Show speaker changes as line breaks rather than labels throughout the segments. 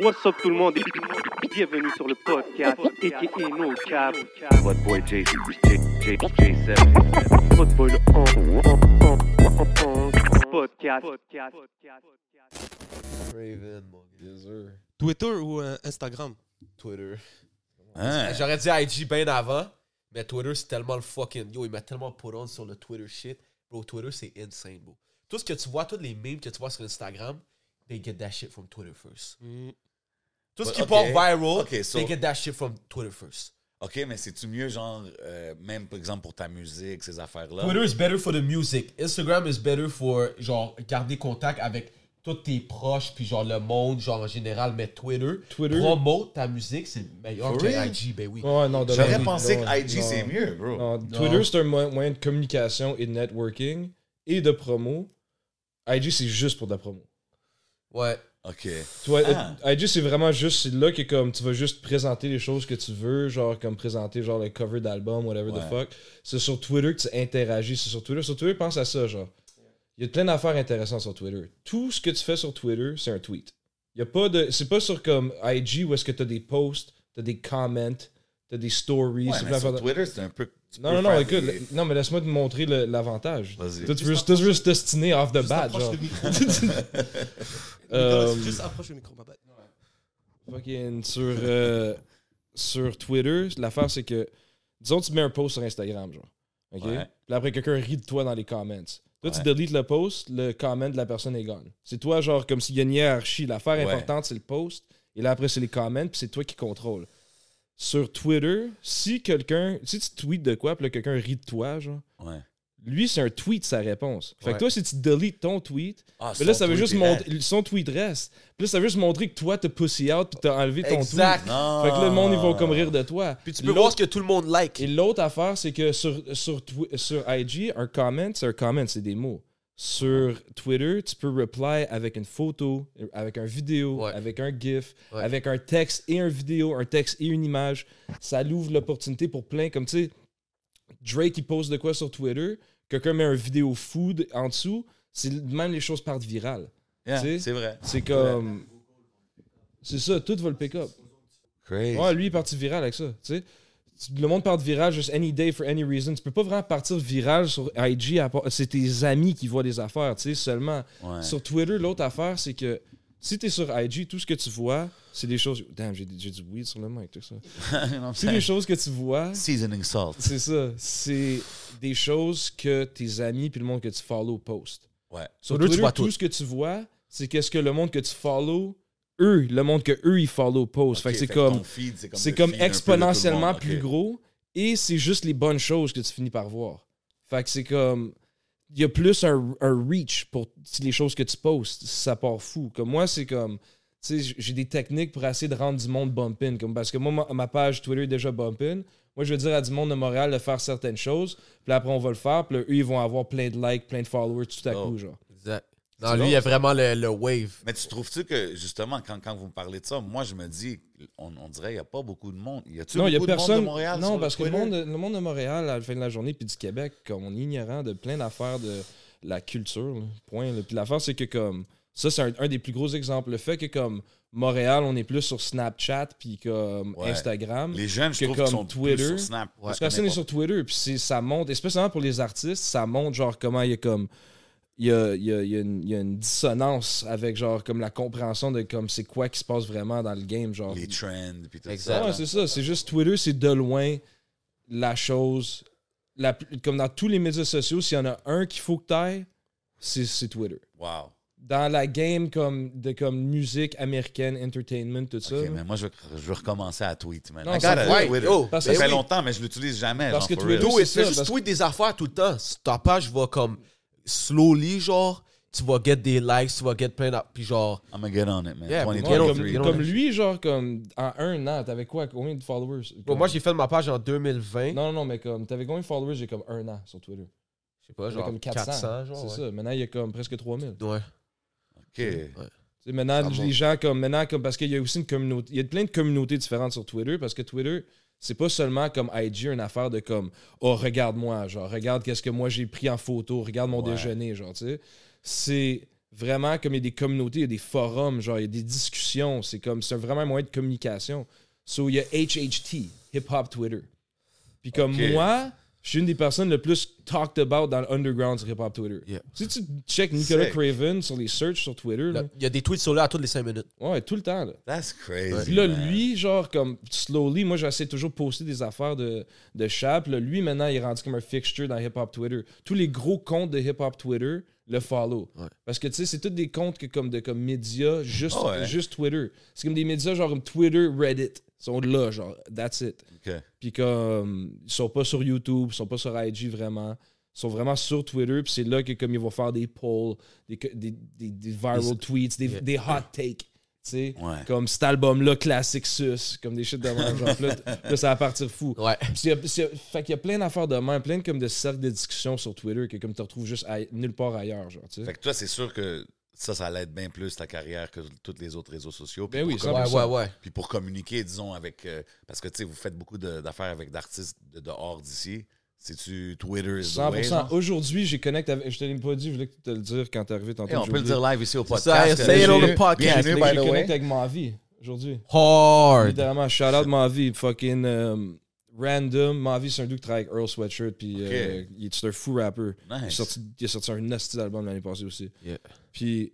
What's up tout le monde et bienvenue sur le podcast et No Cap.
Votre boy J, J, J, J7. Votre boy le
Podcast.
Raven, mon gars. Bien sûr.
Twitter ou euh, Instagram?
Twitter.
Hein?
Euh, J'aurais dit IG bien avant, mais Twitter, c'est tellement le fucking. Yo, il m'a tellement put on sur le Twitter shit. Bro, Twitter, c'est insane, bro. Tout ce que tu vois, tous les memes que tu vois sur Instagram, they get that shit from Twitter first. Tout ce
Mm. But,
qui
ok.
part viral,
Ok, so-
they get that shit from Twitter first.
OK, mais c'est-tu mieux, genre, euh, même, par exemple, pour ta musique, ces affaires-là?
Twitter is better for the music. Instagram is better for, genre, garder contact avec tous tes proches, puis genre le monde, genre en général, mais Twitter,
Twitter-
promote ta musique, c'est meilleur que
real?
IG, ben oui.
Ouais, non, de la-
J'aurais
oui,
pensé
non,
que IG,
non.
c'est mieux, bro.
Non,
Non.
Twitter, c'est un mo- moyen de communication et de networking et de promo. IG, c'est juste pour de la promo.
Ouais.
OK.
Tu vois,
Ah.
euh, IG, c'est vraiment juste, c'est là que comme, tu vas juste présenter les choses que tu veux, genre comme présenter genre le cover d'album, whatever
Ouais.
the fuck. C'est sur Twitter que tu interagis, c'est sur Twitter. Sur Twitter, pense à ça, genre. Il y a plein d'affaires intéressantes sur Twitter. Tout ce que tu fais sur Twitter, c'est un tweet. Il y a pas de. C'est pas sur comme IG où est-ce que t'as des posts, t'as des comments, t'as des stories.
Ouais,
c'est
mais
plein
sur
d'affaires-
Twitter, c'est un peu... tu
Non,
peux
non, non,
faire
écoute,
des-
la- non, mais laisse-moi te montrer le- l'avantage.
Vas-y.
Toi, tu veux tu veux juste t'ostiner off the bat, genre. Euh,
Juste approche le micro, ma bad.
Fucking sur, euh, sur Twitter, l'affaire c'est que, disons, tu mets un post sur Instagram, genre. OK?
Ouais.
Puis après, quelqu'un rit de toi dans les comments. Toi, tu
Ouais.
deletes le post, le comment de la personne est gone. C'est toi, genre, comme s'il y a une hiérarchie. L'affaire
Ouais.
importante, c'est le post. Et là, après, c'est les comments, puis c'est toi qui contrôle. Sur Twitter, si quelqu'un, si tu tweets de quoi, puis là, quelqu'un rit de toi, genre,
Ouais.
lui, c'est un tweet, sa réponse. Fait
Ouais.
que toi, si tu deletes ton tweet,
Ah,
mais là,
son
ça veut
tweet
juste
est
montrer. Son tweet reste. Puis là, ça veut juste montrer que toi, t'as pussy out, puis t'as enlevé ton
Exact. Ah.
Non.
tweet. Fait que là, le monde, ils vont comme rire de toi.
Puis tu peux
L'autre-
voir ce que tout le monde like.
Et l'autre affaire, c'est que sur, sur, Twi- sur IG, un comment, c'est un comment, c'est des mots. Sur Twitter, tu peux reply avec une photo, avec un vidéo,
Ouais.
avec un GIF,
Ouais.
avec un texte et un vidéo, un texte et une image. Ça l'ouvre l'opportunité pour plein, comme tu sais, Drake, il pose de quoi sur Twitter, quelqu'un met un vidéo food en dessous, c'est même les choses partent virales.
Yeah,
tu sais.
c'est vrai.
C'est comme. C'est ça, tout va le pick-up.
Crazy.
Ouais, lui, il est parti viral avec ça. Tu sais, Tu- le monde part viral juste any day for any reason. Tu peux pas vraiment partir viral sur IG. à part- C'est tes amis qui voient les affaires, tu sais, seulement.
Ouais.
Sur Twitter, l'autre affaire, c'est que si t'es sur IG, tout ce que tu vois, c'est des choses. Damn, j'ai j'ai du weed sur le mic, tout ça.
Non,
C'est des choses que tu vois.
Seasoning salt.
C'est ça. C'est des choses que tes amis puis le monde que tu follow post.
Ouais.
Sur
Twitter,
Twitter,
tu vois
tout
tout.
ce que tu vois, c'est qu'est-ce que le monde que tu follow, eux, le monde que eux ils follow post.
Ok,
fait que c'est
fait
comme
ton feed, c'est comme,
c'est
le
comme
feed un peu de tout le monde.
exponentiellement
Ok.
plus gros et c'est juste les bonnes choses que tu finis par voir. Fait que c'est comme il y a plus un, un reach pour t- les choses que tu postes, ça part fou. Comme moi, c'est comme tu sais, j- j'ai des techniques pour essayer de rendre du monde bumpin comme parce que moi ma, ma page Twitter est déjà bumpin. Moi, je veux dire à du monde de Montréal de faire certaines choses, puis après on va le faire, puis là, eux ils vont avoir plein de likes, plein de followers tout à
Oh.
coup genre.
Exact. Non, lui, il y a vraiment le, le wave.
Mais tu trouves-tu que, justement, quand, quand vous me parlez de ça, moi, je me dis, on, on dirait, il n'y a pas beaucoup de monde. Y a-tu
Non,
beaucoup
il n'y a
de
personne.
monde de Montréal sur
non,
le
parce que le
Twitter?
monde, le monde de Montréal, à la fin de la journée, puis du Québec, comme on est ignorant de plein d'affaires de la culture. là, point. là. Puis l'affaire, c'est que comme. Ça, c'est un, un des plus gros exemples. Le fait que comme Montréal, on est plus sur Snapchat, puis comme
Ouais.
Instagram.
Les jeunes, je
que
trouve
euh, comme
qu'ils sont
Twitter,
plus sur Snap.
Parce
Je
que personne
connais
n'est sur Twitter, puis c'est- ça monte, et spécialement pour les artistes, ça monte genre comment il y a comme. Il y a, il y a- il y a une, il y a une dissonance avec genre comme la compréhension de comme c'est quoi qui se passe vraiment dans le game.
pas.
Genre,
Les trends, puis tout
Exact.
ça.
Ouais, c'est ça. C'est juste Twitter, c'est de loin la chose. La, plus- comme dans tous les médias sociaux, s'il y en a un qu'il faut que tu ailles, c'est c'est Twitter.
Wow.
Dans la game comme, de comme musique américaine, entertainment, tout ça.
OK,
là.
mais moi, je veux, je veux recommencer à tweet, man.
Non,
I
ça-
gotta
ouais,
Twitter.
yo,
parce
ça
que-
fait
ben oui.
longtemps, mais je l'utilise jamais.
Parce
genre,
que
for
Twitter,
real.
Yo,
c'est
il fait
ça,
juste
parce-
tweet des affaires tout le temps. Ta page va comme slowly, genre, tu vas get des likes, tu vas get plein de. Puis genre,
I'm gonna get on it, man.
Yeah,
Ouais,
2023.
comme, comme lui, genre, comme en un an, t'avais quoi Combien de followers
Bro, moi j'ai fait ma page en 2020.
Non, non, non, mais comme, t'avais combien de followers J'ai comme un an sur Twitter.
je sais pas,
J'avais
genre
comme 400.
400 genre,
C'est
ouais.
ça. Maintenant, il y a comme presque 3000. Tu
Ouais.
Ok.
sais, maintenant,
Ça
les
monte.
gens, comme, maintenant, comme, parce qu'il y a aussi une communauté. Il y a plein de communautés différentes sur Twitter parce que Twitter. C'est pas seulement comme IG une affaire de comme oh regarde-moi genre regarde qu'est-ce que moi j'ai pris en photo regarde mon
Ouais.
déjeuner genre tu sais c'est vraiment comme il y a des communautés il y a des forums genre il y a des discussions c'est comme c'est vraiment un moyen de communication So, il y a HHT, Hip Hop Twitter. Puis comme
Ok.
moi, je suis une des personnes le plus talked about dans l'underground sur Hip Hop Twitter.
Yeah.
Si tu check Nicolas
Sick.
Craven sur les searches sur Twitter, là,
Là, Il y a des tweets sur là à toutes les 5 minutes.
ouais, tout le temps. Là.
That's crazy.
Puis là,
man.
lui, genre, comme slowly, moi, j'essaie toujours de poster des affaires de, de chap. Là, lui, maintenant, il est rendu comme un fixture dans Hip Hop Twitter. Tous les gros comptes de Hip Hop Twitter le follow.
Ouais.
Parce que, tu sais, c'est tous des comptes que, comme, de comme médias, juste,
Ah ouais.
juste Twitter. C'est comme des médias, genre, comme Twitter, Reddit. Ils sont là, genre, that's it.
Ok.
Puis comme ils sont pas sur YouTube, ils sont pas sur IG vraiment. Ils sont vraiment sur Twitter. Puis c'est là que comme ils vont faire des polls, des, co- des, des, des viral
Des-
tweets, des,
Yeah.
des hot takes. Tu sais,
Ouais.
comme cet album-là, classique sus, comme des shit de même. genre, puis là, t- là, ça va partir fou.
Ouais.
Puis il y a- c'est- fait qu'il y a plein d'affaires de même, plein de, comme, de cercles de discussion sur Twitter que comme tu retrouves juste aille- nulle part ailleurs. Genre, tu sais.
Fait que toi, c'est sûr que ça, ça l'aide bien plus ta carrière que tous les autres réseaux sociaux. Puis
Ben oui,
pour
ça-
Ouais, ouais, ouais.
Puis pour communiquer, disons, avec. euh, parce que, tu sais, vous faites beaucoup de- d'affaires avec d'artistes de dehors d'ici. C'est-tu Twitter is the way,
100%.
genre?
Aujourd'hui, j'ai connecté avec. Je te l'ai pas dit, je voulais te le dire quand t'es arrivé tantôt.
Hey, on
j'ai
peut le
oublié.
dire live ici au
C'est ça,
podcast.
say it on the
Bienvenue,
podcast,
bienvenue,
J'ai
by the way.
connecté avec ma vie aujourd'hui.
Hard.
Littéralement, shout out Mavi, fucking euh, random. Mavi, c'est un dude qui travaille avec Earl Sweatshirt, puis euh, il est c'est un fou rapper. Il, est
Nice.
sorti, il a sorti un nasty album l'année passée aussi.
Yeah.
Puis,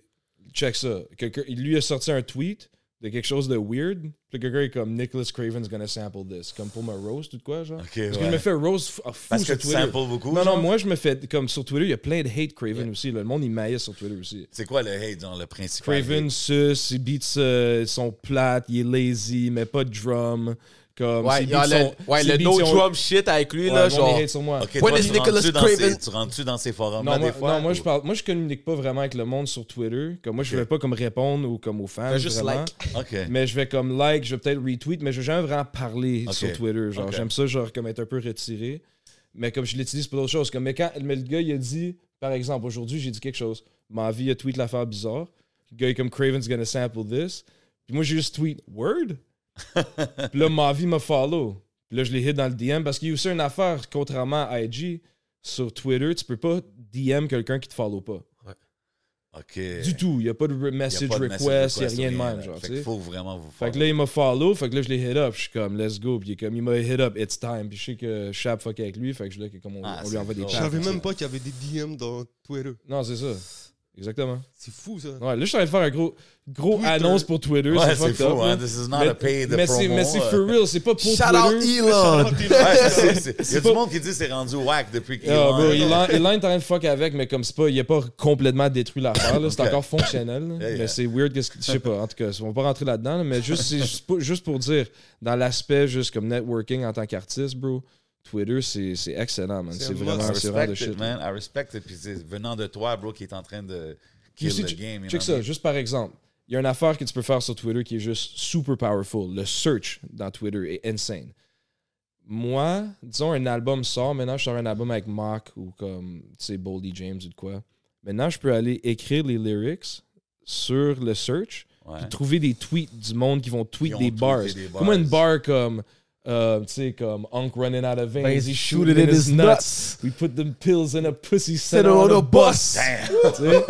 check ça. Quelqu'un- il lui a sorti un tweet de quelque chose de weird. Puis quelqu'un est comme Nicholas Craven's gonna sample this. Comme pour me roast ou de quoi, genre.
Ok,
Parce que
ouais.
je me fais roast f- à fou
Parce que
sur
tu
Twitter.
samples beaucoup.
non, non,
genre?
moi je me fais. Comme sur Twitter, il y a plein de hate Craven aussi. là. Le monde, il maillait sur Twitter aussi.
C'est quoi le hate, genre, le principal?
Craven,
hate?
sus, il beats euh, sont plates, il est lazy, mais pas de drum. Comme,
Ouais,
ses
il y
beats
a le,
sont-
ouais,
ses
le
beats
no
sont-
drum shit avec lui,
Ouais,
là,
le monde
genre.
est hate sur moi.
Ok,
When
toi,
is
tu
Nicolas
rentres-tu dans ces-
Craven-
Tu rentres-tu dans ces forums-là
Non, moi,
des fois?
non, moi, je
ou-
parle, moi, je communique pas vraiment avec le monde sur Twitter. Comme moi, je
Ok.
vais pas comme répondre ou comme aux fans.
Fais juste
vraiment.
like.
Ok.
Mais je vais comme like, je vais peut-être retweet, mais je vais jamais vraiment parler
Ok.
sur Twitter. Genre,
Ok.
j'aime ça, genre, comme être un peu retiré. Mais comme je l'utilise pour d'autres choses. Comme, mais quand mais le gars, il a dit, par exemple, aujourd'hui, j'ai dit quelque chose. Ma vie, il a tweet l'affaire bizarre. Le gars, il est comme Craven's gonna sample this. Puis moi, j'ai juste tweet Word. Puis là, ma vie me follow. Puis là, je l'ai hit dans le DM parce qu'il y a aussi une affaire, contrairement à IG, sur Twitter, tu peux pas DM quelqu'un qui te follow pas.
Ok.
Du tout. Il n'y a pas de re-
Y a pas
message
de
request, il n'y a
request,
rien de même.
là.
Genre,
Fait
tu sais.
qu'il faut vraiment vous
Fait que là, il m'a follow. Fait que là, je l'ai hit up. Je suis comme, let's go. Puis il est comme, il m'a hit up, it's time. Puis je sais que Chap fuck avec lui. Fait que je l'ai que comme on,
Ah,
on
c'est
lui envoie des
drôle.
Je
chats.
savais même pas qu'il y avait des DM dans Twitter.
Non, c'est ça. Exactement.
C'est fou ça.
Ouais, là, je suis en train de faire un gros, gros
Twitter.
annonce pour Twitter.
Ouais,
c'est
c'est
fucked up,
fou, hein.
là.
This is not
Mais-
a paid
mais c'est-
promo.
mais c'est
euh.
for real, c'est pas pour
Shout out
Twitter.
Elon.
Ouais, c'est- c'est- Il y a
pas-
du monde qui dit que c'est rendu whack depuis qu'il
Ah, bro,
est
Elon, Elon est en train de fuck avec, mais comme c'est pas, il a pas complètement détruit l'affaire, là, c'est
Ok.
encore fonctionnel. là.
Yeah, yeah.
Mais c'est weird, qu'est-ce que- je sais pas, en tout cas, on va pas rentrer là-dedans, là, mais juste, c'est juste, pour, juste pour dire, dans l'aspect juste comme networking en tant qu'artiste, bro, Twitter, c'est c'est excellent, man.
C'est
C'est
un
vraiment,
must.
c'est vraiment de
respect
shit.
it, man. I respect it. Puis c'est venant de toi, bro, qui est en train de kill
Puis aussi,
the
che-
game. you
check
know what I
ça, juste par exemple, il y a une affaire que tu peux faire sur Twitter qui est juste super powerful. Le search dans Twitter est insane. Moi, disons un album sort, maintenant je sors un album avec Mock ou comme, tu sais, Boldy James ou de quoi. Maintenant, je peux aller écrire les lyrics sur le search,
mean?
puis trouver des tweets du monde qui vont tweet
Ils ont
des
tweeté
bars.
des bars.
Comment une bar comme, euh, tu sais, comme Unk running out of veins,
Benzy
he
shoot
shooted
it Ben, in his nuts.
We put the pills in a pussy,
Set
set
her
on a bus.
bus.
Tu sais?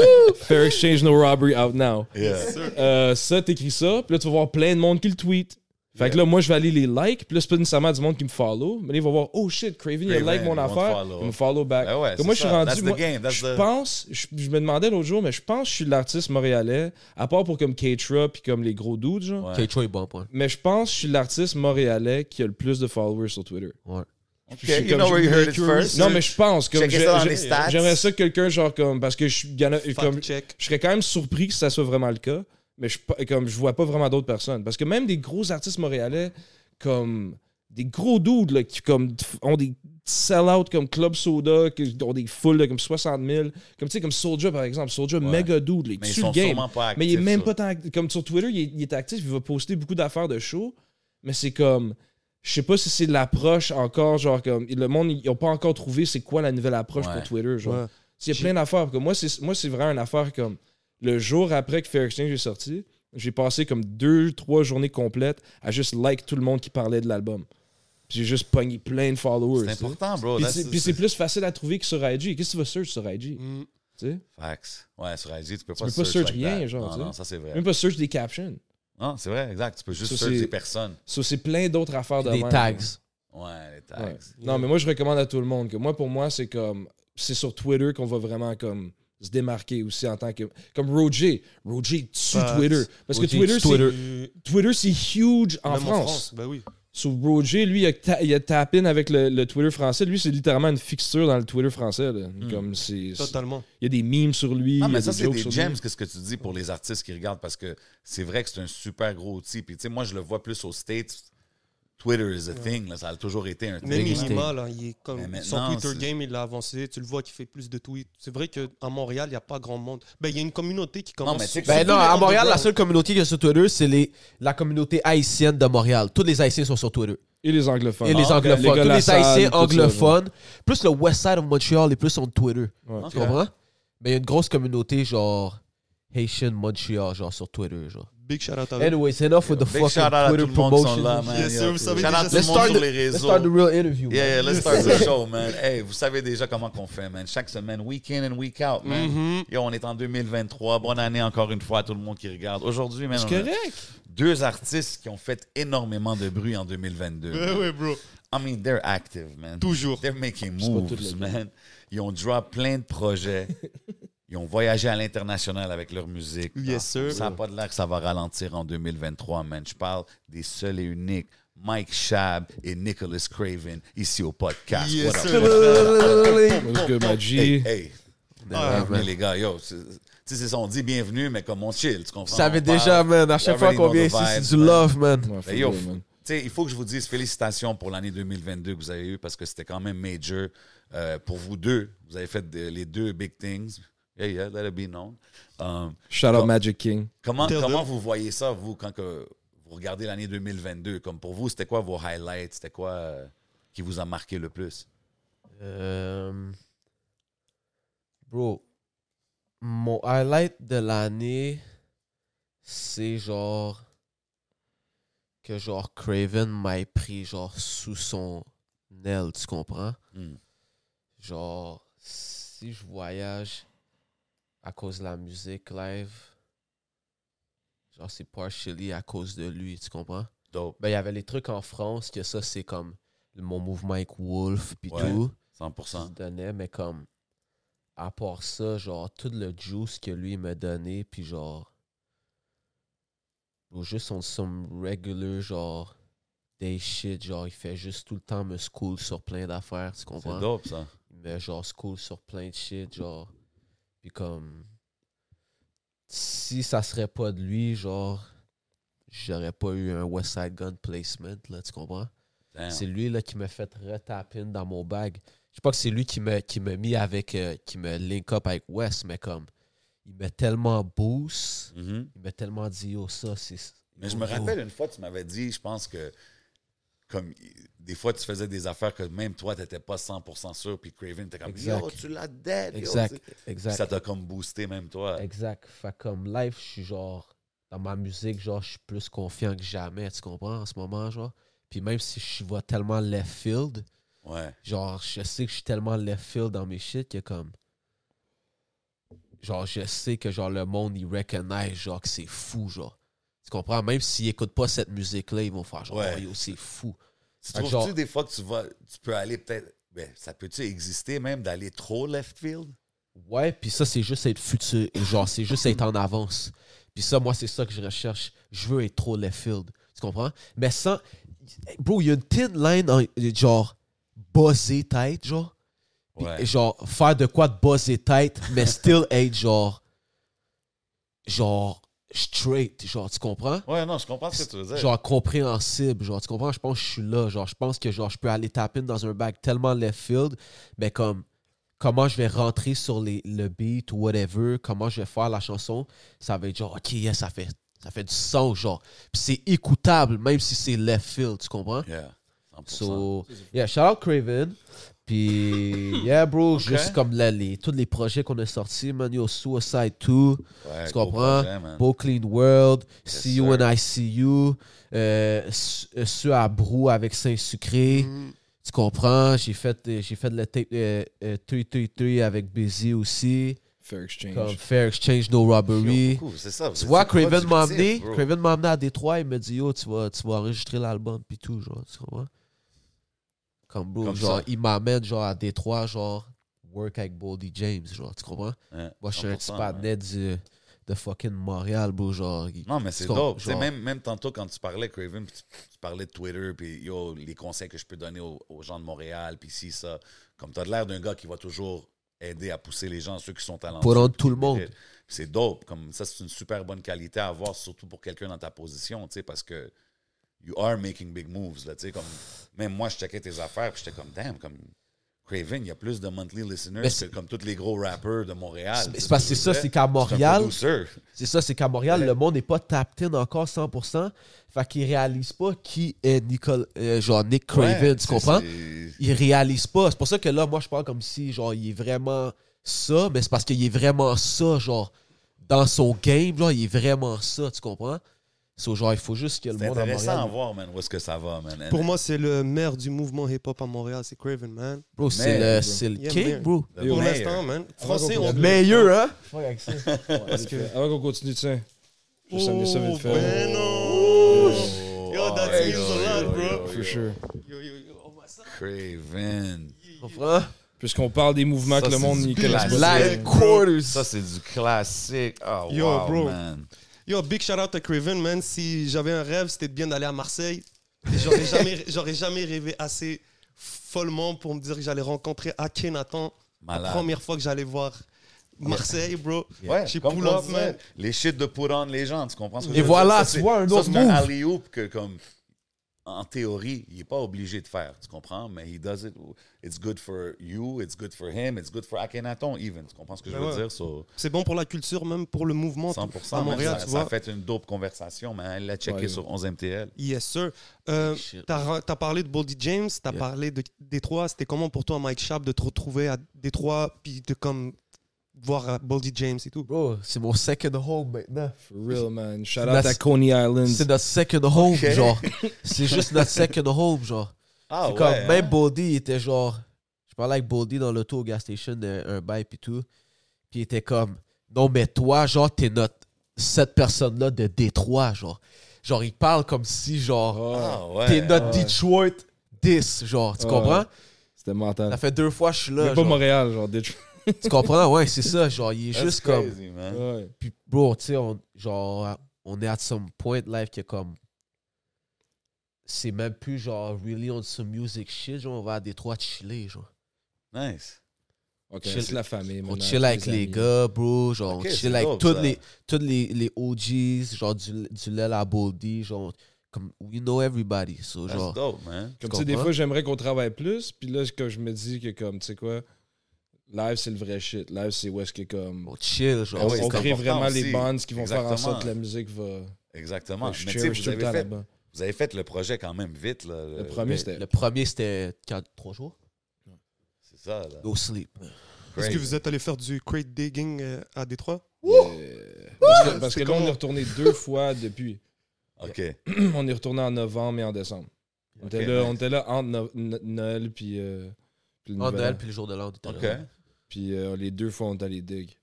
Fair exchange, no robbery out now.
Ouais. Yeah.
Euh, ça, t'écris ça, puis là, tu vas voir plein de monde qui le tweet. Fait que là, moi, je vais aller les like, puis là, c'est pas nécessairement du monde qui me follow, mais là, ils vont voir, oh shit, Craven, il a
Craven,
like mon
ils vont te
affaire,
follow.
il me follow back.
Ben ouais,
Comme
c'est
moi, je suis
ça.
rendu.
That's the
moi,
game, that's
je
the-
pense, je, je me demandais l'autre jour, mais je pense que je suis l'artiste montréalais, à part pour comme Keitra, puis comme les gros dudes, genre.
Ouais.
Ok, Troy est bon, point.
Mais je pense que je suis l'artiste montréalais qui a le plus de followers sur Twitter.
Ouais.
Je suis
Okay, you
comme-
know where you heard it
Lakers.
first.
Non, mais je pense que
Checkez
j'ai-
ça dans les
j'ai-
stats.
j'aimerais ça que quelqu'un genre comme parce que je suis- y en a- comme
check.
je serais quand même surpris que ça soit vraiment le cas, mais je suis pas- comme je vois pas vraiment d'autres personnes parce que même des gros artistes montréalais comme des gros dudes là, qui comme, ont des sell-out comme Club Soda, qui ont des foules de comme 60 000. Comme, tu sais, comme Soulja, par exemple. Soulja,
Ouais.
méga dude. là, il
Mais ils
tue
sont
le game.
sûrement pas actifs,
mais il est même
ça.
pas tant... Comme sur Twitter, il est, il est actif. Il va poster beaucoup d'affaires de show. Mais c'est comme... Je sais pas si c'est de l'approche encore, genre comme... Le monde, ils ont pas encore trouvé c'est quoi la nouvelle approche
Ouais.
pour Twitter, genre.
Ouais.
Il y a plein d'affaires. Comme Moi, c'est moi, c'est vraiment une affaire comme le jour après que Fair Exchange est sorti, j'ai passé comme deux, trois journées complètes à juste like tout le monde qui parlait de l'album. Puis j'ai juste pogné plein de followers.
C'est
tu sais.
important, bro.
Puis
That's-
c'est- Puis c'est plus facile à trouver que sur IG. Qu'est-ce que tu vas search sur IG?
Mm.
Tu sais?
Facts. Ouais, sur IG, tu peux pas
peux pas
search
search
like
rien,
that.
genre,
Non,
tu sais.
non, ça c'est vrai.
Même pas search des captions.
Non, c'est vrai, exact. Tu peux juste
Ça,
search des
c'est-
personnes.
So, c'est plein d'autres affaires de
Des
même.
tags.
Ouais, les tags.
Ouais. Non, mais moi, je recommande à tout le monde que moi, pour moi, c'est comme. C'est sur Twitter qu'on va vraiment comme se démarquer aussi en tant que. Comme Roger. Roger tue
Facts.
Twitter. Parce que
Roger
Twitter,
tue
c'est
Twitter.
Euh,
Twitter, c'est huge en
même
France.
Ben oui.
Sur Roger, lui, il a, ta- il a tapé avec le, le Twitter français. Lui, c'est littéralement une fixture dans le Twitter français. là. Comme c'est, c'est-
Totalement.
il y a des memes sur lui.
Non,
il y a
mais ça,
des
c'est
jokes
des
sur
gems,
lui.
que ce que tu dis pour les artistes qui regardent, parce que c'est vrai que c'est un super gros outil. Puis, tu sais, moi, je le vois plus aux States. Twitter is a thing, là. Ça a toujours été un
Même
thing.
Dégusté.
Minima, là, il est comme-
Mais maintenant,
son Twitter
c'est-
game, il a avancé. Tu le vois qu'il fait plus de tweets. C'est vrai qu'à Montréal, il n'y a pas grand monde. Ben, il y a une communauté qui commence.
mais tu sais que-
Ben
surtout
non,
les
à Montréal, la
underground.
seule communauté qu'il y a sur Twitter, c'est les- la communauté haïtienne de Montréal. Tous les Haïtiens sont sur Twitter.
Et les anglophones.
Et les
Ah, ok.
anglophones.
Les gars
Tous
de la
les
salle,
Haïtiens
tout ça,
anglophones. Plus le West Side of Montreal, les plus sont de Twitter.
Ouais.
Tu comprends? Mais il y a une grosse communauté, genre Haitian Montreal, genre sur Twitter, genre.
Big shout out à eux.
Anyways, enough with the
Big shout out
fucking
à tout
Twitter
le monde qui sont
promotion.
là, man.
Yes,
Yo,
sir, vous savez
shout out tout
déjà-
le
Let's
monde
start,
sur
the,
les
let's
réseaux.
start the real interview.
Yeah, yeah,
man.
let's start the show, man. Hey, vous savez déjà comment qu'on fait, man. Chaque semaine, week in and week out, man. Yo, on est en 2023. Bonne année encore une fois à tout le monde qui regarde. Aujourd'hui, man,
C'est
on a
correct.
deux artistes qui ont fait énormément de bruit en 2022. man.
ouais, bro.
I mean, they're active, man.
Toujours.
They're making
C'est pas toute
moves,
la
man. Ils ont drop plein de projets. Ils ont voyagé à l'international avec leur musique. Ah,
Yes, sir.
Ça n'a pas de l'air que ça va ralentir en 2023, man. Je parle des seuls et uniques. Mike Shab et Nicholas Craven ici au podcast.
Yes,
What up?
sir.
Parce que ma G-
Hey, hey.
Ah,
Bienvenue,
man.
les gars. Yo, c'est- tu sais, c'est ça, on dit bienvenue, mais comme on chill, tu comprends?
Vous savez
On
déjà,
parle.
man, à
You
chaque fois
already
qu'on
know the
vient ici, c'est
vibes,
du
man.
love, man.
Ouais, faut
Ben, yo,
dire, man.
tu sais, il faut que je vous dise félicitations pour l'année 2022 que vous avez eue parce que c'était quand même major euh, pour vous deux. Vous avez fait de- les deux big things. Yeah, yeah, that'll be known. Um,
Shout out Magic King.
comment
Tell
comment
them.
vous voyez ça, vous, quand que vous regardez l'année 2022? Comme pour vous, c'était quoi vos highlights? C'était quoi euh, qui vous a marqué le plus?
Euh, bro, mon highlight de l'année, c'est genre que genre Craven m'a pris genre sous son aile, tu comprends?
Hmm.
Genre, si je voyage à cause de la musique live, genre c'est partially à cause de lui, tu comprends?
Dope,
Ben, il y avait les trucs en France que ça, c'est comme mon mouvement avec Wolf puis
Ouais.
tout.
100%.
qu'il donnait, mais comme, à part ça, genre, tout le juice que lui m'a donné, puis genre, ou juste on some regular, genre, day shit, genre, il fait juste tout le temps me school sur plein d'affaires, tu
C'est
comprends?
dope, ça.
Il me genre school sur plein de shit, genre, puis comme, si ça serait pas de lui, genre, j'aurais pas eu un West Side Gun placement, là, tu comprends?
Damn.
C'est lui là, qui m'a fait retapine dans mon bag. Je sais pas que c'est lui qui m'a qui m'a mis avec euh, qui me link up avec Wes, mais comme il m'a tellement boost,
Mhm.
il m'a tellement dit yo ça c'est.
Mais je
yo,
me
yo.
rappelle une fois, tu m'avais dit, je pense que comme des fois, tu faisais des affaires que même toi, tu n'étais pas 100% sûr, puis Craven était comme
Exact.
Yo, tu l'as dead. yo,
Exact,
tu sais. Puis
exact,
ça t'a comme boosté, même toi.
exact. Fait que comme live, je suis genre dans ma musique, genre je suis plus confiant que jamais, tu comprends en ce moment, genre. Puis même si je vois tellement left field,
Ouais.
genre je sais que je suis tellement left field dans mes shit que comme genre je sais que genre le monde il reconnaît genre que c'est fou genre tu comprends même s'ils écoutent pas cette musique là ils vont faire genre
Ouais.
oh, yo c'est fou
Tu
Fait que
trouves-tu
genre-
des fois que tu vas, tu peux aller peut-être, ben, ça peut-tu exister même d'aller trop left field?
ouais puis ça c'est juste être futur genre c'est juste être en avance puis ça moi c'est ça que je recherche je veux être trop left field tu comprends mais sans bro il y a une thin line en- genre bosser tête genre Puis,
Ouais.
genre, faire de quoi de buzz et tête, mais still être genre. Genre, straight, genre, tu comprends?
Ouais, non, je comprends ce que tu veux dire.
Genre compréhensible, genre, tu comprends? Je pense que je suis là, genre, je pense que genre, je peux aller taper dans un bag tellement left field, mais comme, comment je vais rentrer sur les, le beat ou whatever, comment je vais faire la chanson, ça va être genre, ok, yeah, ça fait, ça fait du sens, genre. Puis c'est écoutable, même si c'est left field, tu comprends?
Yeah, 100%.
So, yeah, shout out Craven. Puis, yeah, bro, juste comme là, les, tous les projets qu'on a sortis, man, yo, Suicide 2,
Ouais,
tu
gros
comprends?
projet, man.
Beau Clean World, See You
sir.
and I See You, euh, ce- euh, ceux à Brou avec Saint-Sucré,
Mm.
tu comprends? J'ai fait, euh, j'ai fait le tape euh, euh, 333 avec Busy aussi,
Fair
comme
exchange.
Fair Exchange No Robbery.
Yo, beaucoup, c'est ça.
Tu
c'est-
vois,
c'est
Craven m'a
productif,
amené,
bro.
Craven m'a amené à Détroit, il m'a dit Yo, tu vas, tu vas enregistrer l'album, puis tout, genre, tu comprends? Comme, bro,
Comme
genre,
ça.
il m'amène, genre, à Détroit, genre, work avec Boldy James, genre, tu comprends?
Ouais,
Moi, je suis un petit
100%, ouais.
panais du- de fucking Montréal, bro, genre. il-
Non, mais c'est
tu comprends?
dope. Tu sais,
Genre,
Même, même tantôt, quand tu parlais, Craven, puis tu, tu parlais de Twitter, puis yo, les conseils que je peux donner aux, aux gens de Montréal, puis si ça. Comme tu as l'air d'un gars qui va toujours aider à pousser les gens, ceux qui sont talentueux.
Pour rendre
puis
tout
qui
le monde.
méritent. C'est dope. Comme ça, c'est une super bonne qualité à avoir, surtout pour quelqu'un dans ta position, tu sais, parce que you are making big moves, là, tu sais. Comme, même moi, je checkais tes affaires, puis j'étais comme, damn, comme. Craven, il y a plus de monthly listeners
Mais
que
c'est-
comme tous les gros rappeurs de Montréal.
C'est-
tu sais
parce
ce
que
je
ça,
veux dire?
c'est qu'à
un
Montréal-
producer.
C'est ça, c'est qu'à Montréal,
Ouais.
le monde n'est pas tapped in encore 100%, fait qu'ils réalisent pas qui est Nicole, euh, genre, Nick Craven,
Ouais,
tu
c'est-
comprends?
c'est-
il réalise pas. C'est pour ça que là, moi, je parle comme si, genre, il est vraiment ça, mais c'est parce qu'il est vraiment ça, genre, dans son game, genre, il est vraiment ça, tu comprends? C'est genre, il faut juste que le
C'est
monde en
intéressant à
Montréal...
voir, man, où est-ce que ça va, man.
Pour moi, c'est le maire du mouvement hip-hop à Montréal, c'est Craven, man.
Bro, c'est
Man,
le, c'est le
Yeah,
king,
man.
bro.
The
Pour
mayor.
l'instant, man. Français, on
comprenne.
Meilleur, hein?
parce que.
Avant qu'on continue, tiens. Je vais amener ça vite fait.
ben
Oh,
non. Yo, that
hey,
means a lot, bro.
yo, yo,
For sure.
Yo, yo, yo, on va ça.
Craven.
Tu comprends?
Puisqu'on parle des mouvements
Ça,
que le
c'est
monde
du
n'y connaît
classique.
pas.
Black quarters.
Ça, c'est du classique. Oh,
Yo,
wow,
bro.
man.
Yo, big shout out à Craven, man. Si j'avais un rêve, c'était de bien d'aller à Marseille. Et j'aurais jamais, j'aurais jamais rêvé assez follement pour me dire que j'allais rencontrer Akhenaton. La
Malade.
première fois que j'allais voir Marseille, bro.
Ouais,
Chez
comme
Pull
quoi,
Up, man.
man, Les shit de Pouran, les gens, tu comprends ce que
Et
je veux
voilà,
dire?
tu
c'est-
vois un
ça,
autre
c'est
move.
un alley que, comme, en théorie, il n'est pas obligé de faire, tu comprends? Mais he does it. It's good for you, it's good for him, it's good for Akhenaton, even. Tu comprends ce que je
Ben
veux
ouais.
dire? So,
C'est bon pour la culture, même pour le mouvement.
100%.
à
man,
Montréal,
ça,
tu
ça
vois.
a fait une dope conversation, man. Elle l'a checké
Ouais.
sur 11MTL.
Yes, sir. Euh,
Shit.
T'as t'as parlé de Boldy James, t'as
Yeah.
parlé de Détroit. C'était comment pour toi, Mike Sharp, de te retrouver à Détroit, puis de comme voir euh, Boldy James et tout
Bro, c'est mon second home maintenant.
For real, man. Shout out
That's-
à Coney Island.
C'est notre second home,
Ok.
genre. C'est juste notre second home, genre.
Ah,
C'est comme, ben, même Bodie, il était genre. Je parlais avec Bodie dans l'auto au gas station, un, un bail pis tout. Puis il était comme, non, mais toi, genre, t'es notre. Cette personne-là de Détroit, genre. Genre, il parle comme si, genre,
Ah, ouais.
euh, t'es notre
ouais.
Detroit 10, genre. Tu
Ouais.
comprends?
C'était mental.
Ça fait deux fois que je suis là.
Mais pas
genre.
Montréal, genre. Detroit.
tu comprends? Ouais, c'est ça. Genre, il est
That's
juste comme.
crazy, man.
Ouais.
Puis, bro, tu sais, on, genre, on est à some point life que comme. C'est même plus genre, really on some music shit, genre, on va à Détroit chiller, genre.
Nice.
Ok,
Chill-
c'est la famille,
On
man.
chill avec les
amis.
gars, bro. Genre,
Ok,
on
c'est
chill avec
dope,
tous
ça.
les, tous les, les OGs, genre du, du Lel à Boldy, genre, comme, we know everybody. So,
That's
genre,
dope, man.
Tu
Comme tu sais, des
comprends?
fois, j'aimerais qu'on travaille plus. Puis là, comme je me dis que, comme, tu sais quoi, live, c'est le vrai shit. Live, c'est où est-ce que, comme,
on chill, genre.
Ah
on,
oui,
on
c'est
crée
important
vraiment
aussi.
les bands qui vont faire en
Exactement.
sorte que la musique va.
Exactement.
je
Mais tu sais,
cherish
vous
tout le
avez
temps
fait,
là-bas.
vous avez fait le projet quand même vite, là.
Le
Euh,
premier, c'était.
le premier, c'était quand- trois jours.
C'est ça, là.
Go sleep. Ah,
Est-ce
Crazy.
que vous êtes allé faire du crate digging euh, à Détroit
Yeah. Parce que, parce que
C'est
là, on
comment?
est retourné deux fois depuis.
OK.
on est retourné en novembre et en décembre. On, était,
Ok,
là,
nice.
on était là entre No- No- Noël puis, euh, puis le
En
Nouvel
Noël,
An.
puis le jour de l'an, on était
OK.
là.
Puis euh, les deux fois, on est allé dig.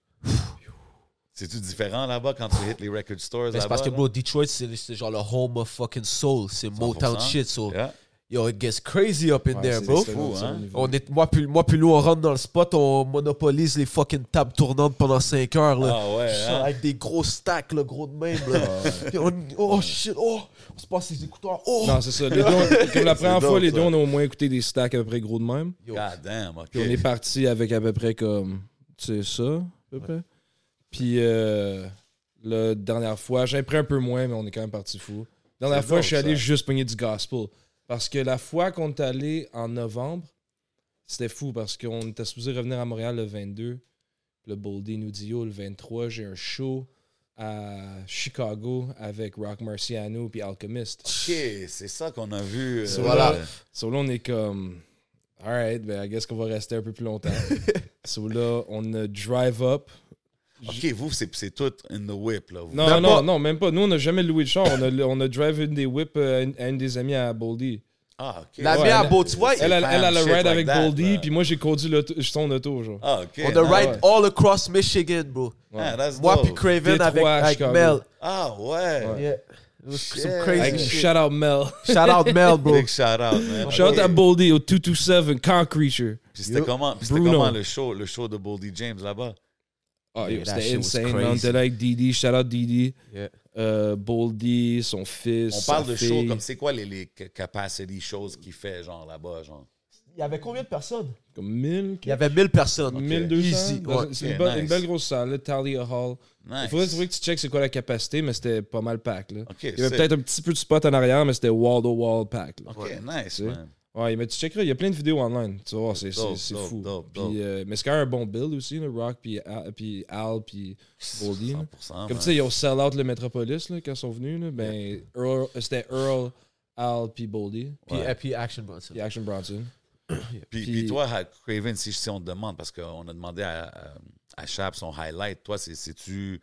C'est-tu différent là-bas quand tu hits les record stores
Mais
là-bas?
Ben, C'est parce que,
là?
bro, Detroit, c'est c'est genre le home of fucking soul. C'est Motown
100%.
shit. So,
Yeah.
yo, it gets crazy up in
Ouais,
there,
c'est
bro.
excellent,
Fou,
ça,
hein?
le niveau.
On est, moi, plus, moi, plus loin, on rentre dans le spot, on monopolise les fucking tables tournantes pendant 5 heures. Là.
Ah ouais,
Genre,
hein?
Avec des gros stacks, là, gros de même. Là. Puis on- oh shit, oh, on se passe les écouteurs. Oh,
Non, c'est ça. Les deux, on- comme la
C'est
première fois,
dope,
les deux,
ça.
on a au moins écouté des stacks à peu près gros de même.
Yo,
God damn, OK.
Puis on est parti avec à peu près comme, tu sais, ça, à peu près. Puis euh, la dernière fois. J'avais pris un peu moins, mais on est quand même parti fou. Dernière
C'est
fois,
dope,
je suis allé
ça.
juste pogner du gospel. Parce que la fois qu'on est allé en novembre, c'était fou parce qu'on était supposé revenir à Montréal le 22. Le Boldy nous dit Yo, le 23, j'ai un show à Chicago avec Rock Marciano puis Alchemist.
Ok, c'est ça qu'on a vu. euh,
Voilà.
euh,
So là, on est comme, alright, ben, I guess qu'on va rester un peu plus longtemps. so là, on a drive up.
Ok, vous, c'est c'est tout in the whip, là. vous.
Non, non, non, même pas. Nous, on n'a jamais loué de char. On a, on a drive une des whips euh, à une, à une des amies à Boldy.
Ah, ok.
La
Ouais,
bière à
elle-
beau, tu vois,
Elle, elle, elle a le
Shit
ride
like
avec
that,
Boldy,
là.
puis moi, j'ai conduit l'auto- son auto, genre.
Ah, ok.
on a
ouais.
ride all across Michigan, bro.
Ah, that's
Moi
dope.
puis Craven
Détroit,
avec, avec
Chicago.
Mel.
Ah, ouais.
Ouais.
Yeah. It was Some
Shit.
Like,
crazy shit. Ah,
shout out Mel.
Shout out Mel, bro.
Big shout out, man.
shout out
Ok.
à Boldy au 227 Concreature.
Puis c'était comment, puis c'était
Bruno.
comment le show, le show de Boldy James là-bas?
Ah, yo,
Yeah, that
c'était
shit was
insane. man. On
crazy.
était là avec Didi. Shout out Didi.
Yeah.
Euh, Boldy, son fils.
On parle
sa
de show
fille.
comme c'est quoi les, les ca- capacity shows qu'il fait, genre là-bas, genre.
Il y avait combien de personnes?
Comme 1000,
Il y avait 1000 personnes.
1200.
Easy,
Dans-
ouais.
C'est
Ok,
une, bonne-
nice.
une belle grosse salle, le Talia Hall. Il
Nice.
faudrait trouver que tu checkes c'est quoi la capacité, mais c'était pas mal pack. Là.
Ok,
il y avait
sick.
peut-être un petit peu de spot en arrière, mais c'était wall-to-wall pack. là.
Ok, nice,
Tu sais.
man.
Ouais, mais tu checkeras, il y a plein de vidéos online. Tu vas voir, c'est
Dope,
c'est- c'est
dope,
fou.
dope,
Puis,
dope.
euh, mais c'est quand même un bon build aussi, le Rock, puis Al, puis, Al, puis Goldie. là.
100%,
Comme
man.
tu sais, ils ont sell out le Metropolis là, quand ils sont venus. Là, ben, Earl- c'était Earl, Al, puis Boldy,
Puis,
Ouais.
et puis Action Bronson.
puis Action Bronson.
Puis,
Puis-
puis toi, à Craven, si, si on te demande, parce qu'on a demandé à, à, à Chap son highlight, toi, c'est- c'est-tu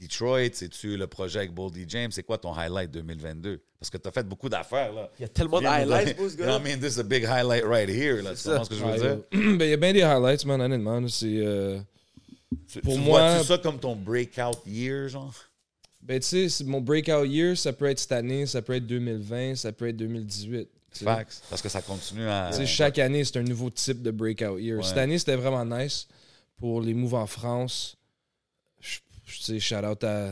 Detroit, c'est-tu le projet avec Boldy James, c'est quoi ton highlight 2022? Parce que tu as fait beaucoup d'affaires, là.
Il y a tellement de
Viens nous
highlights,
donner-
bro, ce
You know
gars-là.
what I mean, this is a big highlight right here, là. Tu
C'est
comprends
ça.
ce que je veux
Ah,
dire?
yo. ben, il y a bien des highlights, man, honnêtement. là, C'est. euh,
Tu-
Pour
tu
moi-
vois-tu ça comme ton breakout year, genre?
Ben, tu sais, c'est mon breakout year, ça peut être cette année, ça peut être 2020, ça peut être 2018. tu sais.
Facts. Parce que ça continue à.
Tu sais, chaque année, c'est un nouveau type de breakout year.
Ah, Ouais.
Cette année, c'était vraiment nice pour les moves en France. Je je- tu sais, shout out à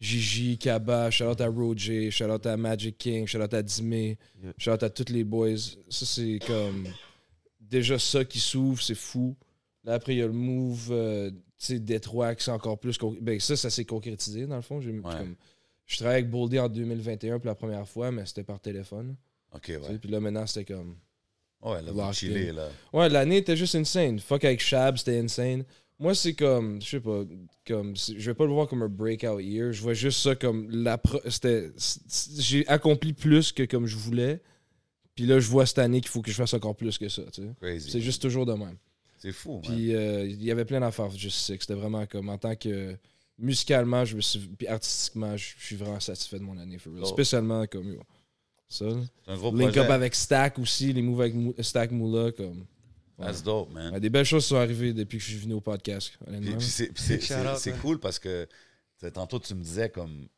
Gigi, Kaba, shout out à Roger, shout out à Magic King, shout out à Dime,
Yeah.
shout out à tous les boys. Ça, c'est comme déjà ça qui s'ouvre, c'est fou. Là, après, il y a le move euh, tu sais, Détroit qui c'est encore plus. con- Ben, ça, ça s'est concrétisé dans le fond. J'ai- comme- je travaillais avec Boldy en 2021 pour la première fois, mais c'était par téléphone.
Ok,
tu sais.
ouais.
Puis là, maintenant, c'était comme.
Ouais, là, vous
Locked
chillez,
in.
là.
Ouais, l'année était juste insane. Fuck avec Shab, c'était insane. Moi, c'est comme, je sais pas, comme, c'est- je vais pas le voir comme un breakout year. Je vois juste ça comme la. pro- C'était, c'est- c'est- j'ai accompli plus que comme je voulais. Puis là, je vois cette année qu'il faut que je fasse encore plus que ça. tu sais.
Crazy.
C'est juste toujours de même.
C'est fou, man.
Puis euh, il y avait plein d'affaires, je sais que c'était vraiment comme en tant que musicalement, je me suis, puis artistiquement, je je suis vraiment satisfait de mon année for real.
Oh.
Spécialement comme yo, ça. là.
C'est un gros
Link
projet.
up avec Stack aussi, les moves avec Mou- Stack Moula comme.
That's dope, man.
Ouais, Ah, des belles choses sont arrivées depuis que je suis venu au podcast,
Puis,
honnêtement.
puis c'est- puis c'est-
Shout
c'est
out, hein.
c'est
man.
cool parce que tu sais, tantôt tu me disais comme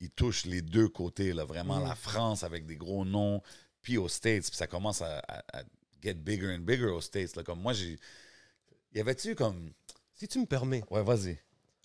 il touche les deux côtés, là, vraiment la France avec des gros noms, puis aux States, puis ça commence à, à- à get bigger and bigger aux States. Là. Comme moi, j'ai. Y avait-tu comme.
Si tu me permets,
Ouais, vas-y.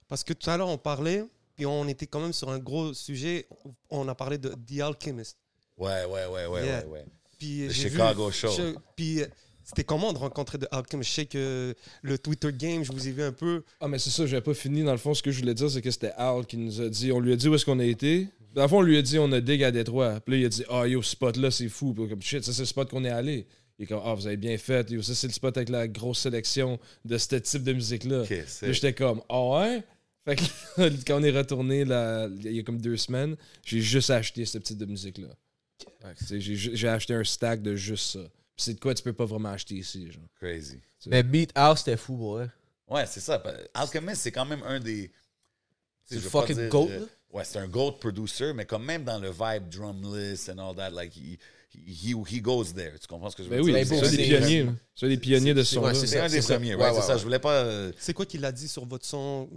parce que tout à l'heure on parlait, puis on était quand même sur un gros sujet, on a parlé de The Alchemist.
Ouais, ouais, ouais, ouais, ouais,
Yeah.
ouais.
Puis,
Le
j'ai vu-
Chicago Show.
je- puis euh, c'était comment de rencontrer The Alchemist Je sais que le Twitter game, je vous ai vu un peu.
Ah, mais c'est ça, j'avais pas fini. Dans le fond, ce que je voulais dire, c'est que c'était Al qui nous a dit, on lui a dit où est-ce qu'on a été. Dans le fond, on lui a dit, on a dig à Détroit. Puis là, il a dit, ah, yo, ce spot-là, c'est fou. Puis comme shit, ça, c'est le spot qu'on est allé. Il est comme, ah, vous avez bien fait. Yo, ça, c'est le spot avec la grosse sélection de ce type de musique-là.
Ok,
Puis là,
c'est.
j'étais comme, ah ouais? Fait que là, quand on est retourné là, il y a comme deux semaines, j'ai juste acheté ce type de musique-là. Tu sais, J'ai j'ai acheté un stack de juste ça. Puis c'est de quoi tu peux pas vraiment acheter ici, genre.
Crazy.
Mais Meat House, c'était fou, bro. hein.
Ouais, c'est ça. Pa- Alchemist, c'est quand même un des. tu sais,
C'est
je veux pas
fucking
dire,
goat,
euh,
là.
ouais, c'est un goat producer, mais comme même dans le vibe drumless and all that, like, he, he, he goes there. Tu comprends ce que je veux
Ben oui,
dire?
Mais
c'est
bon,
ça,
c'est-
des pionniers. là. C'est ça, des pionniers de ce
c'est-
son-là.
ouais, c'est
C'est un
ça,
des
ça.
premiers,
Ouais,
right?
ouais,
c'est ça,
ouais.
je voulais pas. euh,
C'est quoi qu'il a dit sur votre son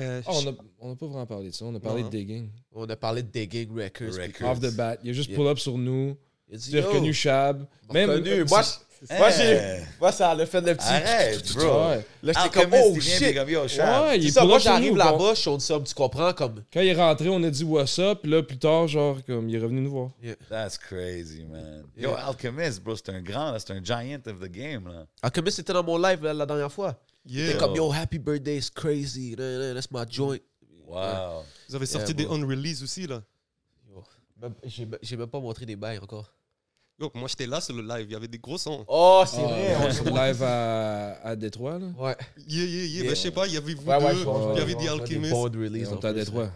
euh,
Ah, on, a, on a pas vraiment parlé de ça. On a parlé
Non,
de digging.
On a parlé de Digging Records.
Records.
puis-
Off the bat. Il a juste
Yeah.
pull up sur nous.
Il a dit,
Il a
yo,
reconnu Chab. euh,
Même, reconnu. Moi, je- moi, j'ai-
Hey.
moi, ça le fait le petit.
Arrête, bro.
Ouais.
Là, j'étais comme,
Alchemist,
oh
il vient,
shit.
puis comme, yo, Shab.
ouais, il
C'est
est
ça,
pull
moi,
up sur
j'arrive
nous. bon,
là-bas, je suis somme, tu comprends? Comme,
Quand il est rentré, on a dit what's up. Puis là, plus tard, genre, comme il est revenu nous voir.
That's crazy, man. Yo,
Yeah.
Alchemist, bro, c'est un grand, là, c'est un giant of the game, là.
Alchemist était dans mon live la, la dernière fois. Il était
Yeah.
comme, yo, happy birthday, it's crazy. Nah, nah, That's my joint.
Wow.
Vous avez sorti
bro.
des on-release aussi, là.
Yo. Même- J'ai j'ai même pas montré des bails encore.
Yo, moi, j'étais là sur le live. Il y avait des gros sons.
Oh, c'est
Ah,
vrai.
ouais,
on-
sur live à, à Détroit, là.
Ouais.
Yeah, yeah, yeah.
Yeah.
Ben, je sais pas, il y avait vous
Ouais, ouais,
deux.
je pense,
il y
ouais,
avait
ouais,
des
ouais,
Alchemists.
bond
Ils
release en
sont à
plus,
Détroit.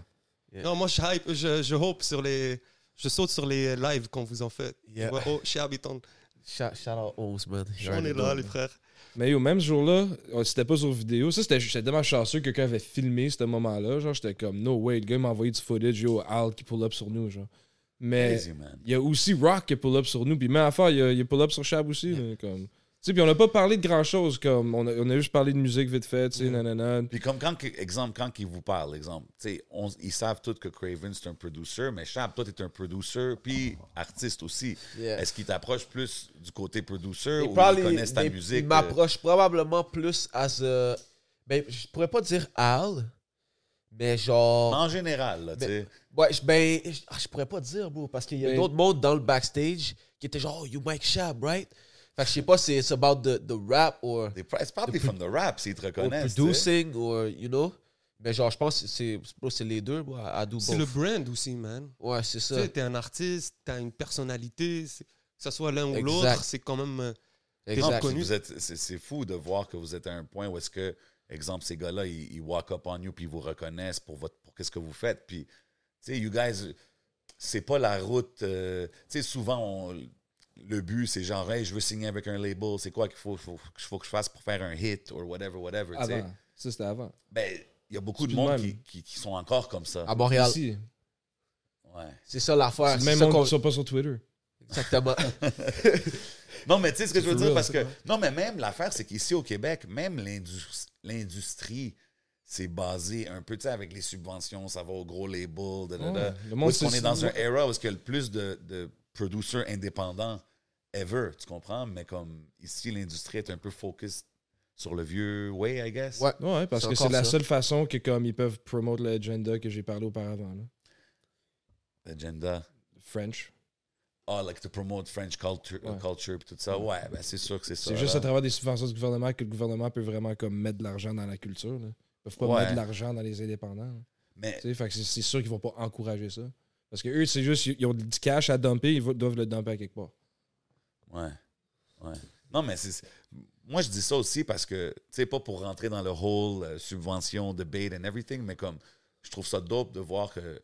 là.
Non, moi, je hype. Je, je hope sur les... Je saute sur les lives quand vous en faites.
Yeah.
Je vois, oh, chez Habitant.
Shout, shout out Holmes, man.
On est là, les frères.
Mais au même ce jour-là, euh, c'était pas sur vidéo. Ça, c'était j'étais tellement chanceux que quelqu'un avait filmé ce moment-là. Genre, j'étais comme, no way, le gars m'a envoyé du footage, yo, Al qui pull up sur nous, genre. Mais
Crazy, man.
il y a aussi Rock qui pull up sur nous, puis même affaire, il y a, il y a pull up sur Shab aussi, là, comme. Tu sais, puis on n'a pas parlé de grand-chose, comme, on a, on a juste parlé de musique vite fait, tu sais, nanana.
Puis comme quand, que- exemple, quand ils vous parlent, exemple, tu sais, on- ils savent tous que Craven, c'est un producer, mais Chab, toi, t'es un producer, puis artiste aussi.
Yeah.
Est-ce qu'ils t'approchent plus du côté producer
Ils
ou
parlent,
ils connaissent ta
ils-
musique?
Ils
euh,
m'approchent probablement plus as a. Ben, je pourrais pas dire Al, mais genre.
En général, là, tu
Mais-
sais.
Ouais, je- ben, je ah, je pourrais pas dire, bro, parce qu'il y a
Ben-
d'autres mondes dans le backstage qui étaient genre, oh, you Mike Shab, right? Fait que je sais pas si it's about the, the rap or,
They pri- It's probably from the rap, s'ils te
or
reconnaissent. tu sais.
producing or, you know? Mais genre, je pense que c'est bro, c'est les deux, bro, à double.
C'est le brand aussi, man.
Ouais, c'est
Tu
ça.
sais, t'es un artiste, t'as une personnalité. c'est- Que ce soit l'un ou
Exact.
l'autre, c'est quand même... euh,
Non,
Exact.
puis
connu.
vous êtes- c'est, c'est fou de voir que vous êtes à un point où est-ce que, exemple, ces gars-là, ils, ils walk up on you puis ils vous reconnaissent pour votre pour qu'est-ce que vous faites. Puis, tu sais, you guys, c'est pas la route. euh, tu sais, souvent, on- le but, c'est genre, hey, je veux signer avec un label, c'est quoi qu'il faut, faut, faut que je fasse pour faire un hit ou whatever, whatever. tu sais.
Avant. Ça, c'était avant.
Ben, il y a beaucoup de
C'est le
monde
même.
qui, qui- qui sont encore comme ça.
À Montréal.
Ici.
Ouais.
C'est ça l'affaire.
C'est
C'est
même
ça
monde
qu'on-
qui sont pas sur Twitter.
Exactement.
Non, mais tu sais ce que je veux
For
dire
real,
parce
c'est
que. Non, mais même l'affaire, c'est qu'ici au Québec, même l'indus- l'industrie, c'est basé un peu, tu sais, avec les subventions, ça va au gros label, da, da, da.
Ouais, le monde,
Où est-ce qu'on
c'est-
est dans un era où est-ce qu'il y a le plus de, de producers indépendants ever, tu comprends? Mais comme ici, l'industrie est un peu focus sur le vieux way, I guess.
Ouais.
Ouais, parce
C'est
que c'est
encore
la
ça.
seule façon que, comme, ils peuvent promouvoir l'agenda que j'ai parlé auparavant, là.
L'agenda.
French.
Ah, like to promote French culture,
Ouais.
culture pis tout ça. Ouais, ben c'est sûr que c'est ça.
C'est juste
là.
à travers des subventions du gouvernement que le gouvernement peut vraiment comme mettre de l'argent dans la culture. Là. Ils peuvent pas
Ouais.
mettre de l'argent dans les indépendants. là.
Mais
Tu sais, fait que C'est c'est sûr qu'ils vont pas encourager ça. Parce que eux, c'est juste, ils ont du cash à dumper, ils vo- doivent le dumper à quelque part.
Ouais. Ouais. Non, mais c'est. Moi, je dis ça aussi parce que, tu sais, pas pour rentrer dans le whole euh, subvention, debate and everything, mais comme, je trouve ça dope de voir que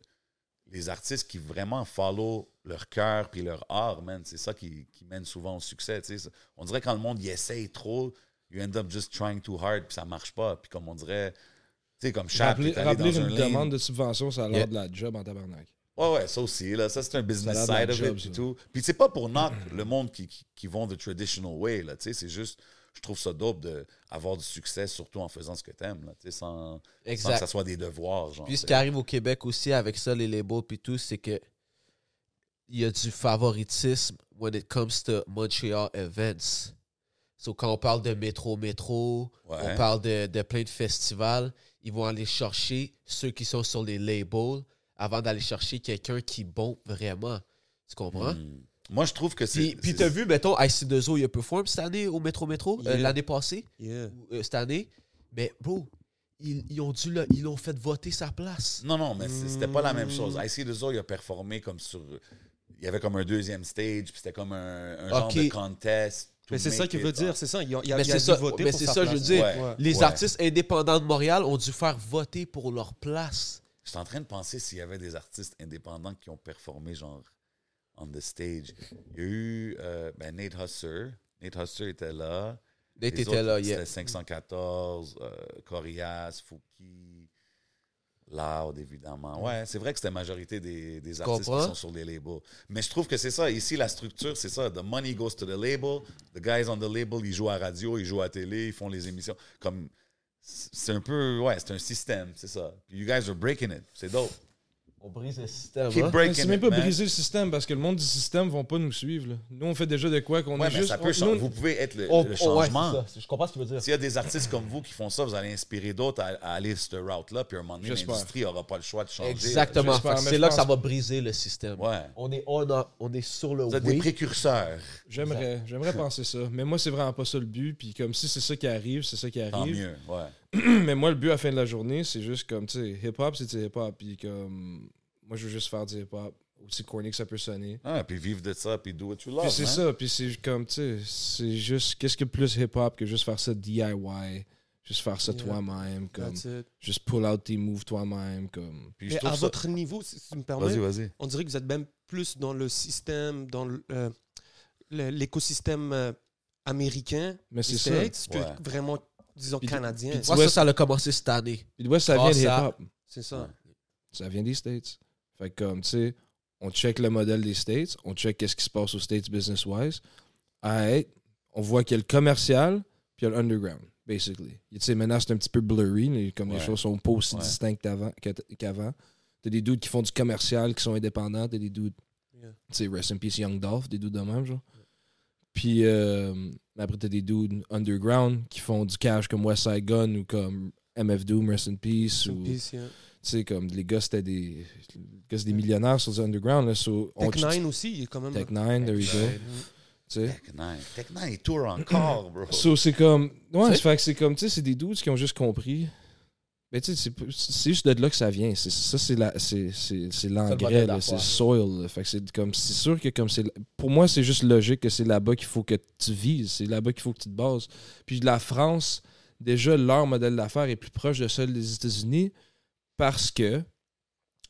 les artistes qui vraiment follow leur cœur puis leur art, man, c'est ça qui, qui mène souvent au succès, tu sais. On dirait quand le monde y essaye trop, you end up just trying too hard puis ça marche pas. Puis comme on dirait, tu sais, comme Chap
Rappeler,
est allé
rappeler
dans un
une
lane-
demande de subvention, ça a l'air
Yeah.
de la job en tabarnak.
Ouais, ouais, ça aussi, là. Ça, c'est un business
Ça a l'air
side
de
of
la job,
it, et
ça.
tout. Puis c'est pas pour knock le monde qui, qui, qui vont the traditional way, là, tu sais. C'est juste, je trouve ça dope d'avoir du succès, surtout en faisant ce que t'aimes, là, tu sais, sans, sans que
Exact.
ça soit des devoirs, genre.
Puis ce
tu
qui
sais.
arrive au Québec aussi avec ça, les labels puis tout, c'est que il y a du favoritisme when it comes to Montreal events. So, quand on parle de métro, métro,
Ouais.
on parle de, de plein de festivals, ils vont aller chercher ceux qui sont sur les labels avant d'aller chercher quelqu'un qui bombe vraiment. Tu comprends?
Hmm. Moi, je trouve que c'est...
Puis, puis
c'est-
t'as vu, mettons, IC2O, il a perform cette année au métro, métro, euh,
Yeah.
l'année passée,
Yeah.
ou, euh, cette année. Mais, bro, ils, ils ont dû, le- ils l'ont fait voter sa place.
Non, non, mais c'est- c'était pas la même chose. ic 2 il a performé comme sur... Il y avait comme un deuxième stage, puis c'était comme un, un genre
Ok.
de contest. to
Mais c'est ça
make
qu'il
it,
veut
hein.
dire, c'est ça. Il y a, il y a-
Mais
il y
c'est
a dû
ça,
voter
mais
pour
c'est
sa
ça, je
place.
veux dire.
Ouais.
Ouais.
Les
Ouais.
artistes indépendants de Montréal ont dû faire voter pour leur place.
Je suis en train de penser s'il y avait des artistes indépendants qui ont performé, genre, on the stage. Il y a eu euh, ben, Nate Husser. Nate Husser était là.
Nate
Les
était
autres,
là,
C'était
yeah.
514, euh, Corias, Fouki, Loud, évidemment. Ouais, c'est vrai que c'était la majorité des, des artistes qui
Comprends?
sont sur les labels. Mais je trouve que c'est ça. Ici, la structure, c'est ça. The money goes to the label. The guys on the label, ils jouent à radio, ils jouent à télé, ils font les émissions. Comme, c'est un peu, ouais, c'est un système, c'est ça. Puis you guys are breaking it. C'est dope.
On brise le système.
Keep
hein?
Mais
breaking
C'est même
it,
pas
man.
briser le système parce que le monde du système vont pas nous suivre. là. Nous, on fait déjà de quoi qu'on
Ouais,
est
mais
juste.
ça
on-
peut changer.
nous,
Vous pouvez être le,
Oh,
le
oh, ouais,
changement.
c'est ça. Je comprends ce qu'il veut dire.
S'il y a des artistes comme vous qui font ça, vous allez inspirer d'autres à, à aller cette route-là, puis à un moment donné,
J'espère.
l'industrie n'aura pas le choix de changer.
Exactement.
J'espère,
Fait que
mais
C'est
je
là que ça
pense-
va briser le système.
Ouais.
On est, on a- on est sur le
Vous êtes des
oui.
précurseurs.
J'aimerais, j'aimerais penser ça. Mais moi, c'est vraiment pas ça le but. Puis comme si c'est ça qui arrive, c'est ça qui
Tant
arrive.
mieux. Ouais.
mais moi, le but à la fin de la journée, c'est juste comme, tu sais, hip-hop, c'est du hip-hop. Puis comme, moi, je veux juste faire du hip-hop. Aussi corny que ça peut sonner.
Ah, puis vivre de ça, puis do what you love. hein.
Puis c'est
man.
ça, puis c'est comme, tu sais, c'est juste, qu'est-ce que plus hip-hop que juste faire ça DIY, juste faire ça
Yeah.
toi-même, comme,
That's it.
juste pull out tes moves toi-même, comme.
Puis je
Mais
trouve
à
ça-
votre niveau, si si tu me permets,
Vas-y, vas-y.
on dirait que vous êtes même plus dans le système, dans le, euh, le- l'écosystème euh, américain,
Mais c'est
des
ça.
States, que
Ouais.
vraiment, disons,
Puis-
canadien.
puis
Moi,
Ouais,
ça, ça a commencé cette année.
Puis ouais, ça
Ah,
vient
ça-
de hip-hop.
C'est ça.
Ça vient des States. Fait que, comme, tu sais, on check le modèle des States, on check qu'est-ce qui se passe aux States business-wise. Alright, on voit qu'il y a le commercial, puis il y a l'underground, basically. Tu sais, maintenant, c'est un petit peu blurry, mais comme
Ouais.
les choses sont pas aussi
Ouais.
distinctes avant- que- qu'avant. T'as des dudes qui font du commercial, qui sont indépendants, t'as des dudes,
Yeah.
tu sais, Rest in Peace Young Dolph, des dudes de même, genre. Puis euh, après, t'as des dudes underground qui font du cash comme West Side Gun ou comme MF Doom, Rest in Peace. ou
Puis, c'est, euh,
tu sais, comme les gars, c'était des, les gars, c'est des millionnaires sur du underground. Là, so, on-
Tech Nine aussi, il est quand même.
Tech Nine, there you go.
Nine.
Tu sais.
Tech Nine. Tech Nine, il tourne encore, bro.
So, c'est comme. Ouais,
Tu sais?
c'est fait que c'est comme, tu sais, c'est des dudes qui ont juste compris. Mais tu sais, c'est pas- c'est juste de là que ça vient. C'est- Ça, c'est la- c'est- c'est- c'est l'engrais,
modèle
là, c'est le
d'affaires.
soil. là. Fait que c'est comme, c'est sûr que comme c'est. Pour moi, c'est juste logique que c'est là-bas qu'il faut que tu vises. C'est là-bas qu'il faut que tu te bases. Puis la France, déjà, leur modèle d'affaires est plus proche de celui des États-Unis parce que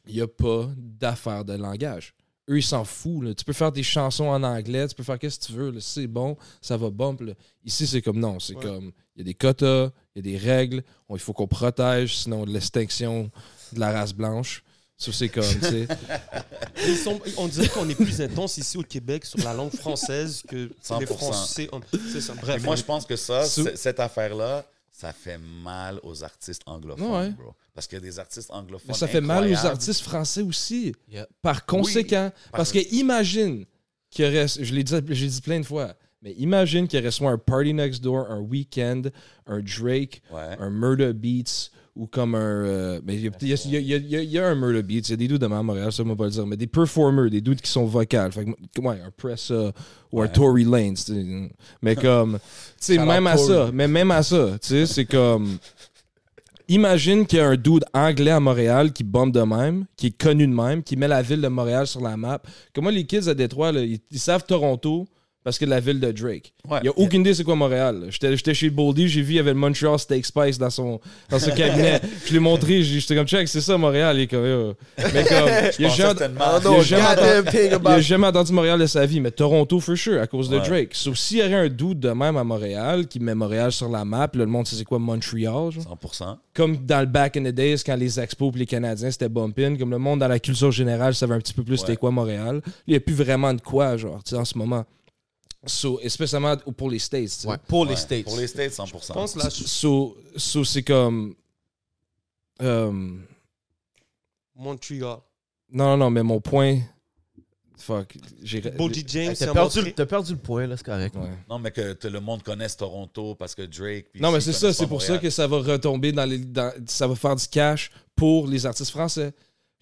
il n'y a pas d'affaires de langage. Eux, ils s'en foutent. là. Tu peux faire des chansons en anglais, tu peux faire qu'est-ce que tu veux. là. C'est bon, ça va bump. là. Ici, c'est comme non. C'est
Ouais.
comme, il y a des quotas, il y a des règles. on- il faut qu'on protège, sinon l'extinction de la race blanche. Ça, c'est comme, tu sais.
Ils sont- on dirait qu'on est plus intense ici au Québec sur la langue française que les
100%.
Français. ont- C'est ça.
Puis
Bref,
moi, je pense que ça,
Sous-
c- cette affaire-là, ça fait mal aux artistes anglophones,
Ouais.
bro. Parce qu'il y a des artistes anglophones.
Mais ça fait mal aux
incroyables.
artistes français aussi.
Yeah.
Par conséquent, parce que imagine qu'il reste, je l'ai dit, j'ai dit plein de fois, mais imagine qu'il reste soit un Party Next Door, un Weekend, un Drake,
Ouais.
un Murder Beats ou comme un. euh, mais il y a- il y, a- il y a- il y a- il y a- il y a un Murder Beats, il y a des dudes de même à Montréal, ça, on va pas le dire, mais des performers, des dudes qui sont vocales. Fait que, ouais, un Pressa ou un Tory Lanez. tu sais. Mais comme. Tu sais,
Shout out
même à
Tory.
ça, mais même à ça, tu sais, c'est comme. Imagine qu'il y a un dude anglais à Montréal qui bombe de même, qui est connu de même, qui met la ville de Montréal sur la map. Comment les kids à Détroit, là, ils, ils savent Toronto parce que la ville de Drake.
Ouais.
Il n'y a aucune idée c'est quoi Montréal. là. J'étais j'étais chez Boldy, j'ai vu, il y avait le Montreal Steak Spice dans son, dans son cabinet. Je l'ai montré, j'ai- j'étais comme, check, c'est ça Montréal. Il est comme, euh. Mais comme, il a Ah,
pensais
jamais-
que c'était une marque.
il a jamais
God
entendu-
damn pig
il a jamais entendu Montréal de sa vie, mais Toronto, for sure, à cause de
Ouais.
Drake. Sauf s'il y aurait un doute de même à Montréal qui met Montréal sur la map, là, le monde sait c'est quoi Montreal. genre
100%.
comme dans le back in the days, quand les expos pis les Canadiens, c'était bumping, comme le monde dans la culture générale savait un petit peu plus c'était quoi Montréal. Il n'y a plus vraiment de quoi, genre, tu sais, en ce moment. So, et spécialement pour les States. tu sais.
Ouais, Pour les
Ouais.
States.
Pour les States, 100%.
je pense là, je-
So, so c'est comme. euh,
Montreal.
non, non, non, mais mon point. Fuck. J'ai.
Euh,
Boldy James,
Hey,
c'est
T'as
un
perdu,
Montréal.
t'as perdu le point, là, c'est correct.
Ouais.
Non, mais que t- le monde connaisse Toronto parce que Drake. puis
Non, mais
s'ils
c'est ça,
connaissent
c'est
pas
pour ça
Montréal.
que ça va retomber dans les. dans- ça va faire du cash pour les artistes français.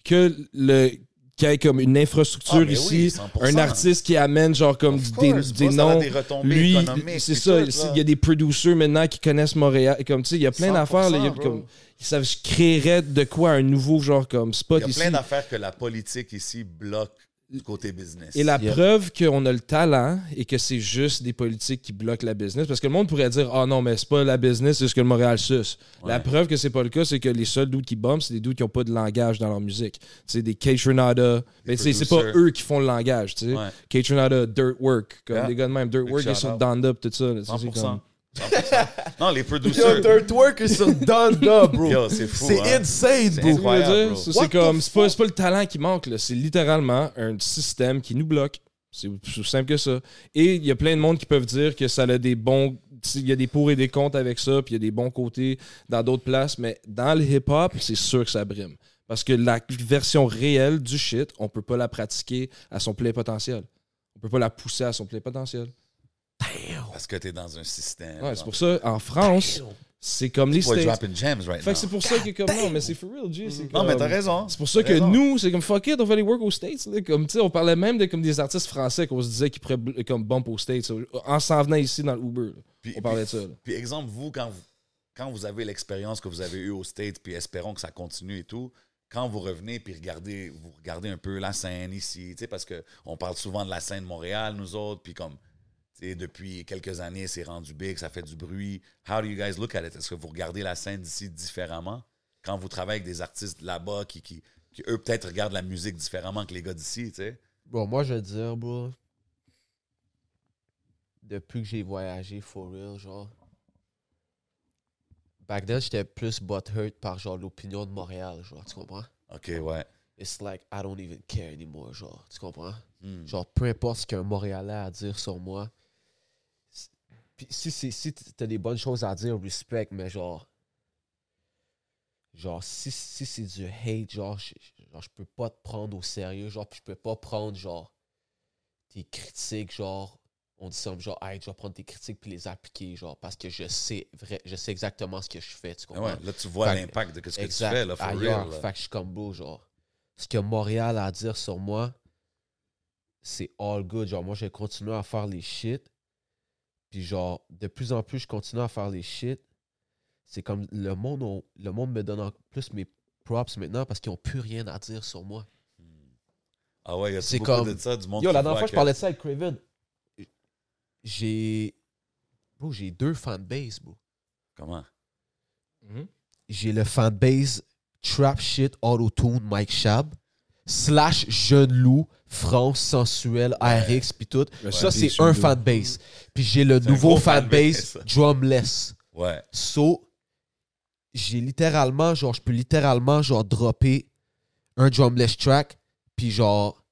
Que le. Qu'il y ait comme une
Ah,
infrastructure
mais oui,
ici,
100%.
un artiste qui amène genre comme
Of
des,
course,
des
bro, ça va
noms.
des retombées
Lui,
économiques,
c'est
puis
ça.
tout,
c'est-
là.
Il y a des producers maintenant qui connaissent Montréal. Et Comme tu sais, il y a plein d'affaires. là, il y a
100%,
comme-
bro.
Ils savent, je créerais de quoi un nouveau genre comme
Il
spot
y a
ici.
plein d'affaires que la politique ici bloque du côté business.
Et la
Yeah.
preuve qu'on a le talent et que c'est juste des politiques qui bloquent la business. Parce que le monde pourrait dire Ah non, mais c'est pas la business, c'est ce que le Montréal suce. La preuve que c'est pas le cas, c'est que les seuls doutes qui bombent, c'est des doutes qui ont pas de langage dans leur musique. C'est des Kate Renata. Mais tu sais, c'est pas
producers.
eux qui font le langage. tu sais.
Ouais.
Kate Renata, Dirt Work, comme
Yeah.
des gars de même. Dirt
Big
Work, ils
shout-out.
sont dans up, tout ça. là. Tu sais, c'est
100%.
comme-
100%. non, les producers.
Yo, Dirt Worker sur Donda, bro.
Yo, c'est fou.
C'est
hein.
insane,
C'est
bro.
Tu vois ce que je veux
Incroyable,
dire?
bro.
Ça,
What
C'est
the
comme, c'est pas,
fuck?
c'est pas le talent qui manque, là. c'est littéralement un système qui nous bloque. C'est aussi simple que ça. Et il y a plein de monde qui peuvent dire que ça a des bons. Il y a des pour et des contre avec ça, puis il y a des bons côtés dans d'autres places, mais dans le hip-hop, c'est sûr que ça brime. Parce que la version réelle du shit, on peut pas la pratiquer à son plein potentiel. On peut pas la pousser à son plein potentiel.
Parce que t'es dans un système.
Ouais, c'est pour ça, en France, c'est comme les
Boy,
States.
dropping gems right
Fait
now.
que c'est pour ça que, comme, non, mais c'est for real, G. c'est
Non, mais t'as
comme-
raison.
c'est pour ça que
Raison.
nous, c'est comme fuck it, on va aller work aux States. là. Comme, tu sais, on parlait même de comme des artistes français qu'on se disait qu'ils pourraient bl- comme bump aux States là, en s'en venant ici dans l'Uber. là.
Puis-
On parlait de
puis-
ça. là.
Puis exemple, vous, quand vous, quand vous avez l'expérience que vous avez eue aux States, puis espérons que ça continue et tout, quand vous revenez puis regardez, vous regardez un peu la scène ici, tu sais, parce qu'on parle souvent de la scène de Montréal, nous autres, puis comme, tu sais, depuis quelques années, c'est rendu big, ça fait du bruit. How do you guys look at it? Est-ce que vous regardez la scène d'ici différemment? Quand vous travaillez avec des artistes là-bas qui, qui, qui, eux, peut-être regardent la musique différemment que les gars d'ici, tu sais?
Bon, moi, je veux dire, bro, depuis que j'ai voyagé, for real, genre, back then, j'étais plus butthurt par, genre, l'opinion de Montréal, genre, tu comprends?
OK, ouais.
It's like, I don't even care anymore, genre, tu comprends?
Hmm.
Genre, peu importe ce qu'un Montréalais a à dire sur moi, c- puis si, c'est- si t- t'as des bonnes choses à dire, respect, mais genre, genre, si, si c'est du hate, genre, je, je- genre, je peux pas te prendre au sérieux, genre, puis je peux pas prendre, genre, tes critiques, genre, on dit ça, genre, hey, je vais prendre tes critiques puis les appliquer, genre, parce que je sais, vrai, je sais exactement ce que je fais, tu
Ah
comprends?
ouais, là, tu vois
Fait que-
l'impact de ce que
Exact.
tu fais, là, for
Ailleurs,
real. là.
Fait que je suis comme beau, genre. Ce que Montréal a à dire sur moi, c'est all good. Genre, moi, je continue à faire les shit. Puis, genre, de plus en plus, je continue à faire les shit. C'est comme le monde, ont- le monde me donne en plus mes props maintenant parce qu'ils n'ont plus rien à dire sur moi.
Ah ouais, il y a
C'est
beaucoup
comme-
de ça, du monde
Yo,
qui
la dernière
voit
fois, je
que-
parlais de ça avec Craven. J'ai. Bro, j'ai deux fanbases, bro.
Comment?
j'ai le fanbase Trap Shit Auto-Tune Mike Shab slash Jeune Loup France Sensuel RX puis tout.
Le
Ça,
Sunday
c'est un
Sunday.
fanbase. Puis j'ai le
C'est un
nouveau
gros fanbase,
fanbase
ça.
Drumless.
Ouais.
So, j'ai littéralement, genre, je peux littéralement, genre, dropper un drumless track, puis genre,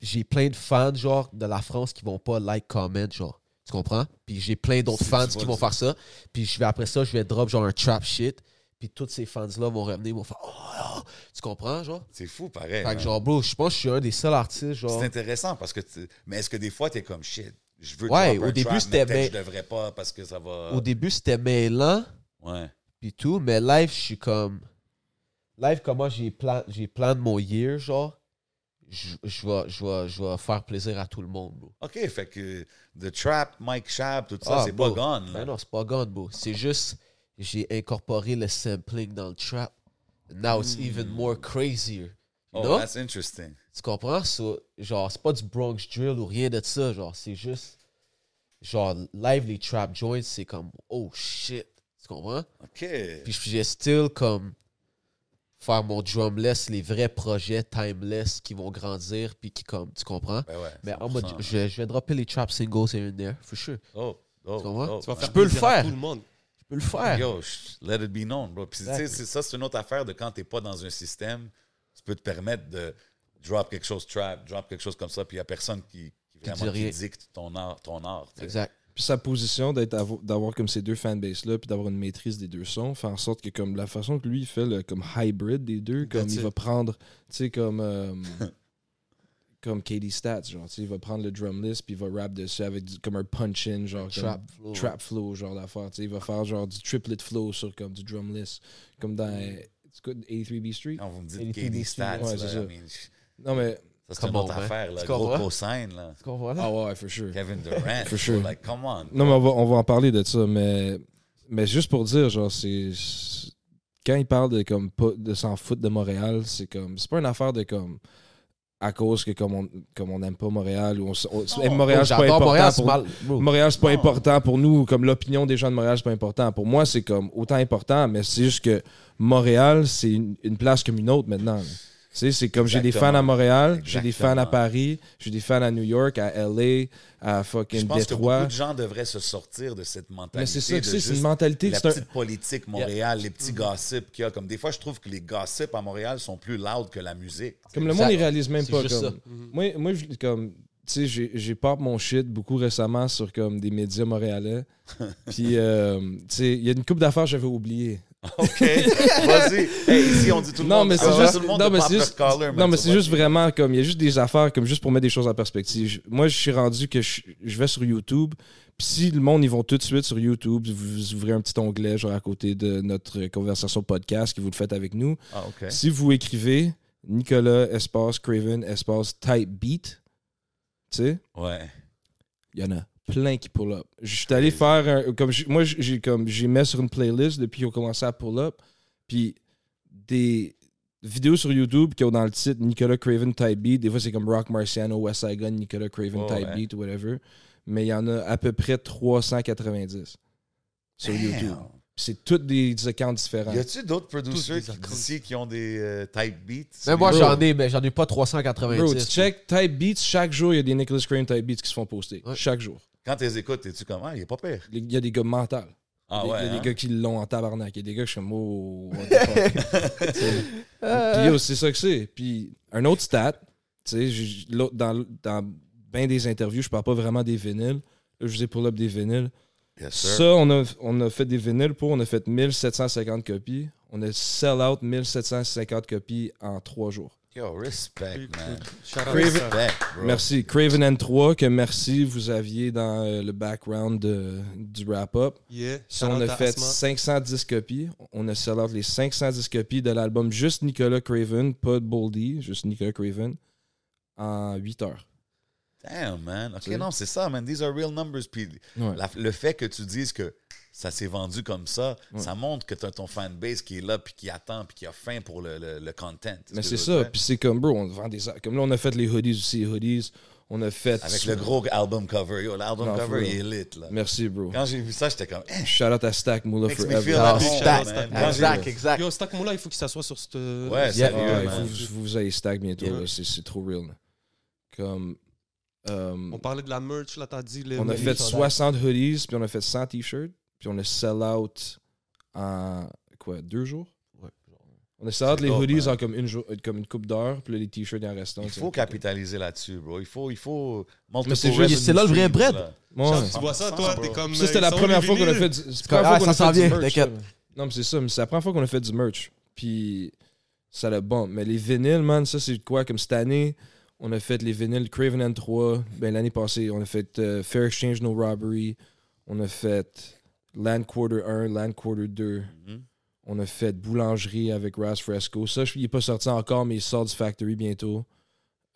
j'ai plein de fans, genre, de la France qui vont pas like, comment, genre. Tu comprends? Puis j'ai plein d'autres
Si,
fans
tu
qui
vois,
vont faire ça. Puis je vais, après ça, je vais drop, genre, un trap shit. Puis tous ces fans-là vont revenir, vont faire, oh, oh. tu comprends, genre?
C'est fou, pareil.
Fait
man.
que, genre, bro, je pense que je suis un des seuls artistes, genre.
C'est intéressant parce que. tu- Mais est-ce que des fois, t'es comme shit? Je veux
Ouais,
drop
au
un
début,
trap, mais
c'était-
peut-être
mais-
Je devrais pas parce que ça va.
Au début, c'était mêlant.
Ouais.
puis tout, mais live, je suis comme. Live, comment j'ai plan, j'ai plan de mon year, genre, je je vais je vais- je vais faire plaisir à tout le monde, bro.
OK, fait que The Trap, Mike Shab, tout ça,
Ah,
c'est pas
bro.
gone.
Ben
Là.
non, c'est pas gone, bro. C'est juste, j'ai incorporé le sampling dans le trap. Now it's even more crazier.
Hmm. oh,
non?
that's interesting.
Tu comprends? So, genre, c'est pas du Bronx Drill ou rien de ça, genre, c'est juste. Genre, live, les trap joints, c'est comme, oh shit. Tu comprends?
OK.
Puis je- j'ai still comme faire mon drumless, les vrais projets timeless qui vont grandir, puis qui comme, tu comprends?
Ben ouais.
Mais en
100%.
mode, je, je vais dropper les trap singles here and there, for sure.
Oh, oh,
Tu comprends?
oh.
Tu vas faire
Je peux le
plaisir à
faire.
Tout le monde.
Je peux le faire.
Yo, sh- let it be known, bro. Puis tu sais,
Exactly.
c'est- ça, c'est une autre affaire de quand t'es pas dans un système, tu peux te permettre de drop quelque chose trap, drop quelque chose comme ça, puis il y a personne qui, qui
Qui
vraiment
dit rien.
qui dicte ton art. Ton art tu sais.
Exact.
Puis sa position d'être avo- d'avoir comme ces deux fanbases là puis d'avoir une maîtrise des deux sons fait en sorte que comme la façon que lui il fait le comme hybrid des deux comme
That's
il
it.
va prendre tu sais comme euh, comme Katie Stats genre tu sais il va prendre le drumless puis il va rap dessus avec du- comme un punch in genre comme
Trap flow.
trap flow genre d'affaire tu sais il va faire genre du triplet flow sur comme du drumless comme dans euh, c'est quoi, 83B Street
Quand vous me
Et les
dites KD
TDC,
Stats, là,
ouais, c'est ça.
I mean, sh-
non mais
ça, c'est
Come
une autre
on, man.
affaire, là.
Tu
Gros
comprends?
cosign, là.
Tu comprends?
ah ouais for sure
Kevin Durant.
For sure.
Like, come on.
Non, mais on va, on va en parler de ça, mais, mais juste pour dire, genre, c'est. c'est- Quand il parle de, comme, pas- de s'en foutre de Montréal, c'est comme. C'est pas une affaire de comme. À cause que comme on comme on n'aime pas Montréal, ou on, s- on-
Non,
Montréal, c'est pas
J'adore
important
Montréal, c'est
pour
mal. bro.
Montréal, c'est pas
Non.
important pour nous, comme l'opinion des gens de Montréal, c'est pas important. Pour moi, c'est comme autant important, mais c'est juste que Montréal, c'est une, une place comme une autre maintenant. là. Tu sais, c'est comme j'ai des fans
Exactement.
à Montréal, j'ai des
Exactement.
fans à Paris, j'ai des fans à New York, à LA, à
Je
fucking
pense que
Détroit.
beaucoup de gens devraient se sortir de cette mentalité.
Mais c'est ça que
de
c'est, c'est
juste
une mentalité.
La
C'est un-
petite politique Montréal, les petits gossips qu'il y a. Comme des fois, je trouve que les gossips à Montréal sont plus loud que la musique.
Comme le
Exact.
monde, il réalise même
C'est
pas.
juste
comme-
ça.
Mhm.
Moi, moi je- comme, tu sais, j'ai, j'ai pop mon shit beaucoup récemment sur comme des médias montréalais. Puis, euh, tu sais, il y a une coupe d'affaires que j'avais oublié.
OK. Vas-y. Hey, ici, on dit tout le
Non,
monde.
mais
on
c'est
dit
juste.
tout le monde
Non,
de
mais
pop
c'est
leur
juste.
color,
non,
man,
mais
tu
c'est
vois.
juste vraiment comme. Il y a juste des affaires, comme juste pour mettre des choses en perspective. Je- Moi, je suis rendu que je, je vais sur YouTube. Puis si le monde, ils vont tout de suite sur YouTube, vous, vous ouvrez un petit onglet, genre à côté de notre conversation podcast, que vous le faites avec nous.
Ah, OK.
Si vous écrivez Nicolas, espace, Craven, espace, type beat, tu sais,
Ouais.
il y en a. plein qui pull up. Je suis allé faire un. Comme j'ai- moi, j'ai comme j'ai mis sur une playlist depuis qu'ils ont commencé à pull up. Puis des vidéos sur YouTube qui ont dans le titre Nicolas Craven Type Beat. Des fois, c'est comme Rock Marciano, West Saigon, Nicolas Craven
Oh,
Type
ouais.
Beat ou whatever. Mais il y en a à peu près 390 sur YouTube. Puis C'est toutes des accounts différents.
Y a-tu d'autres producers
des
qui-
accords.
d'ici qui ont des euh, type beats?
Mais moi,
Bro.
j'en ai, mais j'en ai pas 390.
Bro, tu check Type Beats, chaque jour, il y a des Nicolas Craven Type Beats qui se font poster.
Ouais.
Chaque jour.
Quand tu les écoutes, t'es-tu comment? Il est pas pire.
Il y a des gars mentales.
Ah
Il y a
ouais.
des
hein?
gars qui l'ont en tabarnak. Il y a des gars qui sont comme, oh, what the fuck. Tu sais. Puis yo, c'est ça que c'est. Puis un autre stat, tu sais, j'ai- l'autre- dans, dans bien des interviews, je parle pas vraiment des vinyles. Là, je vous ai pour up des vinyles.
Yes, sir.
Ça, on a, on a fait des vinyles pour, on a fait 1750 copies. On a sell out 1750 copies en trois jours.
Yo, respect, man.
Shout-out à ça.
Respect, bro.
Merci. Craven N3, que merci, vous aviez dans euh, le background de- du wrap-up.
Yeah.
Ça, on
Shout-out
a
à
fait
Asma.
510 copies. On a sell out les 510 copies de l'album juste Nicolas Craven, pas de Boldy, juste Nicolas Craven, en 8 heures.
Damn, man. OK,
Tu sais.
non, c'est ça, man. These are real numbers. Puis
Ouais.
la- le fait que tu dises que ça s'est vendu comme ça, ça montre que tu as ton fanbase qui est là, puis qui attend, puis qui a faim pour le, le, le content.
Mais
ce
c'est
que je veux
ça.
dire?
Puis c'est comme, bro, on vend des. Comme là, on a fait les hoodies aussi, les hoodies. On a fait.
Avec le gros album cover. Yo, l'album
Non, for
cover,
real.
il est lit, là.
Merci, bro.
Quand j'ai vu ça, j'étais comme... Eh,
Shout out à Stack Moula
makes me
Forever.
feel
Ah,
at home, man.
stack,
stack,
Quand j'ai-
Exact, exact.
Yo, Stack Moula, il faut qu'il s'assoie sur cette.
Ouais,
Yeah.
sérieux,
Ah, il faut
man.
que vous, vous ayez Stack bientôt.
Yeah.
là. C'est c'est trop real. là. Comme. euh,
On parlait de la merch, là, t'as dit. les-
On a
les-
fait
les-
60 hoodies, puis on a fait 100 t-shirts, puis on a sell out en quoi, deux jours?
Ouais.
On a sell out
C'est
les
dope,
hoodies
man.
en comme une, jour- comme une coupe d'heure, puis là, les t-shirts, il en reste un,
Il
tu
faut
sais.
capitaliser là-dessus, bro. Il faut... Il faut
Mais c'est
multiple
juste-
c'est là le vrai
revenue
bread.
streams, là.
Ouais.
Genre,
Tu vois ça, toi, t'es comme.
Ça, c'était
euh,
la
ils sont
première
les
fois qu'on a
vinyles.
fait du, c'est la
Ah,
première fois qu'on
ça
a
s'en
fait du
vient,
merch,
t'inquiète.
ça. Non, mais c'est ça, mais c'est la première fois qu'on a fait du merch. Puis ça l'a bon. Mais les vinyles, man, ça c'est quoi? Comme cette année, on a fait les vinyles Craven and 3. Ben, l'année passée, on a fait euh, Fair Exchange No Robbery. On a fait Land Quarter 1, Land Quarter 2.
Mhm.
On a fait Boulangerie avec Ras Fresco. Ça, je- il n'est pas sorti encore, mais il sort du Factory bientôt.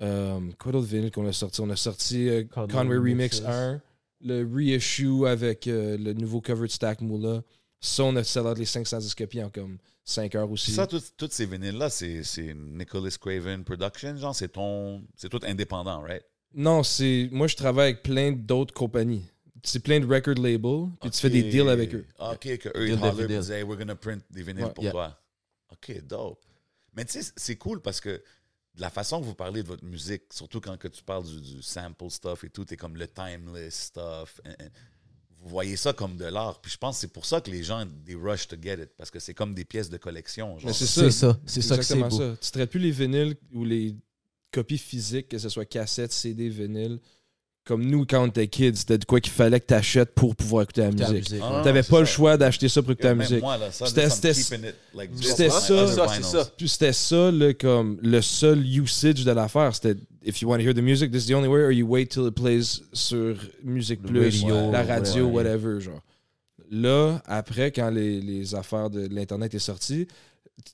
Euh, quoi d'autre vinyle qu'on a sorti? On a sorti euh,
Conway
Conway, Remix
Remixes.
1, le reissue avec euh, le nouveau cover de Stack Moula. Ça, on a sell out les 510 copies en comme 5 heures aussi.
Ça, tout- toutes ces vinyles-là, c'est c'est Nicholas Craven Productions, genre, c'est ton... C'est tout indépendant, right?
Non, c'est. Moi, je travaille avec plein d'autres compagnies. C'est plein de record labels, puis tu fais des deals avec eux.
Ah, OK, que eux,
Deal
ils
de
parlent,
vinyle.
ils disent, hey, we're gonna print des vinyles
Ouais.
pour
Yeah.
toi. OK, dope. Mais tu sais, c'est cool parce que de la façon que vous parlez de votre musique, surtout quand que tu parles du, du sample stuff et tout, t'es comme le timeless stuff. hein, hein. Vous voyez ça comme de l'art. Puis je pense que c'est pour ça que les gens, des rush to get it, parce que c'est comme des pièces de collection. genre.
Mais c'est ça.
C'est ça, c'est ça que c'est
Exactement
beau.
ça. Tu traites plus les vinyles ou les copies physiques, que ce soit cassette, CD, vinyle. Comme nous, quand on était kids, c'était de quoi qu'il fallait que tu achètes pour pouvoir écouter la
Ta
musique.
musique,
Ah,
ouais.
non,
T'avais
c'est
pas le
ça.
choix d'acheter ça pour écouter la
Même
musique.
moi, là, ça,
C'était-
I'm
c'était-
keeping it, like, just
c'était
like
ça.
other
Ça, c'est
vinyls.
ça.
Puis c'était ça, le, comme, le seul usage de l'affaire. C'était if you want to hear the music, this is the only way, or you wait till it plays sur Musique
Le
Plus,
radio,
la radio,
ouais.
whatever. Genre. Là, après, quand les, les affaires de l'Internet est sorti,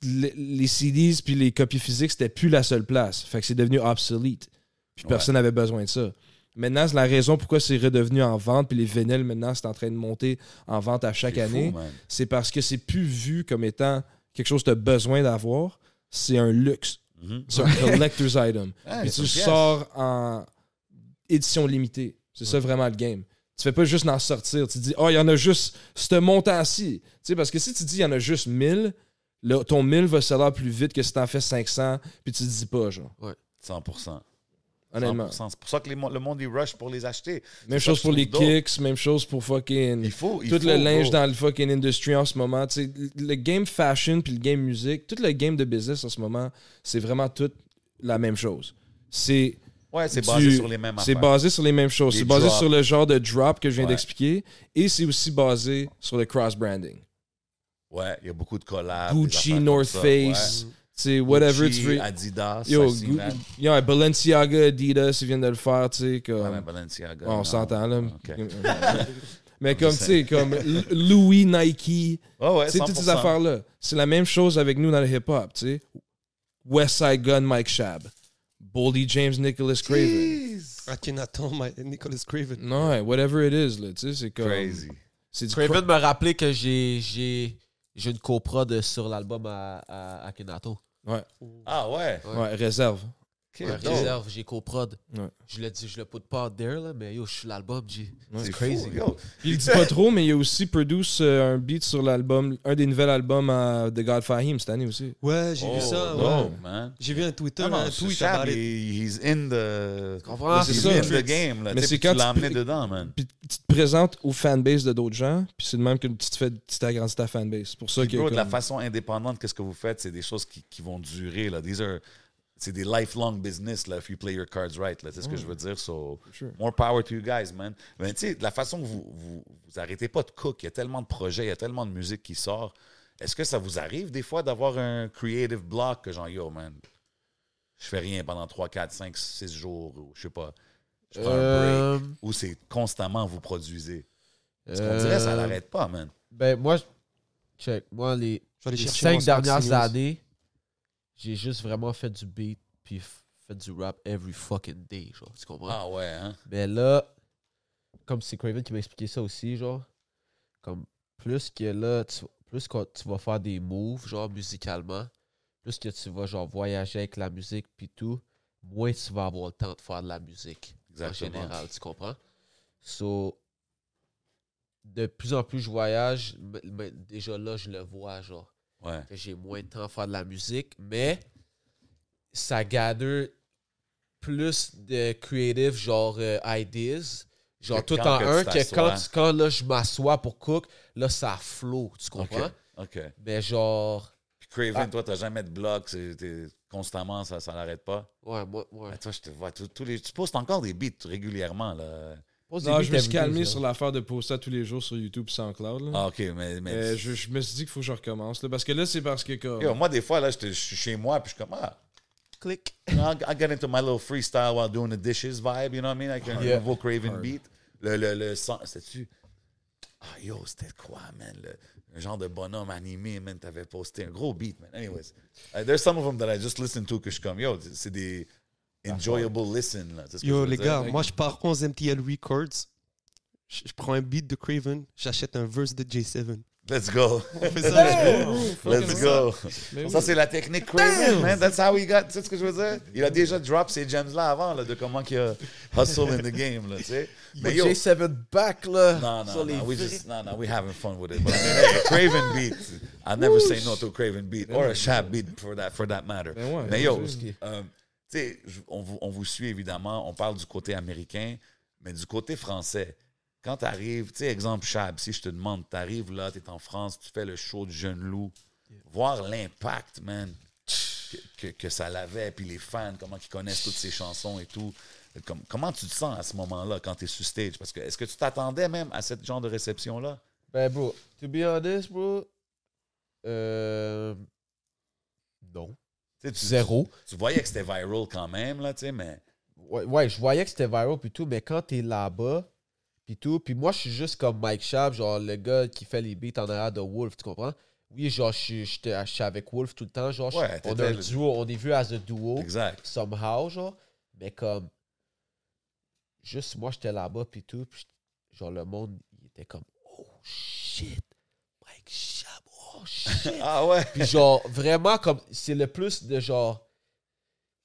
les, les CDs puis les copies physiques, c'était plus la seule place. Fait que c'est devenu obsolete. Puis
Ouais.
personne n'avait besoin de ça. Maintenant, c'est la raison pourquoi c'est redevenu en vente, puis les vinyles, maintenant, c'est en train de monter en vente à chaque
C'est fou,
année
man.
c'est parce que c'est plus vu comme étant quelque chose que tu as besoin d'avoir. C'est un luxe.
Mhm.
C'est un collector's item.
Ouais, c'est
Puis tu
une pièce.
sors en édition limitée. C'est ça vraiment le game. Tu fais pas juste en sortir. Tu dis, oh, il y en a juste ce montant-ci. Tu sais, parce que si tu dis, il y en a juste 1000, là, ton 1000 va se valoir plus vite que si t'en fais 500, puis tu dis pas, genre.
100%.
Honnêtement.
100%. C'est pour ça que les mo- le monde, il rush pour les acheter.
Même
ça
chose
que
pour
je
les
trouve dope.
kicks, même chose pour fucking.
Il faut. il
tout le
faut,
linge
bro.
dans le fucking industry en ce moment. tu sais, le game fashion puis le game musique, tout le game de business en ce moment, c'est vraiment tout la même chose. C'est
Ouais, c'est
du-
basé sur les mêmes
C'est
affaires.
basé sur les mêmes choses.
Les
C'est basé
drops.
sur le genre de drop que je viens
Ouais.
d'expliquer et c'est aussi basé sur le cross-branding.
Ouais, il y a beaucoup de collabs. Ah, des affaires
Gucci,
comme
North
ça,
Face, tu sais, whatever.
Gucci,
tu veux-
Adidas,
Yo,
Sassy
Gu-
Man.
yo, ouais, Balenciaga, Adidas, ils viennent de le faire, tu sais.
Ouais,
Comme...
mais Balenciaga.
on
non.
s'entend, là.
Ok.
Mais comme, tu sais, comme L- Louis, Nike,
Ouais, ouais,
C'est toutes
100%.
ces affaires-là. C'est la même chose avec nous dans le hip-hop, tu sais. West Side Gun, Mike Shab. Boldy James, Nicholas Craven.
Jeez.
Akhenaton, my- Nicholas Craven.
Non, ouais, whatever it is, là, tu sais, c'est comme.
Crazy.
C'est du
Craven me rappeler que j'ai j'ai j'ai une coprode sur l'album à, à, à Kenato.
Ah ouais.
cra- Ouais, réserve.
Ok,
Ouais,
dope.
réserve, j'ai coprod.
Ouais.
Je le dis, je le put pas out there là, mais yo, je suis l'album, j'ai.
Ouais.
C'est
crazy.
fou, yo.
Puis il dit pas trop, mais il a aussi produce euh, un beat sur l'album, un des nouveaux albums à The God Fahim cette année aussi.
Ouais, j'ai vu
Oh,
ça.
dope,
ouais.
man.
J'ai vu un Twitter,
Non, non,
un
ce
tweet
Shab,
about it.
il- he's in the.
Comprends?
c'est
he's
ça.
in the game, là.
Mais
tu sais,
c'est
puis
quand
Tu l'as
tu-
emmené dedans, man.
Puis tu te présentes aux fanbases de d'autres gens, puis c'est de même que tu te fais, tu t'agrandis ta fanbase. C'est pour ça que.
Bro, de la
comme-
façon indépendante, qu'est-ce que vous faites, c'est des choses qui, qui vont durer. Là. These are, c'est des lifelong business, là, if you play your cards right. Là. C'est ce que je veux dire. So,
Sure.
more power to you guys, man. Mais tu sais, de la façon que vous, vous, vous arrêtez pas de cook, il y a tellement de projets, il y a tellement de musique qui sort. Est-ce que ça vous arrive des fois d'avoir un creative block que genre, yo, man, je fais rien pendant 3, 4, 5, 6 jours, ou je sais pas, je prends un break,
Euh,
ou c'est constamment vous produisez? Parce qu'on dirait que ça
euh,
n'arrête pas, man.
Ben moi, je- check, moi les,
Je vais aller
les
chercher
cinq
mon Spark
dernières
Signals.
années, j'ai juste vraiment fait du beat puis f- fait du rap every fucking day, genre, tu comprends?
Ah ouais, hein?
Mais Ben là, comme c'est Craven qui m'a expliqué ça aussi, genre, comme plus que là, tu, plus que tu vas faire des moves, genre, musicalement, plus que tu vas, genre, voyager avec la musique puis tout, moins tu vas avoir le temps de faire de la musique.
Exactement.
En général, tu comprends? So, de plus en plus je voyage, mais- mais déjà là, je le vois, genre
Ouais.
que j'ai moins de temps à faire de la musique, mais ça gather plus de creative, genre euh, ideas, genre
Que
tout
quand
en
que tu
un, que
t'assois.
quand, tu- quand là, je m'assois pour cook, là, ça flow, tu comprends?
OK.
Mais genre,
Puis Craven,
Ah.
toi, t'as jamais de bloc, c'est- t'es constamment, ça, ça n'arrête pas.
ouais, moi, ouais.
Ben, toi, je te vois, tous- tous les, tu postes encore des beats régulièrement, là.
Pose des
Non,
beats
je me suis
everyday,
calmé
genre.
sur l'affaire de poster tous les jours sur YouTube et SoundCloud. Là.
Ah, OK, mais... mais
Euh, je, je me suis dit qu'il faut que je recommence. là, parce que là, c'est parce que. Comme,
Yo, moi, des fois, là, je te- je suis chez moi, puis je suis comme, ah, click. I, I got into my little freestyle while doing the dishes vibe, you know what I mean? Avec un
Yeah.
nouveau Craven beat. Le, le, le son, c'était-tu... Ah, yo, c'était quoi, man? Le, un genre de bonhomme animé, man, t'avais posté un gros beat, man. Anyways, uh, there's some of them that I just listened to que je suis comme, yo, c'est des enjoyable listen, là. C'est ce que je
Yo,
veux
les
dire.
gars, moi, je pars 11 MTL Records. Je, je prends un beat de Craven, j'achète un verse de J7.
Let's go.
On fait ça, let's go.
Let's go.
Mais oui.
Ça, c'est la technique crazy, man. That's how we got. Tu sais ce que je veux dire? Il a déjà drop ces gems-là avant, là, de comment qu'il a hustle in the game, là, tu sais. Mais yo.
J7 back, là.
Non, non,
sur les
non. We
vrais-
just, no, no. We having fun with it. But I mean, hey, Craven beat. I never say no to a Craven beat or a Shab beat for that, for that matter.
Ben ouais,
Mais yo,
c'est-
euh, tu sais, je- on, vous- on vous suit évidemment. On parle du côté américain, mais du côté français. Quand tu arrives, tu sais, exemple Chab, si je te demande, tu arrives là, tu es en France, tu fais le show du Jeune Loup, voir l'impact, man, que, que- que ça l'avait, puis les fans, comment ils connaissent toutes ces chansons et tout. Comme, comment tu te sens à ce moment-là quand tu es sur stage? Parce que est-ce que tu t'attendais même à ce genre de réception-là?
Ben, bro, to be honest, bro, euh... Non.
Tu sais, tu-
Zéro.
Tu voyais que c'était viral quand même, là, tu sais, mais.
Ouais, ouais, je voyais que c'était viral puis tout, mais quand t'es là-bas, puis tout, puis moi, je suis juste comme Mike Schaap, genre le gars qui fait les beats en arrière de Wolf, tu comprends? Oui, genre, je suis- j'étais je suis avec Wolf tout le temps, genre, je-
Ouais,
on
t'étais
a un
le-
duo, on est vu as a duo,
Exact.
somehow, genre, mais comme, juste moi, j'étais là-bas, puis tout, puis j't- genre, le monde, il était comme, oh shit, Mike Schaap, oh shit!
Ah ouais!
Puis genre, vraiment, comme, c'est le plus de genre.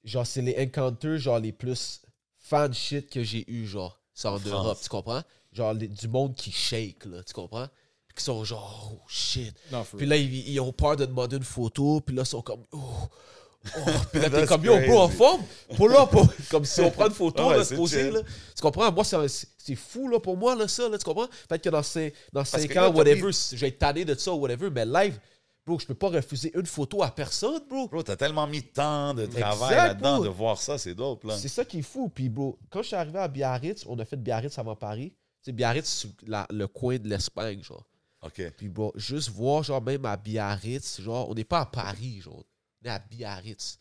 Genre, c'est les encounters, genre, les plus fan shit que j'ai eu, genre, c'est en
France.
Europe, tu comprends? Genre, les- du monde qui shake, là, tu comprends? Puis qui sont genre, oh shit.
Non, for
Puis là, ils, ils ont peur de demander une photo, puis là, ils sont comme, oh. oh. Puis là, t'es
That's
comme, yo, bro, en
crazy. Ah
forme? Pour là, pour- comme si on prend une photo,
Ouais,
là, se
c'est
poser,
chill.
là. Tu comprends? Moi, c'est un- c'est c'est fou, là, pour moi, là, ça, là, tu comprends? Peut-être que dans 5 dans cinq
que là,
ans,
t'as
whatever, je vais être tanné de ça, whatever, mais live, bro, je peux pas refuser une photo à personne, bro.
Bro, t'as tellement mis de temps de travail
Exact,
là-dedans,
bro.
de voir ça, c'est dope, là.
C'est ça qui est fou. Puis, bro, quand je suis arrivé à Biarritz, on a fait Biarritz avant Paris. Tu sais, Biarritz, c'est la- le coin de l'Espagne, genre.
OK.
Puis, bro, juste voir, genre, même à Biarritz, genre, on n'est pas à Paris, genre. On est à Biarritz.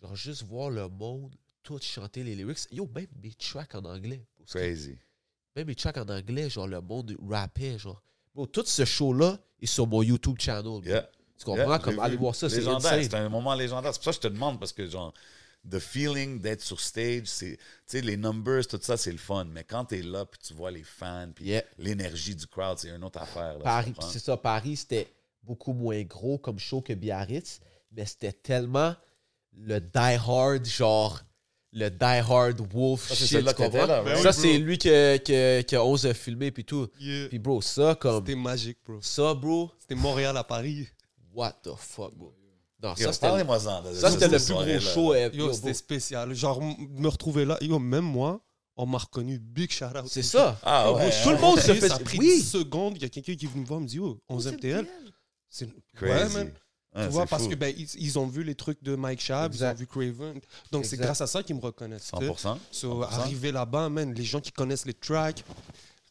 Genre, juste voir le monde, tout chanter les lyrics. Yo, même mes tracks en anglais. bro.
Crazy.
Même mes tracks en anglais, genre, le monde rappait, genre. Bro, tout ce show-là est sur mon YouTube channel. bro.
Yeah.
Tu comprends?
Yeah,
Comme,
j'ai
allez
vu.
voir ça, c'est
Légendaire,
insane.
C'est un moment légendaire. C'est pour ça que je te demande, parce que genre, the feeling d'être sur stage, c'est, tu sais, les numbers, tout ça, c'est le fun. Mais quand t'es là, puis tu vois les fans, puis
Yeah.
l'énergie du crowd, c'est une autre affaire. là, tu
Paris,
comprends?
c'est ça, Paris, c'était beaucoup moins gros comme show que Biarritz, mais c'était tellement le die-hard, genre le die-hard wolf
Ça, c'est
shit,
celui-là
tu
que t'étais
comprends?
là, ouais.
Ça,
Ben oui,
c'est lui que, que, que Oz a filmé, puis tout.
Yeah.
Puis bro, ça, comme...
C'était magique, bro.
Ça, bro,
C'était Montréal à Paris.
what the fuck, bro? Non,
Yo,
ça, c'était le-
parlez-moi-en de- de
ça, c'était
cette
le plus
soirée-là.
gros show. euh,
Yo,
yo,
c'était
bro.
spécial. Genre, m- me retrouver là, yo, même moi, on m'a reconnu. Big shout out.
C'est ça.
Ah
Yo, bro,
ouais,
Tout le monde se
Ça a
fait...
pris
Oui!
10 secondes, il y a quelqu'un qui est venu me voir, me dit, oh, 11 MTL. C'est Ouais,
Crazy.
man.
Ah,
tu vois,
c'est
parce
fou.
que ben, ils, ils ont vu les trucs de Mike Schaab, ils
Exact.
ont vu Craven. Donc, c'est
Exact.
grâce à ça qu'ils me reconnaissent. tu sais.
100%.
So,
100%.
arrivé là-bas, man, les gens qui connaissent les tracks,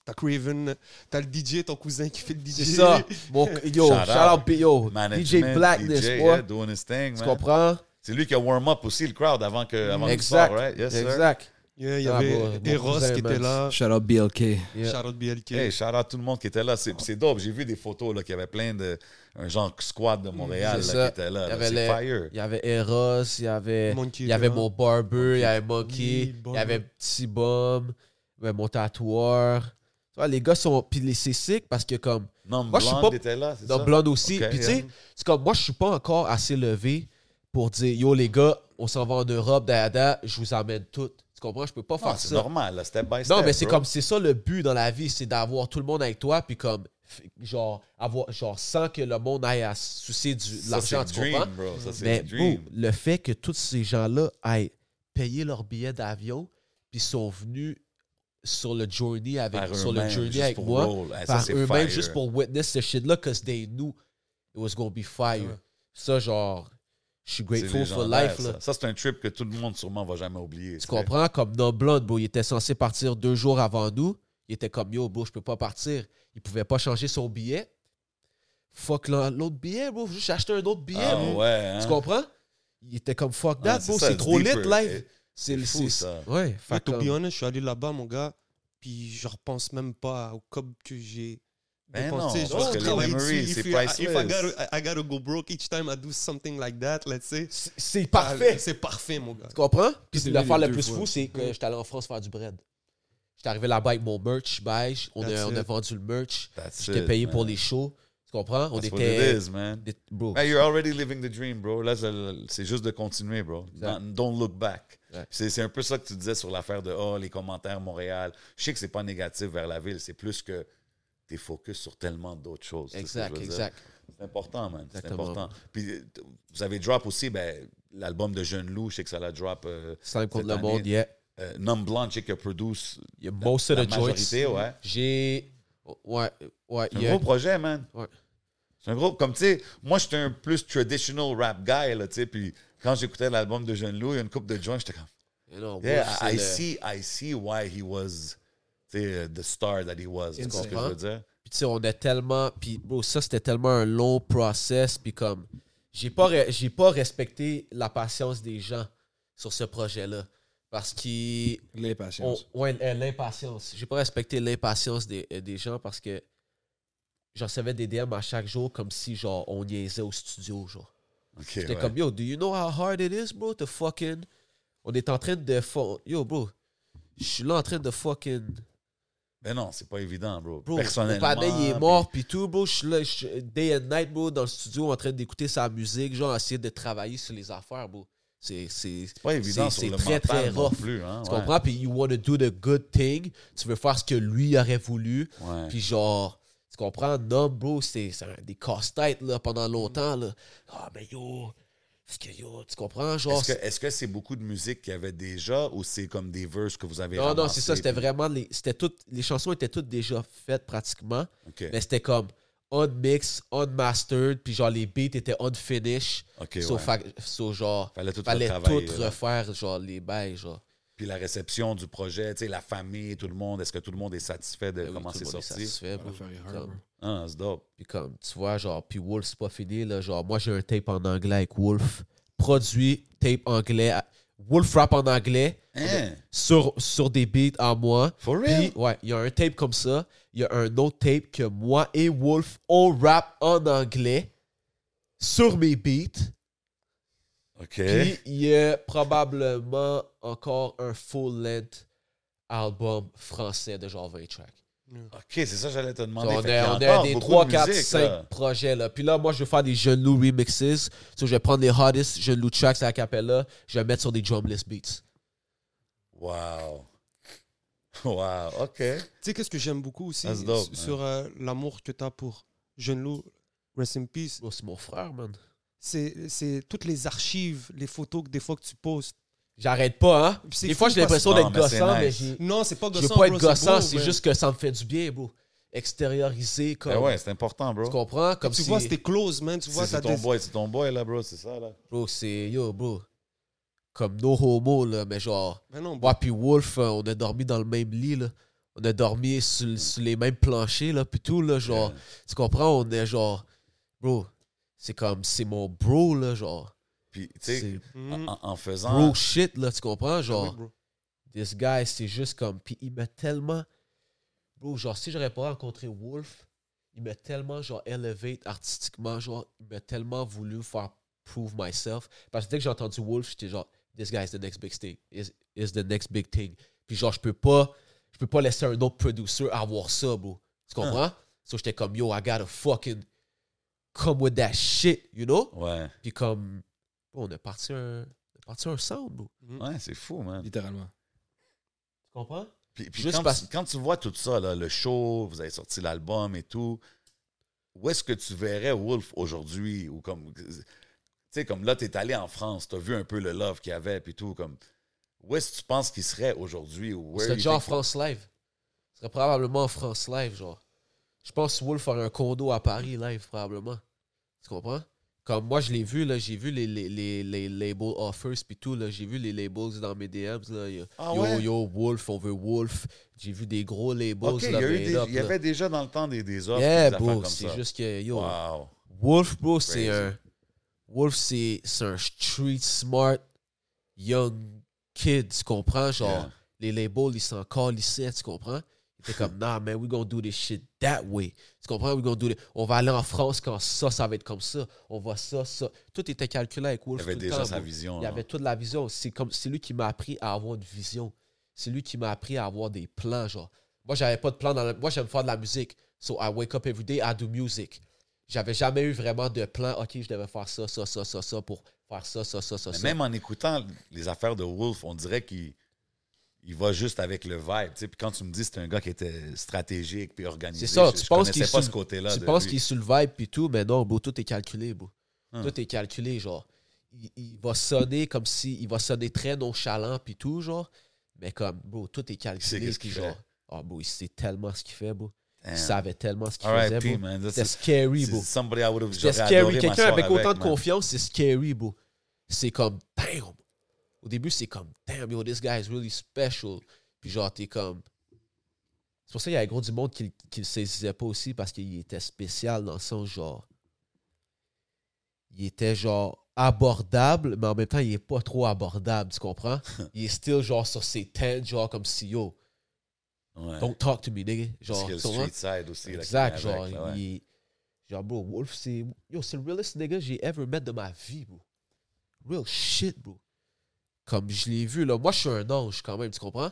t'as Craven, t'as le DJ, ton cousin qui fait le DJ.
C'est ça. Mon, yo,
Shout
shout out, yo,
Management,
DJ Blackness,
DJ,
boy.
yeah, doing his thing,
Tu
man.
comprends?
C'est lui qui a warm up aussi le crowd avant que avant qu'il
Exact.
sorte, right? Yes, sir.
exact.
Yeah, il y
Ah,
avait
bon, mon
Eros
cousin,
qui était
man.
là,
Shout out BLK.
Yeah.
Charlotte BLK.
Hey, shout out tout le monde qui était là. C'est c'est dope. J'ai vu des photos là, qu'il y avait plein de. Un genre squad de Montréal
C'est
là,
ça.
qui était là.
Il y
là.
avait
C'est
les-
fire.
Il y avait Eros, il y avait,
Monkey
il y avait
était là.
mon barber, il y avait
Oui,
Monkey, il y
Barber.
avait Petit Bum, il y avait mon tatoueur. Tu vois, les gars sont. Puis les c'est sick parce que, comme.
Non,
Moi, je suis
Blonde
pas-
était là. c'est
Dans
ça?
Blonde aussi.
Ok,
puis, tu
yeah.
sais, c'est comme moi, je suis pas encore assez levé pour dire yo, les gars, on s'en va en Europe, dada, je vous emmène toutes. Tu comprends? Je peux pas
Ah,
faire
c'est
ça.
normal, là, step by step.
Non, mais c'est
bro.
comme, c'est ça le but dans la vie, c'est d'avoir tout le monde avec toi, puis comme, f- genre, avoir, genre, sans que le monde aille à se soucier du, de
Ça, c'est
l'argent, tu
le
comprends?
dream, bro. Ça, c'est
Mais
le dream.
bro, le fait que tous ces gens-là aient payé leur billet d'avion, puis sont venus sur le journey avec,
Par
sur le
eux-mêmes,
journey
juste
avec
pour
moi,
roll. Eh, ça,
par
c'est
eux-mêmes,
fire.
juste pour witness ce shit-là, cause they knew it was gonna be fire.
Ouais.
Ça, genre, je suis
C'est
grateful for
légendaire,
life, là.
Ça, Ça, c'est un trip que tout le monde sûrement va jamais oublier.
Tu
sais.
comprends? Comme Non Blonde, bro, il était censé partir deux jours avant nous. Il était comme, yo, bro, je peux pas partir. Il pouvait pas changer son billet. Fuck l'en- l'autre billet, bro. Faut Juste acheter un autre billet,
Ah
bro.
ouais. hein?
Tu comprends? Il était comme, fuck that,
Ah, c'est
bro.
ça,
C'est
le
trop lit,
deeper. Eh,
live.
C'est
le-
fou, ça.
Ouais,
Fait
fait
to be
comme-
honest, je suis allé là-bas, mon gars, puis je repense même pas au cob que j'ai
Ben
dépensé.
non,
je
parce
pense
que les
travailler
memories,
dessus.
c'est
If, you- if I,
priceless.
gotta, I gotta go broke each time I do something like that, let's say.
C'est- c'est parfait.
C'est parfait, mon gars.
Tu comprends? Puis
C'est
l'affaire
les
la
deux
plus
fois.
fou, c'est que j'étais allé en France faire du bread. J'étais arrivé là-bas avec mon merch, beige. On,
That's
a, on a
it.
vendu le merch.
That's
J'étais
it,
payé
man.
pour les shows. Tu comprends? On
That's what
était.
it is, man.
des- Bro.
Hey, you're already living the dream, bro. Là, c'est- c'est juste de continuer, bro.
Exact.
Don't- Don't look back.
Exact.
C'est c'est un peu ça que tu disais sur l'affaire de oh, les commentaires Montréal. Je sais que c'est pas négatif vers la ville, c'est plus que t'es focus sur tellement d'autres choses. c'est ce que
Exact,
je veux dire.
exact.
C'est important, man. C'est
Exactement.
important. Puis euh, t- vous avez drop aussi ben, l'album de Jeune Loup. Je sais que ça la drop. Euh,
Simple contre
cette
le monde,
année.
yeah.
euh, Nom Blanc, je sais que produce
Il y a most of
la
the
majorité,
joints.
ouais.
J'ai. Ouais, ouais.
C'est un
il y a-
gros projet, man.
Ouais.
C'est un gros. Comme tu sais, moi, j'étais un plus traditional rap guy, là, tu sais. Puis quand j'écoutais l'album de Jeune Loup, il y a une coupe de joints, j'étais comme.
Et non,
Yeah,
Wolf,
I,
c'est
I see,
le-
I see why he was tu sais, euh, the star that he was. Tu comprends ce que je
comprends?
veux dire?
Puis tu sais, on a tellement. Puis bro, ça c'était tellement un long process. Puis comme, j'ai pas, re- j'ai pas respecté la patience des gens sur ce projet-là. Parce qu'ils.
L'impatience.
on- ouais, euh, l'impatience. J'ai pas respecté l'impatience des, euh, des gens parce que j'en recevais des DM à chaque jour comme si genre on niaisait au studio, genre.
Ok,
J'étais
ouais.
comme yo, do you know how hard it is, bro, to fucking. On est en train de. fo- Yo, bro, je suis là en train de fucking.
Mais non, c'est pas évident, bro.
Bro, mon
Personnellement.
papa, il est mort, puis tout, bro. Je suis là, je suis day and night, bro, dans le studio en train d'écouter sa musique, genre, essayer de travailler sur les affaires, bro. C'est. C'est
C'est pas évident
c'est-
sur le
c'est très,
mental
très
non
rough.
plus. Hein?
Tu
ouais.
comprends? Puis you want to do the good thing. Tu veux faire ce que lui aurait voulu.
Ouais.
Puis genre, tu comprends? Non, bro, c'est c'est un- des casse-têtes, là, pendant longtemps, là. Ah, mais yo. Parce que yo, tu comprends? Genre.
Est-ce que est-ce que c'est beaucoup de musique qu'il y avait déjà ou c'est comme des verses que vous avez
Non, non, c'est
ramassés,
ça. C'était
puis-
vraiment. Les, c'était toutes, les chansons étaient toutes déjà faites pratiquement.
Ok.
Mais c'était comme on mix, on mastered, puis genre les beats étaient on finish.
Ok,
so,
ouais.
fa- so, genre,
Fallait tout
fallait
retravailler,
tout
là.
refaire, genre les bails, genre.
Puis la réception du projet, tu sais, la famille, tout le monde, est-ce que tout le monde est satisfait de
Ben Oui,
comment
tout
c'est
le monde est
sorti?
satisfait, bro.
L'affaire est hard,
Comme-
bro.
Ah, c'est dope.
Puis comme, tu vois, genre, puis Wolf, c'est pas fini, là. Genre, moi, j'ai un tape en anglais avec Wolf. Produit, tape anglais. à- Wolf rap en anglais.
Hein?
Sur, sur des beats à moi.
For real?
Puis, ouais, il y a un tape comme ça. Il y a un autre tape que moi et Wolf, on rap en anglais sur mes beats.
OK.
Puis il y a probablement encore un full-length album français de genre 20 tracks.
OK, c'est ça que j'allais te
So,
demander.
on
Ah, Fait qu'il y
a, on a
encore
des
beaucoup
3,
de
4,
musique,
5
là.
projets. Là. Puis là, moi, je vais faire des jeunes loups remixes. So, je vais prendre les hottest jeunes loups tracks à la cappella. Je vais mettre sur des drumless beats.
Wow. Wow, OK.
Tu sais, qu'est-ce que j'aime beaucoup aussi
Ah,
That's dope,
s-
man.
sur euh, l'amour que tu as pour Jeune Loup, Rest in Peace.
Oh, c'est mon frère, man.
C'est c'est toutes les archives, les photos que des fois que tu postes.
J'arrête pas, hein.
Puis c'est
Des fois,
fou
j'ai l'impression
parce-
d'être
Non, mais c'est
gossant, mais
nice.
j'ai-
Non, c'est pas
je
gossant.
veux pas être
bro, c'est
gossant.
beau,
C'est
man.
juste que ça me fait du bien, bro. Extérioriser, comme.
Ben ouais, c'est important,
Tu
bro.
comprends? Comme
Tu
si-
vois, c'était close, man. Tu vois,
C'est
t'as
c'est ton
des-
boy, c'est ton boy, là, bro, c'est ça, là.
Bro, c'est. Yo, bro. Comme no homo, là, mais genre.
Ben non,
Moi puis Wolf, euh, on a dormi dans le même lit, là. On a dormi sur, le- sur les mêmes planchers, là, puis tout, là, genre.
Yeah.
Tu comprends? On est genre. Bro, c'est comme. C'est mon bro, là, genre.
Puis, tu sais,
C'est
Mhm.
en, en faisant...
bro shit, là, tu comprends?
Ah oui,
Genre,
bro.
this guy, c'est juste comme. Puis il m'a tellement. Bro, genre, si j'aurais pas rencontré Wolf, il m'a tellement, genre, elevate artistiquement, genre, il m'a tellement voulu me faire prove myself. Parce que dès que j'ai entendu Wolf, j'étais genre, this guy is the next big thing. Is, is the next big thing. Puis genre, je peux pas, je peux pas laisser un autre producer avoir ça, bro. Tu comprends?
Ah.
So j'étais comme, yo, I gotta fucking come with that shit, you know?
Ouais,
Puis comme, bro, on est parti un, on est parti un sound, bro.
ouais c'est fou, man.
littéralement.
Tu comprends?
Puis, puis
Juste
quand,
parce-
tu, quand tu vois tout ça, là, le show, vous avez sorti l'album et tout, où est-ce que tu verrais Wolf aujourd'hui? Ou comme. Tu sais, comme là, t'es allé en France, t'as vu un peu le love qu'il y avait puis tout, comme. Où est-ce que tu penses qu'il serait aujourd'hui? ou where
Ce serait
you
déjà en
think-
France Live. Ce serait probablement en France Live, genre. Je pense que Wolf aurait un condo à Paris live, probablement. Tu comprends? Comme moi, je l'ai vu, là, j'ai vu les, les, les, les label offers puis tout, là, j'ai vu les labels dans mes DMs, là. y a-
Ah
yo,
ouais?
yo, Wolf, on veut Wolf. J'ai vu des gros labels,
Ok, il y,
là,
a eu
made
des-
up,
il y
là.
avait déjà dans le temps des, des offres.
Yeah,
des affaires
bro,
comme ça.
c'est juste que, yo,
Wow.
Wolf, bro, c'est
Crazy.
un. Wolf, c'est c'est un street smart young kid, tu comprends? Genre,
Yeah.
les labels, ils s'en calissaient, tu comprends? Ils étaient comme, nah, man, we gonna do this shit that way. Tu comprends? We gonna do this. On va aller en France quand ça, ça va être comme ça. On va ça, ça. Tout était calculé avec
Il
Wolf.
avait
tout le
déjà
temps,
sa
bro.
vision.
Il
là.
avait toute la vision. C'est comme c'est lui qui m'a appris à avoir une vision. C'est lui qui m'a appris à avoir des plans, genre. Moi, j'avais pas de plan dans la... Moi, j'aime faire de la musique. So I wake up every day, I do music. J'avais jamais eu vraiment de plan. OK, je devais faire ça, ça, ça, ça, ça pour faire ça, ça, ça, ça,
Mais
ça.
même en écoutant les affaires de Wolf, on dirait qu'il il va juste avec le vibe. tu sais. Puis quand tu me dis c'est un gars qui était stratégique puis organisé,
C'est ça,
je,
tu
je
penses
connaissais
qu'il
pas
sou-
ce côté-là.
tu
de
penses
lui.
qu'il est sur le vibe puis tout, mais non, bro, tout est calculé, bro.
Hein.
Tout est calculé, genre. Il, il va sonner comme si... Il va sonner très nonchalant puis tout, genre. Mais comme, bro, tout est
sait
calculé.
qu'est-ce
puis
qu'il
genre, ah, bro, il sait tellement ce qu'il fait, bro.
Damn.
Il savait tellement ce qu'il faisait,
R.I.P.,
bro.
man. That's-
C'était scary,
c'est
bro.
somebody I would have-
C'était
j'aurais
scary.
adoré
Quelqu'un
m'asseoir
avec autant de
man.
confiance, c'est scary, bro. C'est comme, damn. Au début, c'est comme, damn, yo, this guy is really special. Puis genre, t'es comme. C'est pour ça qu'il y avait gros du monde qui, le- qui le saisissait pas aussi parce qu'il était spécial dans le sens genre. Il était genre abordable, mais en même temps, il est pas trop abordable, tu comprends? Il est still genre sur ses têtes, genre comme si yo,
Ouais.
don't talk to me, nigga. Genre,
Parce qu'il y a
tu comprends?
le street side aussi. là,
Exact,
qu'il y a
genre,
avec, là, ouais.
il est- Genre, bro, Wolf, c'est... Yo, c'est le realest nigga que j'ai ever met de ma vie, bro. Real shit, bro. Comme je l'ai vu, là. Moi, je suis un ange, quand même, tu comprends?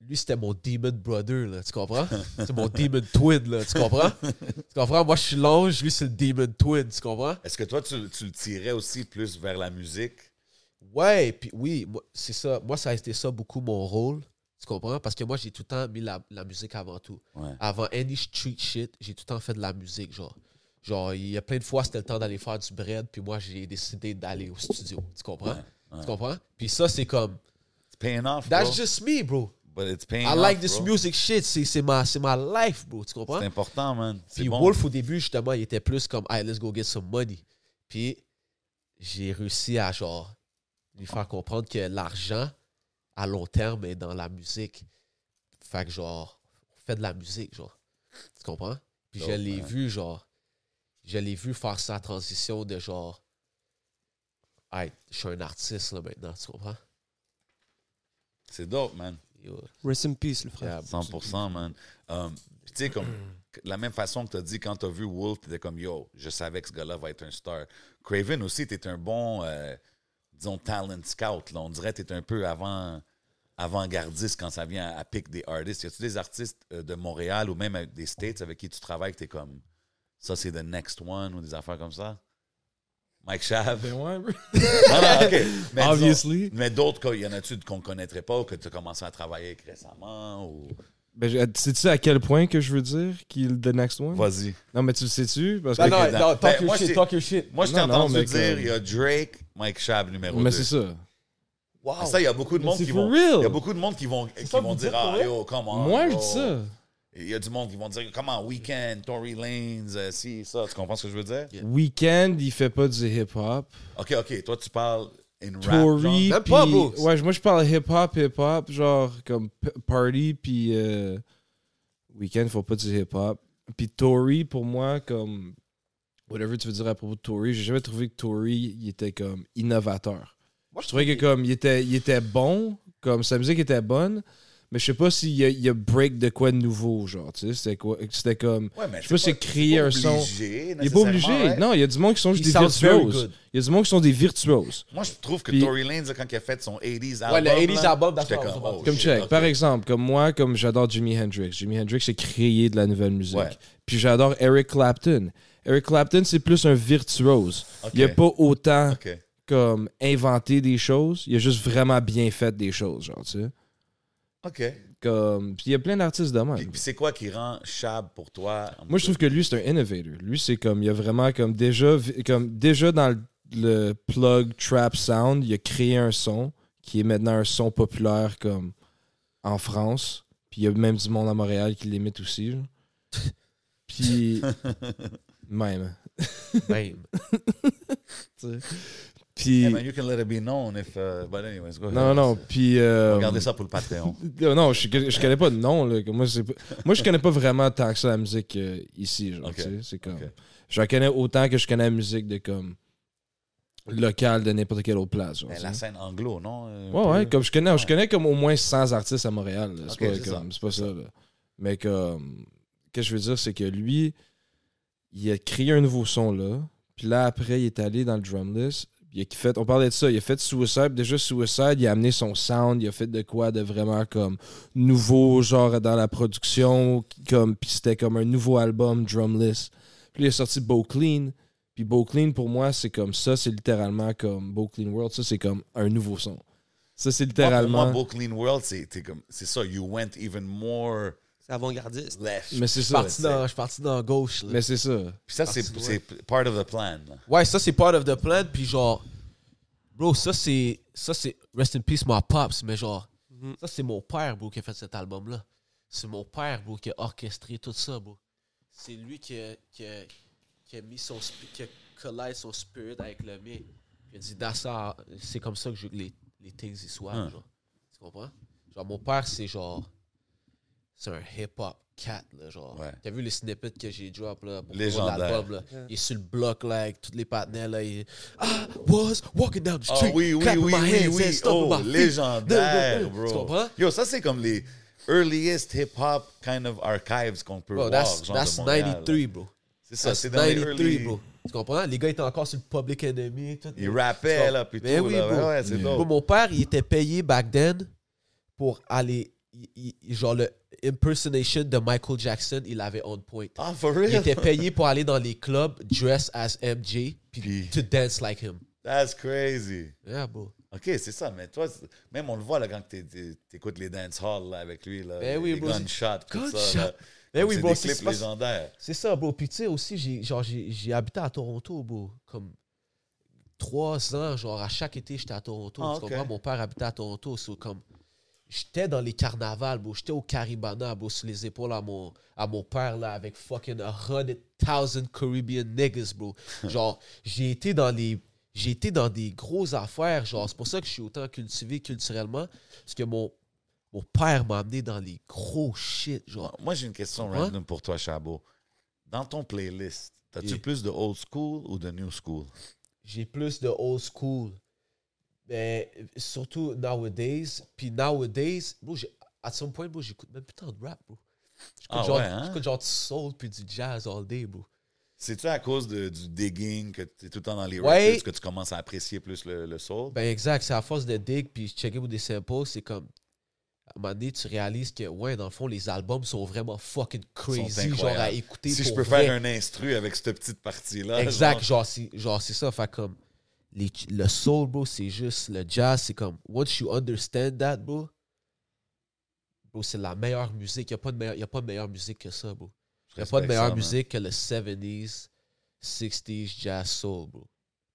Lui, c'était mon demon brother, là, tu comprends? C'est mon demon twin, là, tu comprends? tu comprends? Moi, je suis l'ange, lui, c'est le demon twin, tu comprends?
Est-ce que toi, tu, tu le tirais aussi plus vers la musique?
Ouais, puis oui, moi, c'est ça. Moi, ça a été ça beaucoup mon rôle, tu comprends? Parce que moi, j'ai tout le temps mis la- la musique avant tout.
Ouais.
avant any street shit, j'ai tout le temps fait de la musique, genre. Genre, il y a plein de fois, c'était le temps d'aller faire du bread, puis moi, j'ai décidé d'aller au studio. Tu comprends? Tu comprends? Puis ça, c'est comme...
It's paying off, bro.
That's just me, bro.
But it's paying
I like
off,
this
bro.
music shit. C'est c'est ma, c'est ma life, bro. Tu comprends?
C'est important, man. C'est
Puis
bon.
Wolf, au début, justement, il était plus comme, hey, let's go get some money. Puis j'ai réussi à, genre, lui faire comprendre que l'argent, à long terme, est dans la musique. Fait que, genre, on fait de la musique, genre. Tu comprends? Puis je
Dope, hein.
l'ai
man.
vu, genre, je l'ai vu faire sa transition de genre, hey, je suis un artiste, là, maintenant, tu comprends?
C'est dope, man.
yo.
Rest in peace, le frère.
Yeah,
100%, man. Um, puis tu sais, comme, que- la même façon que tu as dit quand tu as vu Wolf, tu étais comme, yo, je savais que ce gars-là va être un star. Craven aussi, tu un bon, euh, disons, talent scout. Là. On dirait que tu un peu avant, avant-gardiste quand ça vient à, à pic des artistes. Y a-tu des artistes euh, de Montréal ou même euh, des States avec qui tu travailles que tu es comme, ça c'est the next one ou des affaires comme ça? Mike Chav.
Ben ouais, bro.
Non, non, ok. Mais disons-
Obviously.
mais d'autres, qu'il y en a-tu qu'on ne connaîtrait pas ou que tu as commencé à travailler avec récemment? Ou...
Ben, je- sais-tu à quel point que je veux dire qu'il est the next one?
Vas-y.
Non, mais tu le sais-tu? Parce
Ben
que.
non,
Ok,
non,
dans-
talk
ben,
your
moi, c'est-
shit, talk your shit.
Moi, je t'ai
Non, non,
entendu
mais
dire,
comme-
il y a Drake, Mike Shab numéro 2.
mais c'est ça.
Wow.
Ça, il y a beaucoup de
Mais
monde
c'est
qui
for
vont.
real.
Il y a beaucoup de monde qui vont, qui
ça que
vont
vous
dire
dites, pour
Ah,
vrai?
yo, come on.
Moi, je
yo.
dis ça.
Il y a du monde qui vont dire Comment Weekend, Tory Lanez, euh, si, ça. Tu comprends ce que je veux dire?
Weekend, il fait pas du hip-hop.
Ok, ok. Toi, tu parles in rap.
Tory,
Même
puis-
pas, bro.
Ouais, moi je parle hip-hop, hip-hop, genre comme p- Party, puis euh, Weekend, faut pas du hip-hop. Puis Tory, pour moi, comme whatever tu veux dire à propos de Tory, j'ai jamais trouvé que Tory, il était comme innovateur.
Moi,
Je trouvais que comme il était, il était bon, comme sa musique était bonne, mais je sais pas s'il y a, il y a break de quoi de nouveau, genre, tu sais, c'était quoi, c'était comme,
Ouais, mais
je sais pas,
c'est
c'est
pas-
créer un son.
obligé,
Il est pas obligé.
nécessairement, ouais.
Non, il y a du monde qui sont
He
juste des
sounds very
virtuoses.
good.
Il y a du monde qui sont des virtuoses.
Moi, je trouve que
Puis-
Tory Lanez, là, quand il a fait son 80s album.
Ouais, le 80s
là,
album, that's
j'étais
what I was
comme,
about
oh,
to
Comme
shit,
check,
ok.
par exemple, comme moi, comme j'adore Jimi Hendrix. Jimi Hendrix a créé de la nouvelle musique.
Ouais.
Puis j'adore Eric Clapton. Eric Clapton, c'est plus un virtuose.
Ok.
Il n'a pas autant
Ok.
comme inventé des choses. Il a juste vraiment bien fait des choses, genre, tu sais.
Ok.
Comme... Puis il y a plein d'artistes de même.
Puis, puis c'est quoi qui rend Chab pour toi?
Moi, je trouve que lui, c'est un innovator. Lui, c'est comme, il a vraiment, comme déjà, vi- comme déjà dans le, le plug trap sound, il a créé un son qui est maintenant un son populaire comme en France. Puis il y a même du monde à Montréal qui l'imite aussi. genre. Puis, même.
Même.
tu sais. Puis,
Yeah, man, you can let it be known if. uh, but anyways, go
non,
ahead.
non, puis. euh,
Regardez ça pour le Patreon.
Euh, Non, je, je connais pas de nom. Là. que Moi, c'est pas- moi, je connais pas vraiment tant que ça la musique euh, ici. Genre,
Ok.
tu sais, c'est comme,
Ok.
Je la connais autant que je connais la musique de comme locale de n'importe quelle autre place. genre,
Mais
tu
Euh, Ben, la
sais.
scène anglo, non? euh,
ouais,
un
ouais,
peu?
comme je connais, je connais comme au moins 100 artistes à Montréal. là.
Ok,
C'est
c'est
pas,
ça,
comme- c'est pas ça. là. Mais comme, qu'est-ce que je veux dire, c'est que lui, il a créé un nouveau son là. Puis là, après, il est allé dans le drumless. Il a fait, on parlait de ça, il a fait Suicide. Déjà, Suicide, il a amené son sound. Il a fait de quoi de vraiment comme nouveau, genre dans la production. Comme, puis c'était comme un nouveau album drumless. Puis il a sorti Bow Clean. Puis Bow Clean, pour moi, c'est comme ça. C'est littéralement comme Bow Clean World. Ça, c'est comme un nouveau son. Ça, c'est littéralement.
Moi, pour moi, Bo Clean World, c'est t'es comme- c'est ça. You went even more
C'est avant-gardiste.
left.
mais c'est ça.
Je suis parti dans gauche. là.
Mais c'est ça.
Puis ça, c'est
Parce-
c'est part of the plan. là.
Ouais, ça c'est part of the plan, puis genre, bro, ça c'est, ça c'est, rest in peace my pops, mais genre,
Mhm.
ça c'est mon père, bro, qui a fait cet album-là. C'est mon père, bro, qui a orchestré tout ça, bro. C'est lui qui a, qui a, qui a mis son, spi- qui a collé son spirit avec le mien. Puis il a dit, dans ça, c'est comme ça que je veux que les, les things y soient,
Hein.
genre. Tu comprends? Genre, mon père, c'est genre, c'est un hip-hop cat, là, genre.
Ouais.
T'as vu les snippets que j'ai drop, là, pour
Légendaire.
Légendaire. l'album, là. Il est sur le bloc, là, avec tous les partenaires, là. Il est, I was walking down the
Ah
street,
oui, oui,
clapping
oui,
my
oui,
hands and
oui.
stomping
Oh,
my feet.
légendaire,
Tu
bro.
comprends?
Yo, ça, c'est comme les earliest hip-hop kind of archives qu'on peut
Bro,
voir.
that's,
genre de
that's
Montréal, là.
93, bro.
C'est ça,
That's
c'est dans les
93,
early...
bro. Tu comprends? Les gars étaient encore sur le Public Enemy. Tout,
Ils rappaient, là, puis
Mais
tout,
oui,
là.
bro. Mm.
Ouais, c'est
Bro,
dope.
mon père, il était payé back then pour aller. il- il- genre, le impersonation de Michael Jackson, il l'avait on point.
Ah, for
Il
real?
était payé pour aller dans les clubs dressed as MJ puis
Puis-
to dance like him.
That's crazy.
Yeah, bro.
OK, c'est ça, mais toi, c'est- même on le voit là, quand t'es- t'es- t'écoutes les dance hall là, avec lui, là, les,
Ben oui,
les
bro, c'est-
gunshots, tout
Gunshots.
ça. là.
Ben
Comme
oui,
c'est
bro,
des
c'est-
clips
c'est pas-
légendaires.
C'est ça, bro. Puis tu sais aussi, j'ai, genre, j'ai, j'ai habité à Toronto, bro. Comme trois ans, genre, à chaque été, j'étais à Toronto.
Ah,
tu
ok.
comprends? Mon père habitait à Toronto. so, comme, j'étais dans les carnavals, bro. J'étais au Caribana, bro, sur les épaules à mon, à mon père, là, avec fucking 100,000 Caribbean niggas, bro. Genre, j'ai été dans les... J'ai été dans des grosses affaires, genre. C'est pour ça que je suis autant cultivé culturellement. Parce que mon, mon père m'a amené dans les gros shit, genre.
Moi, j'ai une question
Ouais.
random pour toi, Chabot. Dans ton playlist, as-tu
Oui.
plus de old school ou de new school?
j'ai plus de old school. Mais surtout nowadays. Puis nowadays, bro, j'ai- À some point, bro, j'écoute même plus tant de rap, bro. J'écoute
Ah
genre,
ouais, hein?
j'écoute genre du soul puis du jazz all day, bro.
C'est-tu à cause de- du digging que tu es tout le temps dans les
Ouais.
records que tu commences à apprécier plus le, le soul?
Ben exact, c'est à force de dig puis checker pour des samples, c'est comme à un moment donné, tu réalises que ouais, dans le fond, les albums sont vraiment fucking crazy, genre
incroyables.
à écouter.
si je
pour
peux
vrai.
faire un instru avec cette petite partie-là.
Exact,
genre,
genre, c'est, genre, c'est ça. Fait comme, les, le soul, bro, c'est juste le jazz. C'est comme, once you understand that, bro, bro c'est la meilleure musique. Il n'y a, pas de meilleure- y a pas de meilleure musique que ça, bro.
je
Il n'y a pas de
respecte
meilleure
ça, man.
musique que le 70s, 60s jazz soul, bro.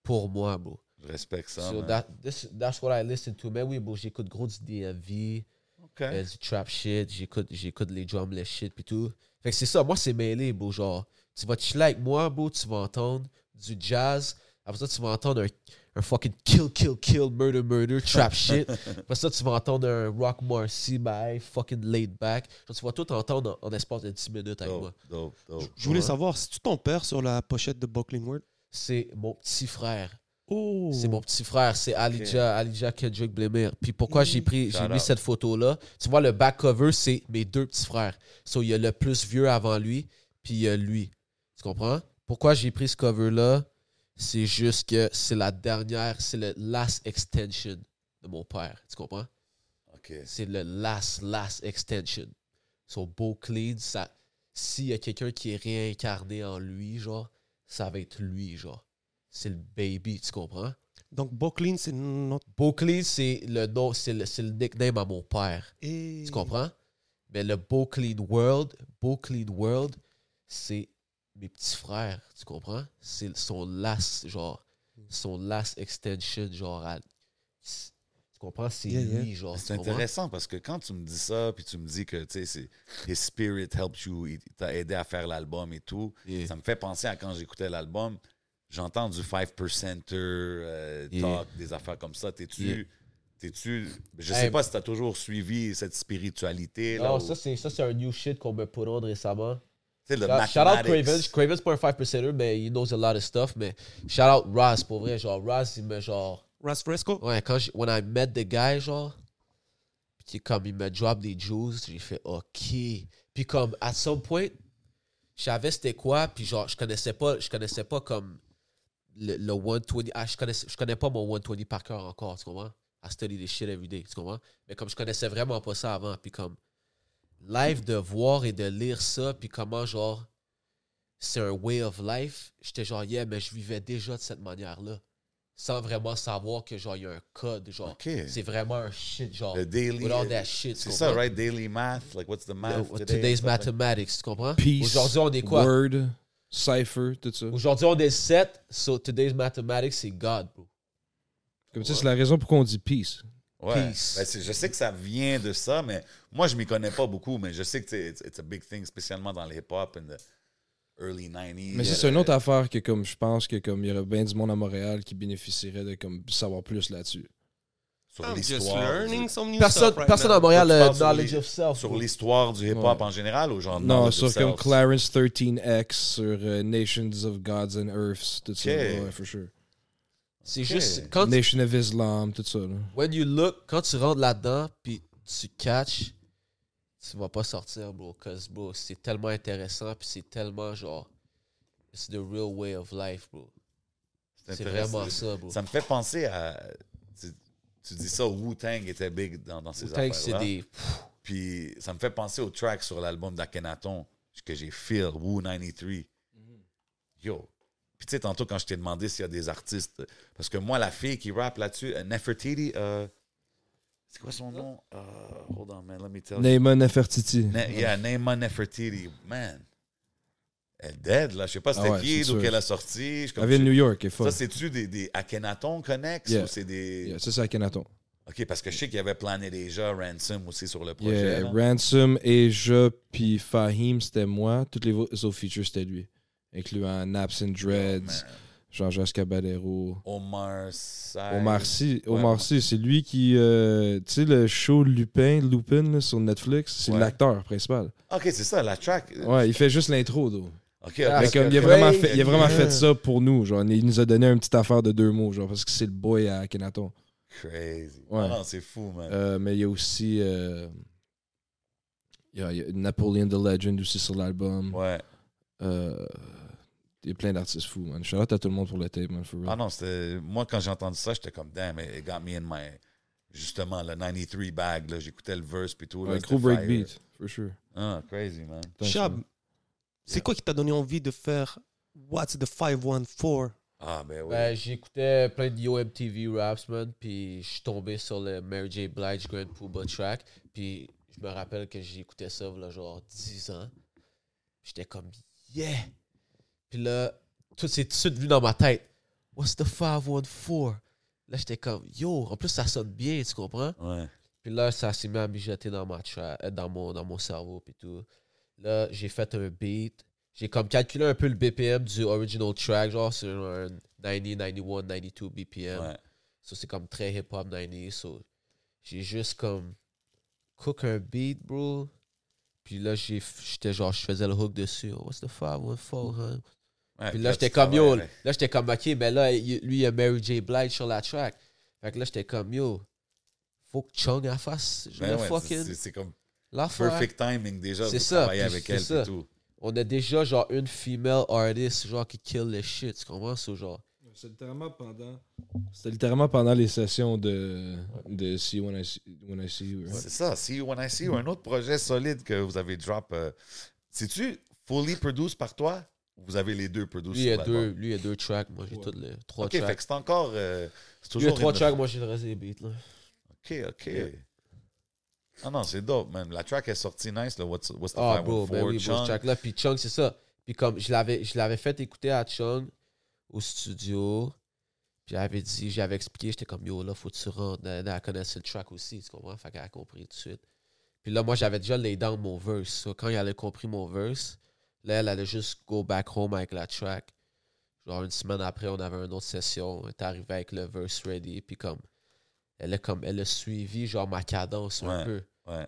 Pour moi, bro.
Je respecte ça.
so
man.
that, this, that's what I listen to. Mais oui, bro, j'écoute gros du DMV,
OK.
euh, du trap shit, j'écoute, j'écoute les drums, les shit, puis tout. Fait que c'est ça, moi, c'est mêlé, bro. Genre, tu vas chiller avec moi, bro, tu vas entendre du jazz. Après ça, tu vas entendre un, un fucking kill, kill, kill, murder, murder, trap shit. Après ça, tu vas entendre un Rock Marcy by fucking laid back. Genre, tu vas tout entendre en, en espace de 10 minutes avec moi.
Dope, dope, dope.
Je voulais
Ouais.
savoir, si tu ton père sur la pochette de Buckling World
C'est mon petit frère.
Oh
C'est mon petit frère, c'est Alija, Alija Kendrick Blemir. Puis pourquoi j'ai pris, j'ai
Shout
mis
out.
cette photo-là? Tu vois, le back cover, c'est mes deux petits frères. So, il y a le plus vieux avant lui, puis il y a lui. Tu comprends? Pourquoi j'ai pris ce cover-là? C'est juste que c'est la dernière, c'est le last extension de mon père. Tu comprends?
OK.
C'est le last, last extension. Son beau clean, ça. S'il y a quelqu'un qui est réincarné en lui, genre, ça va être lui, genre. C'est le baby, tu comprends?
Donc Buckling, c'est notre.
Beauclé, c'est le nom, c'est le, c'est le nickname à mon père.
Eh.
Tu comprends? Mais le Beauclé World, Beauclé World, c'est mes petits frères. Tu comprends? C'est son last, genre, son last extension, genre, à- tu comprends? C'est
Yeah, yeah.
lui, genre.
C'est
Oh, tu comprends?
intéressant parce que quand tu me dis ça, puis tu me dis que, tu sais, c'est- His Spirit helps you, il t'a aidé à faire l'album et tout,
Yeah.
ça me fait penser à quand j'écoutais l'album, j'entends du 5%er, euh,
Yeah.
talk, des affaires comme ça. T'es-tu...
Yeah.
T'es-tu... Je
Hey.
sais pas si t'as toujours suivi cette spiritualité, là,
Non,
ou-
ça, c'est, ça, c'est un new shit qu'on me put on récemment.
tu sais, le
Shout, shout out
mathematics.
Cravens. Cravens, pas un 5%er, mais he knows a lot of stuff. Mais shout out Raz, pour vrai. Genre, Raz, il me, genre,
Ras Fresco
Ouais, quand j'ai- when I met the guy, genre, pis qui, comme il me drop des juices, j'ai fait OK. Puis comme, à some point, je savais c'était quoi, puis genre, je connaissais pas, je connaissais pas comme le, le 120, ah, je, connaissais, je connais pas mon 120 par cœur encore, tu comprends? I study this shit every day, tu comprends? Mais comme je connaissais vraiment pas ça avant, puis comme, live de voir et de lire ça, puis comment genre, c'est un way of life, j'étais genre, yeah, mais je vivais déjà de cette manière-là. Sans vraiment savoir que genre, il y a un code, genre,
Ok.
c'est vraiment un shit, genre,
Le daily-
Oh,
euh,
with all that shit, tu
C'est ça,
comprends?
right? Daily math, like what's the math
Le-
today?
Today's
Stuff like-
mathematics, tu comprends?
Peace,
Aujourd'hui, on est quoi?
Word, Cypher, tout ça.
Aujourd'hui, on est 7, so today's mathematics, c'est God, bro.
Comme ça, c'est la raison pourquoi on dit peace.
Ouais.
Peace.
Ben, c'est- je sais que ça vient de ça, mais moi, je m'y connais pas beaucoup, mais je sais que c'est it's, it's a big thing, spécialement dans le hip-hop in the early Euh, 90s.
Mais ça, c'est une autre affaire que comme je pense que comme il y aurait bien du monde à Montréal qui bénéficierait de comme savoir plus là-dessus.
Sur
I'm just
l'histoire.
learning
du-
some new
Personne,
stuff right
personne
now.
à Montréal
Tu
a
parles sur
knowledge
les-
of self.
Sur
bro.
l'histoire du hip-hop en général ou genre
Non,
knowledge
sur
of
comme
self?
Clarence 13X, sur euh, Nations of Gods and Earths, tout ça.
Ok.
Ouais, for sure.
C'est
Ok.
juste, quand tu,
Nation of Islam, tout ça. là.
when you look, quand tu rentres là-dedans, puis tu catches, tu vas pas sortir, bro, cause, bro, c'est tellement intéressant, puis c'est tellement, genre, it's the real way of life, bro. C'est
intéressant.
vraiment ça, bro.
Ça me fait penser à. Tu, tu dis ça, Wu-Tang était big dans, dans ces
Wu-Tang, c'est
affaires-là.
des...
Puis ça me fait penser au track sur l'album d'Akenaton que j'ai Phil, Wu 93.
Mhm.
Yo. Puis tu sais, tantôt, quand je t'ai demandé s'il y a des artistes, parce que moi, la fille qui rappe là-dessus, euh, Nefertiti, euh, c'est quoi son nom? Euh, hold on, man, let me tell you.
Neyman Nefertiti.
Ne- yeah, Neema Nefertiti, man. Elle est dead, là. Je sais pas
Ah
c'était
ouais,
qui,
c'est
d'où
sûr.
qu'elle a sorti. Je suis comme,
Elle vient de New York, et
ça,
fuck.
c'est-tu des, des Akhenaton Connects
Yeah.
ou c'est des.
Yeah, ça, c'est Akhenaton.
OK, parce que je sais qu'il y avait Planet Asia, Ransom aussi sur le projet.
Yeah,
là.
Ransom, Asia, puis Fahim, c'était moi. Toutes les autres features, c'était lui. Incluant Naps
Oh,
and Dreads, Jean-Jacques Caballero.
Omar Sy.
Omar Sy,
Ouais,
Omar Sy, c'est lui qui. euh, tu sais, le show Lupin, Lupin là, sur Netflix, c'est
Ouais. Euh,
l'acteur principal.
Ok, c'est ça, la track.
Ouais, il fait juste l'intro, though.
Ok,
Mais
ok,
comme, il, a
ok.
vraiment fait, il a vraiment
Yeah.
fait ça pour nous. Genre, il nous a donné une petite affaire de deux mots, genre, parce que c'est le boy à Kenaton.
Crazy.
Ouais.
Non, non, c'est fou, man.
Euh, mais il y a aussi. euh, Il y a, il y a Napoleon the Legend aussi sur l'album.
Ouais.
Euh, il y a plein d'artistes fous, man. Shout out à tout le monde pour le tape, man, for real.
Ah non, c'était. Moi, quand j'ai entendu ça, j'étais comme damn, it got me in my. Justement, le 93 bag, là, j'écoutais le verse puis tout. là,
Ouais,
c'était
gros
fire.
breakbeat, for sure.
Ah, crazy, man.
Thanks,
Chab,
man.
c'est quoi qui t'a donné envie de faire What's the 514
Ah, ben oui.
Ben, j'écoutais plein de Yo MTV raps, man, puis je suis tombé sur le Mary J. Blige Grand Poobah track, puis je me rappelle que j'écoutais ça, voilà, genre 10 ans. J'étais comme, yeah! Puis là, tout s'est tout de suite venu dans ma tête. What's the 514? Là, j'étais comme, yo, en plus, ça sonne bien, tu comprends?
ouais.
Puis là, ça s'est mis à mijoter dans, ma tra- euh, dans, mon, dans mon cerveau puis tout. Là, j'ai fait un beat. J'ai comme calculé un peu le BPM du original track, genre c'est un 90, 91, 92
Euh,
BPM.
Ouais.
So, c'est comme très hip-hop 90. So, j'ai juste comme cook un beat, bro. Puis là, j'ai f- j'étais genre, je faisais le hook dessus. Oh, what's the 514, hein?
Ouais,
Puis là,
tu
j'étais comme, yo,
travailles,
là, j'étais comme, ok, mais là, il- lui, il y a Mary J. Blige sur la track. Fait que là, j'étais comme, yo, faut que Chung la fasse. Je
Ben
le
ouais, c'est-
fucking.
c'est- C'est comme
La
Ah,
perfect timing déjà
C'est
de
ça,
travailler
puis
avec elle
c'est ça.
et tout.
On a déjà, genre, une female artist, genre, qui kill les shit. Tu comprends, ce genre?
C'était littéralement pendant. C'était littéralement pendant les sessions de, de See When I See, When I See You. right?
C'est ça. See You When I
Mm.
See You, un autre projet solide que vous avez drop. euh, C'est-tu fully produced par toi ou vous avez les deux produced
Lui, il y a
sur l'album?
deux, lui, il y a deux tracks. Moi, j'ai
Ouais.
toutes les trois
Ok, fait
tracks.
que c'est encore. euh, c'est
Lui, il y
toujours.
a trois
une-
tracks. Moi, j'ai le reste des beats, là.
Ok, ok. Ah non, c'est dope, man. La track est sortie nice, là. What's, what's the
Ah, bro,
514
ben oui, bro,
Chunk?
ce track-là. Puis Chung, c'est ça. Puis comme, je l'avais, je l'avais fait écouter à Chung au studio. Puis j'avais dit, j'avais expliqué, j'étais comme, yo, là, faut que tu rentres. Elle, elle connaissait le track aussi, tu comprends? Fait qu'elle a compris tout de suite. Puis là, moi, j'avais déjà laid down mon verse. So, quand elle a compris mon verse, là, elle allait juste go back home avec la track. Genre, une semaine après, on avait une autre session. Elle est arrivée avec le verse ready. Puis comme, elle a, comme, elle a suivi, genre, ma cadence un
Ouais.
peu.
Ouais,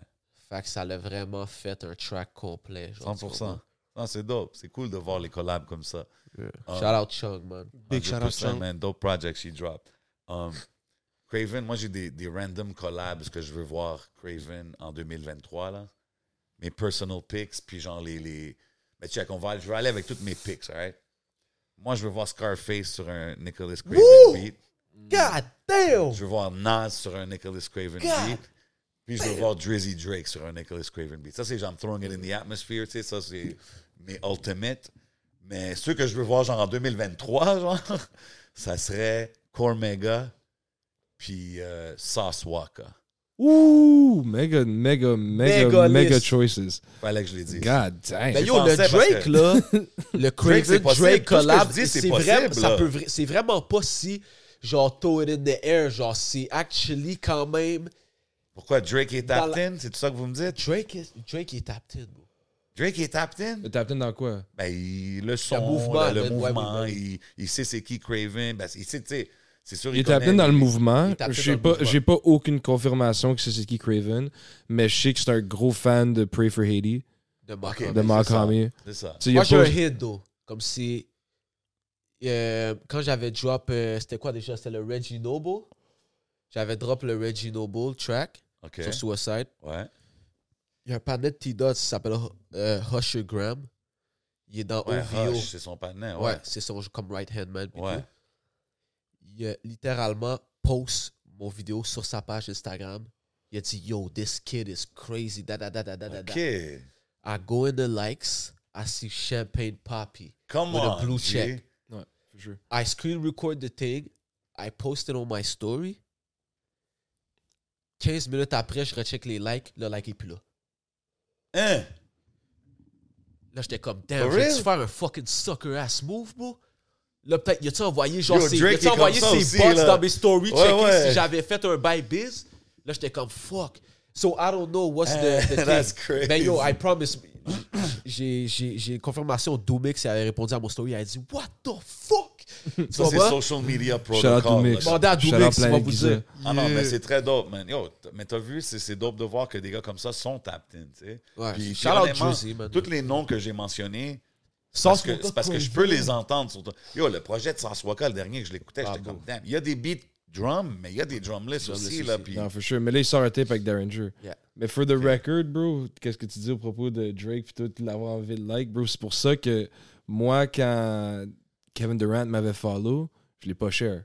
Fait que ça l'a vraiment fait un track complet. Genre,
100%. Non, c'est dope. C'est cool de voir les collabs comme ça. Ah.
Shout out Chung, man.
Big shout out,
100%,
Chung.
man. Dope project she dropped. Um, Craven, moi, j'ai des, des random collabs que je veux voir Craven en 2023, là. Mes personal picks, puis genre les... les... Mais check, on va, je vais aller avec toutes mes picks, all right? Moi, je veux voir Scarface sur un Nicholas Craven beat.
God damn!
Je veux voir Nas sur un Nicholas Craven beat. Puis je veux voir Drizzy Drake sur un Nicholas Craven beat. Ça, c'est genre throwing it in the atmosphere, tu sais. Ça, c'est mes ultimates. Mais ceux que je veux voir, genre en 2023, genre, ça serait Cormega puis euh, Sauce Waka.
Ouh, méga, méga, méga,
Méga
méga
list.
choices.
Fallait que je les dise.
God damn.
Ben
J'y
yo, le
pensais parce
Drake,
que-
là, le
Drake, c'est possible.
Craven Drake,
Tout ce que
collab,
je dis, c'est
c'est vraiment,
possible,
ça
là.
peut vra- c'est vraiment pas si, genre, throw it in the air, genre, c'est actually quand même,
Pourquoi Drake est
Dans
tapped in? C'est tout ça que vous me dites?
Drake, is- Drake est tapped in, bro.
Drake est tapped in?
T'as peut dans quoi?
Ben, il- le son, le
mouvement,
mouvement, le,
le- ouais,
mouvement
oui,
il, il sait c'est qui Craven. Ben, il sait, tu sais, c'est sûr
Il est
connaît,
tapé dans le
il-
mouvement.
il est tapé
J'ai
dans le
pas,
mouvement.
j'ai pas aucune confirmation que c'est c'est qui Craven, mais je sais que c'est un gros fan de Pray for Haiti,
De Mark
Ok,
Hamill.
de
c'est
Mark
ça.
Hamill.
C'est ça.
Tu sais, il y a
ben, Moi, j'ai un
pas-
hit, though. Comme si, euh, quand j'avais drop, euh, c'était quoi déjà? C'était le Reggie Noble. J'avais drop le Reggie Noble track
OK.
sur Suicide.
Ouais.
Il y a un panel de T-Dots qui s'appelle euh, Husher Graham. Il est dans
Ouais,
OVO.
Hush, c'est son partenaire.
ouais,
Ouais.
c'est son comme right hand man. pis
Ouais.
tout. Il a littéralement post mon vidéo sur sa page Instagram. Il a dit Yo, this kid is crazy. Da, da, da, da, da, da, da.
OK.
I go in the likes. I see Champagne Poppy.
Come
With a
on.
blue
G.
check.
Ouais, for sure.
I screen record the thing. I post it on my story. 15 minutes après, je recheck les likes. Le like est plus là.
Hein?
Là, j'étais comme, damn,
For
vais-tu
real?
faire un fucking sucker ass move, bro? Là, peut-être, y a-tu envoyé, genre,
Yo,
ses,
Drake
y
est
a
comme
envoyé
ça
ses
aussi,
bots
là.
dans mes stories,
Ouais,
checker
ouais.
si j'avais fait un buy biz? Là, j'étais comme, fuck. So, I don't know what's the, the thing.
That's crazy.
Ben, yo, I promise. J'ai, j'ai, j'ai une confirmation d'Oomix, elle avait répondu à mon story, elle a dit, what the fuck? Tu
Ça, c'est
comprends?
social media
Shout out to
protocol. là.
Mix.
Demandez à
Shout
Doumix,
out
il
plein
va
de
vous
guiseurs.
dire.
Ah non, mais c'est très dope, man. Yo, t- mais t'as vu, c'est c'est dope de voir que des gars comme ça sont tapped in, tu sais.
Ouais,
Puis- puis
shout out
honnêtement,
Drizzy, man.
Tous les noms que j'ai mentionnés,
Sans
parce que, c'est parce que je peux les entendre. sur ton- Yo, le projet de Sanswaka, le dernier que je l'écoutais,
Ah
j'étais
bon.
comme, damn, il y a des beats drum, mais il y a des drumless
Drumless
aussi, là.
aussi.
Puis
Non, for sure. Mais là, il sort un tape avec Derringer.
Yeah.
Mais for the record, bro, qu'est-ce que tu dis au propos de Drake puis tout l'avoir enlevé de like, bro? C'est pour ça que moi, quand Kevin Durant m'avait follow, je l'ai pas share.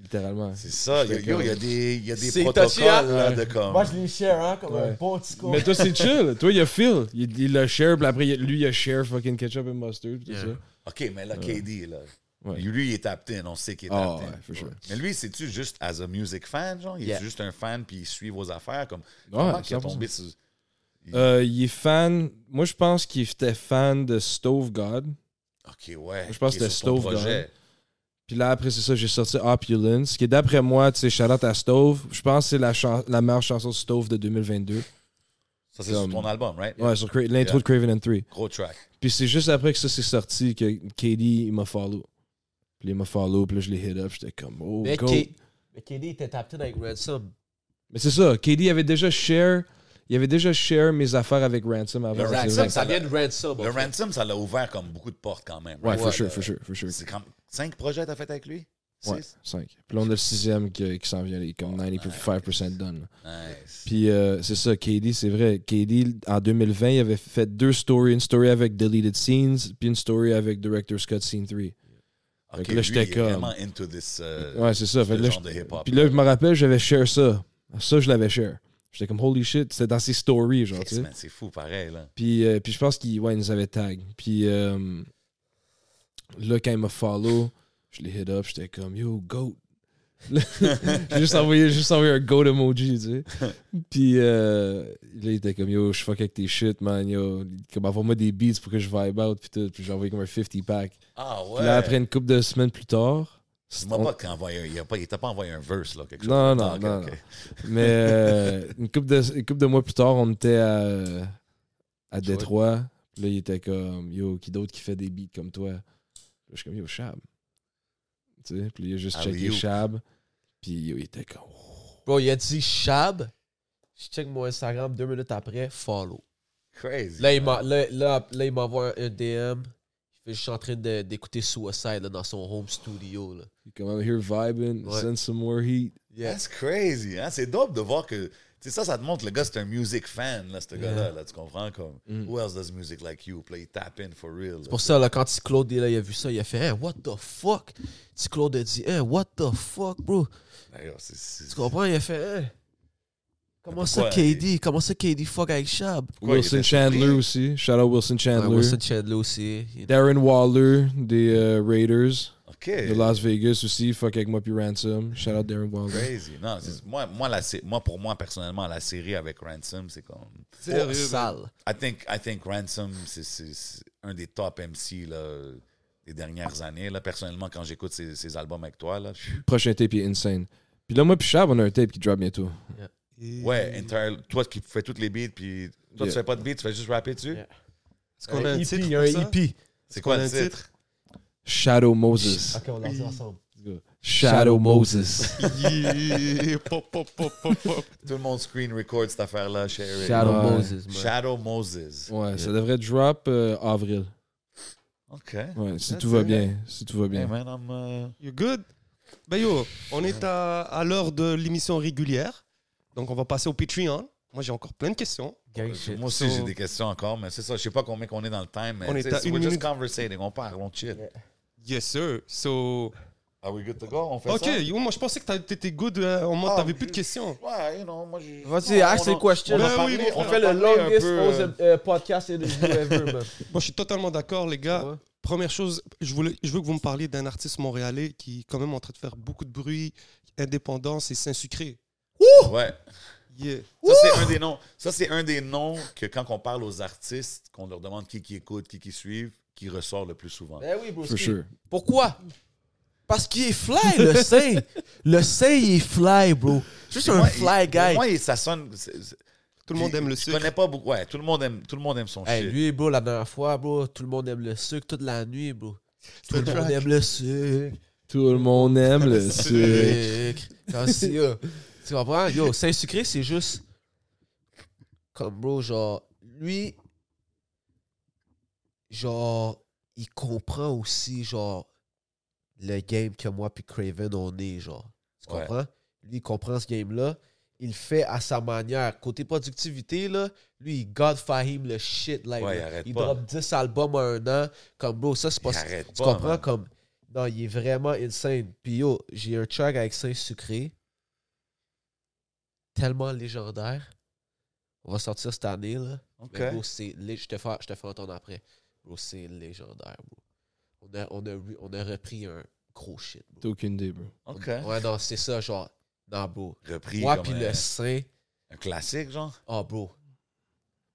Littéralement.
c'est ça. yo, yo, Il y a des, il y a des
C'est
protocoles,
touché, hein?
là, de comme.
Moi, je les share, hein, comme un
Ouais.
bon petit con.
Mais toi, c'est chill. Toi, il y a Phil. Il, il le share, puis après, il- lui, il a share fucking ketchup and mustard. Puis tout ça.
OK, mais là, KD, là.
Ouais.
Lui, il est tapped in. On sait qu'il est
Ah,
tapped in.
ouais, for sure.
Mais lui, c'est-tu juste as a music fan, genre? Il
Yeah.
est juste un fan, puis il suit vos affaires. Comme, comment qu'il est
100%.
tombé sur...
Euh, il est fan. Moi, je pense qu'il était fan de Stove God.
OK, ouais.
Je pense
qu'il
que
est
c'était
sur ton
Stove
projet.
Puis là, après, c'est ça, j'ai sorti Opulence, qui est d'après moi, tu sais, shout-out à Stove. Je pense que c'est la, chan- la meilleure chanson de Stove de 2022.
Ça, c'est sur
Comme-
ton album, right?
Ouais, sur Cra- l'intro
Yeah.
de Craven and 3.
Gros track.
Puis c'est juste après que ça s'est sorti que KD, il m'a follow. Puis il m'a follow, puis là, je l'ai hit up. J'étais comme, oh,
Mais,
go.
K- mais KD était tapped in avec Ransom.
Mais c'est ça, KD avait déjà share. Il avait déjà share mes affaires avec Ransom avant.
Le
c'est
Ransom,
vrai.
Ça vient de Ransom.
Le
en fait.
Ransom, ça l'a ouvert comme beaucoup de portes quand même.
Ouais,
right?
for sure,
le-
for sure, for sure.
euh, C'est comme cinq projets t'as fait avec lui?
Ouais,
Six?
5. Puis là, on a le sixième qui, qui s'en vient, il est comme 95% done.
Nice.
Puis euh, c'est ça, KD, c'est vrai. KD, en 2020, il avait fait deux stories. Une story avec Deleted Scenes, puis une story avec Director Scott Scene 3.
OK,
Fait que
lui,
là,
il est
j'étais comme-
vraiment into this... euh,
ouais, c'est ça. Fait
ce
que là,
genre
je-
de hip-hop.
Puis là, je me rappelle, j'avais share ça. Ça, je l'avais share. J'étais comme, holy shit, c'était dans ses stories, genre, tu sais.
Man, C'est fou, pareil, là.
Puis, euh, puis je pense qu'il ouais, il nous avait tag. Puis euh, là, quand il m'a follow, je l'ai hit up, j'étais comme yo, goat. j'ai juste envoyé, j'ai juste envoyé un goat emoji, tu sais. Puis euh, là, il était comme yo, je fuck avec tes shit, man, yo. Comme envoie-moi des beats pour que je vibe out, puis tout. Puis j'ai envoyé comme un 50 pack.
Ah ouais?
Puis là, après une couple de semaines plus tard.
Il
c'est-
m'a
on-
pas qu'il envoyé un- il a pas- il t'a pas envoyé un verse, là, quelque chose.
Non,
comme
non,
ça. Ah, Ok,
non,
ok.
non. Mais euh, une, couple de, une couple de mois plus tard, on était à, à Détroit. Puis Là, il était comme Yo, qui d'autre qui fait des beats comme toi Là, Je suis comme Yo, Shab. Tu sais, puis il a juste checké
Alley-oop.
Shab. Puis yo, il était comme Oh,
Bro, il a dit Shab. Je check mon Instagram deux minutes après, follow.
Crazy.
Là, il m'a- là, là, là, il m'envoie un DM. Je suis en train de- d'écouter Suicide là, dans son home studio. Là.
il est comme I'm here vibing,
Ouais.
send some more heat.
That's crazy, hein? C'est dope de voir que... Tu sais, ça, ça te montre, le gars, c'est un music fan, là, ce gars-là, là, tu comprends? Comme,
Mm.
who else does music like you? Puis là, il tap in for real. là.
Pour ça, là, quand Claude là, il a vu ça, il a fait Hein, what the fuck Claude a dit Hein, what the fuck, bro
D'ailleurs, Ben, c'est- c'est-
Tu comprends Il a fait Hein, Comment ça,
pourquoi,
KD Comment ça, KD fuck avec Shab
Pourquoi il
Wilson
était
Chandler
surpris?
aussi. Shout out Wilson Chandler.
Ouais, Wilson Chandler aussi. you know.
Darren Waller des euh, Raiders
OK.
de Las Vegas aussi. Fuck avec moi puis Ransom. Shout out Darren Waller.
Crazy. Non, c'est- moi, moi, la, sé- moi, pour moi, personnellement, la série avec Ransom, c'est comme.
Oh, sale.
I think, I think Ransom, c'est- c'est c'est un des top MC là, des dernières années. Là. Personnellement, quand j'écoute ses, ses albums avec toi, là, pfiou.
prochain tape il est insane. Puis là, moi, puis Chab, on a un tape qui drop bientôt.
ouais, entire- toi qui fais toutes les beats, puis toi,
Yeah.
tu fais pas de beats, tu fais juste rapper dessus.
Yeah.
Est-ce qu'on a un E titre
y a un
pour ça?
hippie.
C'est quoi
On a
le
un
titre?
titre?
Shadow Moses.
on l'a dit ensemble.
Shadow Moses.
Yeah, pop, pop, pop, pop, pop.
Tout le monde screen record cette affaire-là, share it.
Shadow
Ouais.
Moses, man.
Shadow Moses.
Ouais, ça devrait drop euh, avril.
OK.
Ouais, si
Ça,
tout
c'est
va
vrai.
bien. Si tout va
Hey,
bien.
man, I'm, euh,
You good? Ben yo, on est à, à l'heure de l'émission régulière. Donc on va passer au Patreon. Moi j'ai encore plein de questions.
Gang shit.
Moi aussi,
So-
j'ai des questions encore, mais c'est ça. Je sais pas combien qu'on est dans le time, mais
On est
tu sais,
à
c'est-
une
we're just
minute.
conversating. On parle, on chill.
Yes sir. So.
Are we good to go? On fait
Ok,
ça?
yo, moi je pensais que t'as- t'étais good euh, en mode
Ah,
t'avais
mais-
plus de questions.
Ouais, you know, moi, je...
Vas-y,
on-
ask
on-
the question.
on a
Ben
parlé-
oui,
on
On
a
fait le
parlé un
longest
peu, euh,
ose- euh, podcast in the zoo ever, man.
Moi je suis totalement d'accord les gars.
Ouais.
Première chose, je, voulais, je veux que vous me parliez d'un artiste montréalais qui est quand même en train de faire beaucoup de bruit, indépendance et Saint-Sucré.
Ouais.
Yeah.
Ça, c'est un des noms. Ça, c'est un des noms que quand on parle aux artistes, qu'on leur demande qui qui écoute, qui qui suivent, qui ressort le plus souvent.
Ben oui, bro.
For sure.
Pourquoi? Parce qu'il est fly, le Saint. le Saint, il est fly, bro. Juste un
Moi,
fly
il-
guy.
Moi, il- ça sonne. c'est- c'est-
Tout le monde aime le
je
sucre.
connais pas beaucoup. Ouais, tout le monde aime, tout le monde aime son
Hey,
shit.
lui, bro, la dernière fois, bro, tout le monde aime le sucre toute la nuit, bro. Tout
le
le monde
track.
aime le sucre.
Tout le monde aime le sucre.
Sucre. Comme si, euh, tu comprends? Yo, Saint-Sucré, c'est juste. Comme, bro, genre, lui. Genre, il comprend aussi, genre, le game que moi puis Craven, on est, genre. Tu
Ouais.
comprends? Lui, il comprend ce game-là. Il le fait à sa manière. Côté productivité, là, lui, il God Fahim le shit. Like,
Ouais,
là.
il arrête pas.
drop 10 albums en un an. Comme, bro, ça, c'est pas...
Il arrête
Tu
pas,
comprends?
man.
Comme, non, il est vraiment insane. Puis yo, j'ai un track avec Saint-Sucré. Tellement légendaire. On va sortir cette année, là.
OK.
Mais bro, c'est lé- je te fais, je te fais entendre après. Bro, c'est légendaire, bro. On a, on a, re- on a repris un gros shit, bro.
T'as aucune idée, bro.
OK.
Ouais, non, c'est ça, genre. Non, bro.
Repris
Moi,
comme
puis
un,
le Saint.
un classique, genre.
Oh, bro.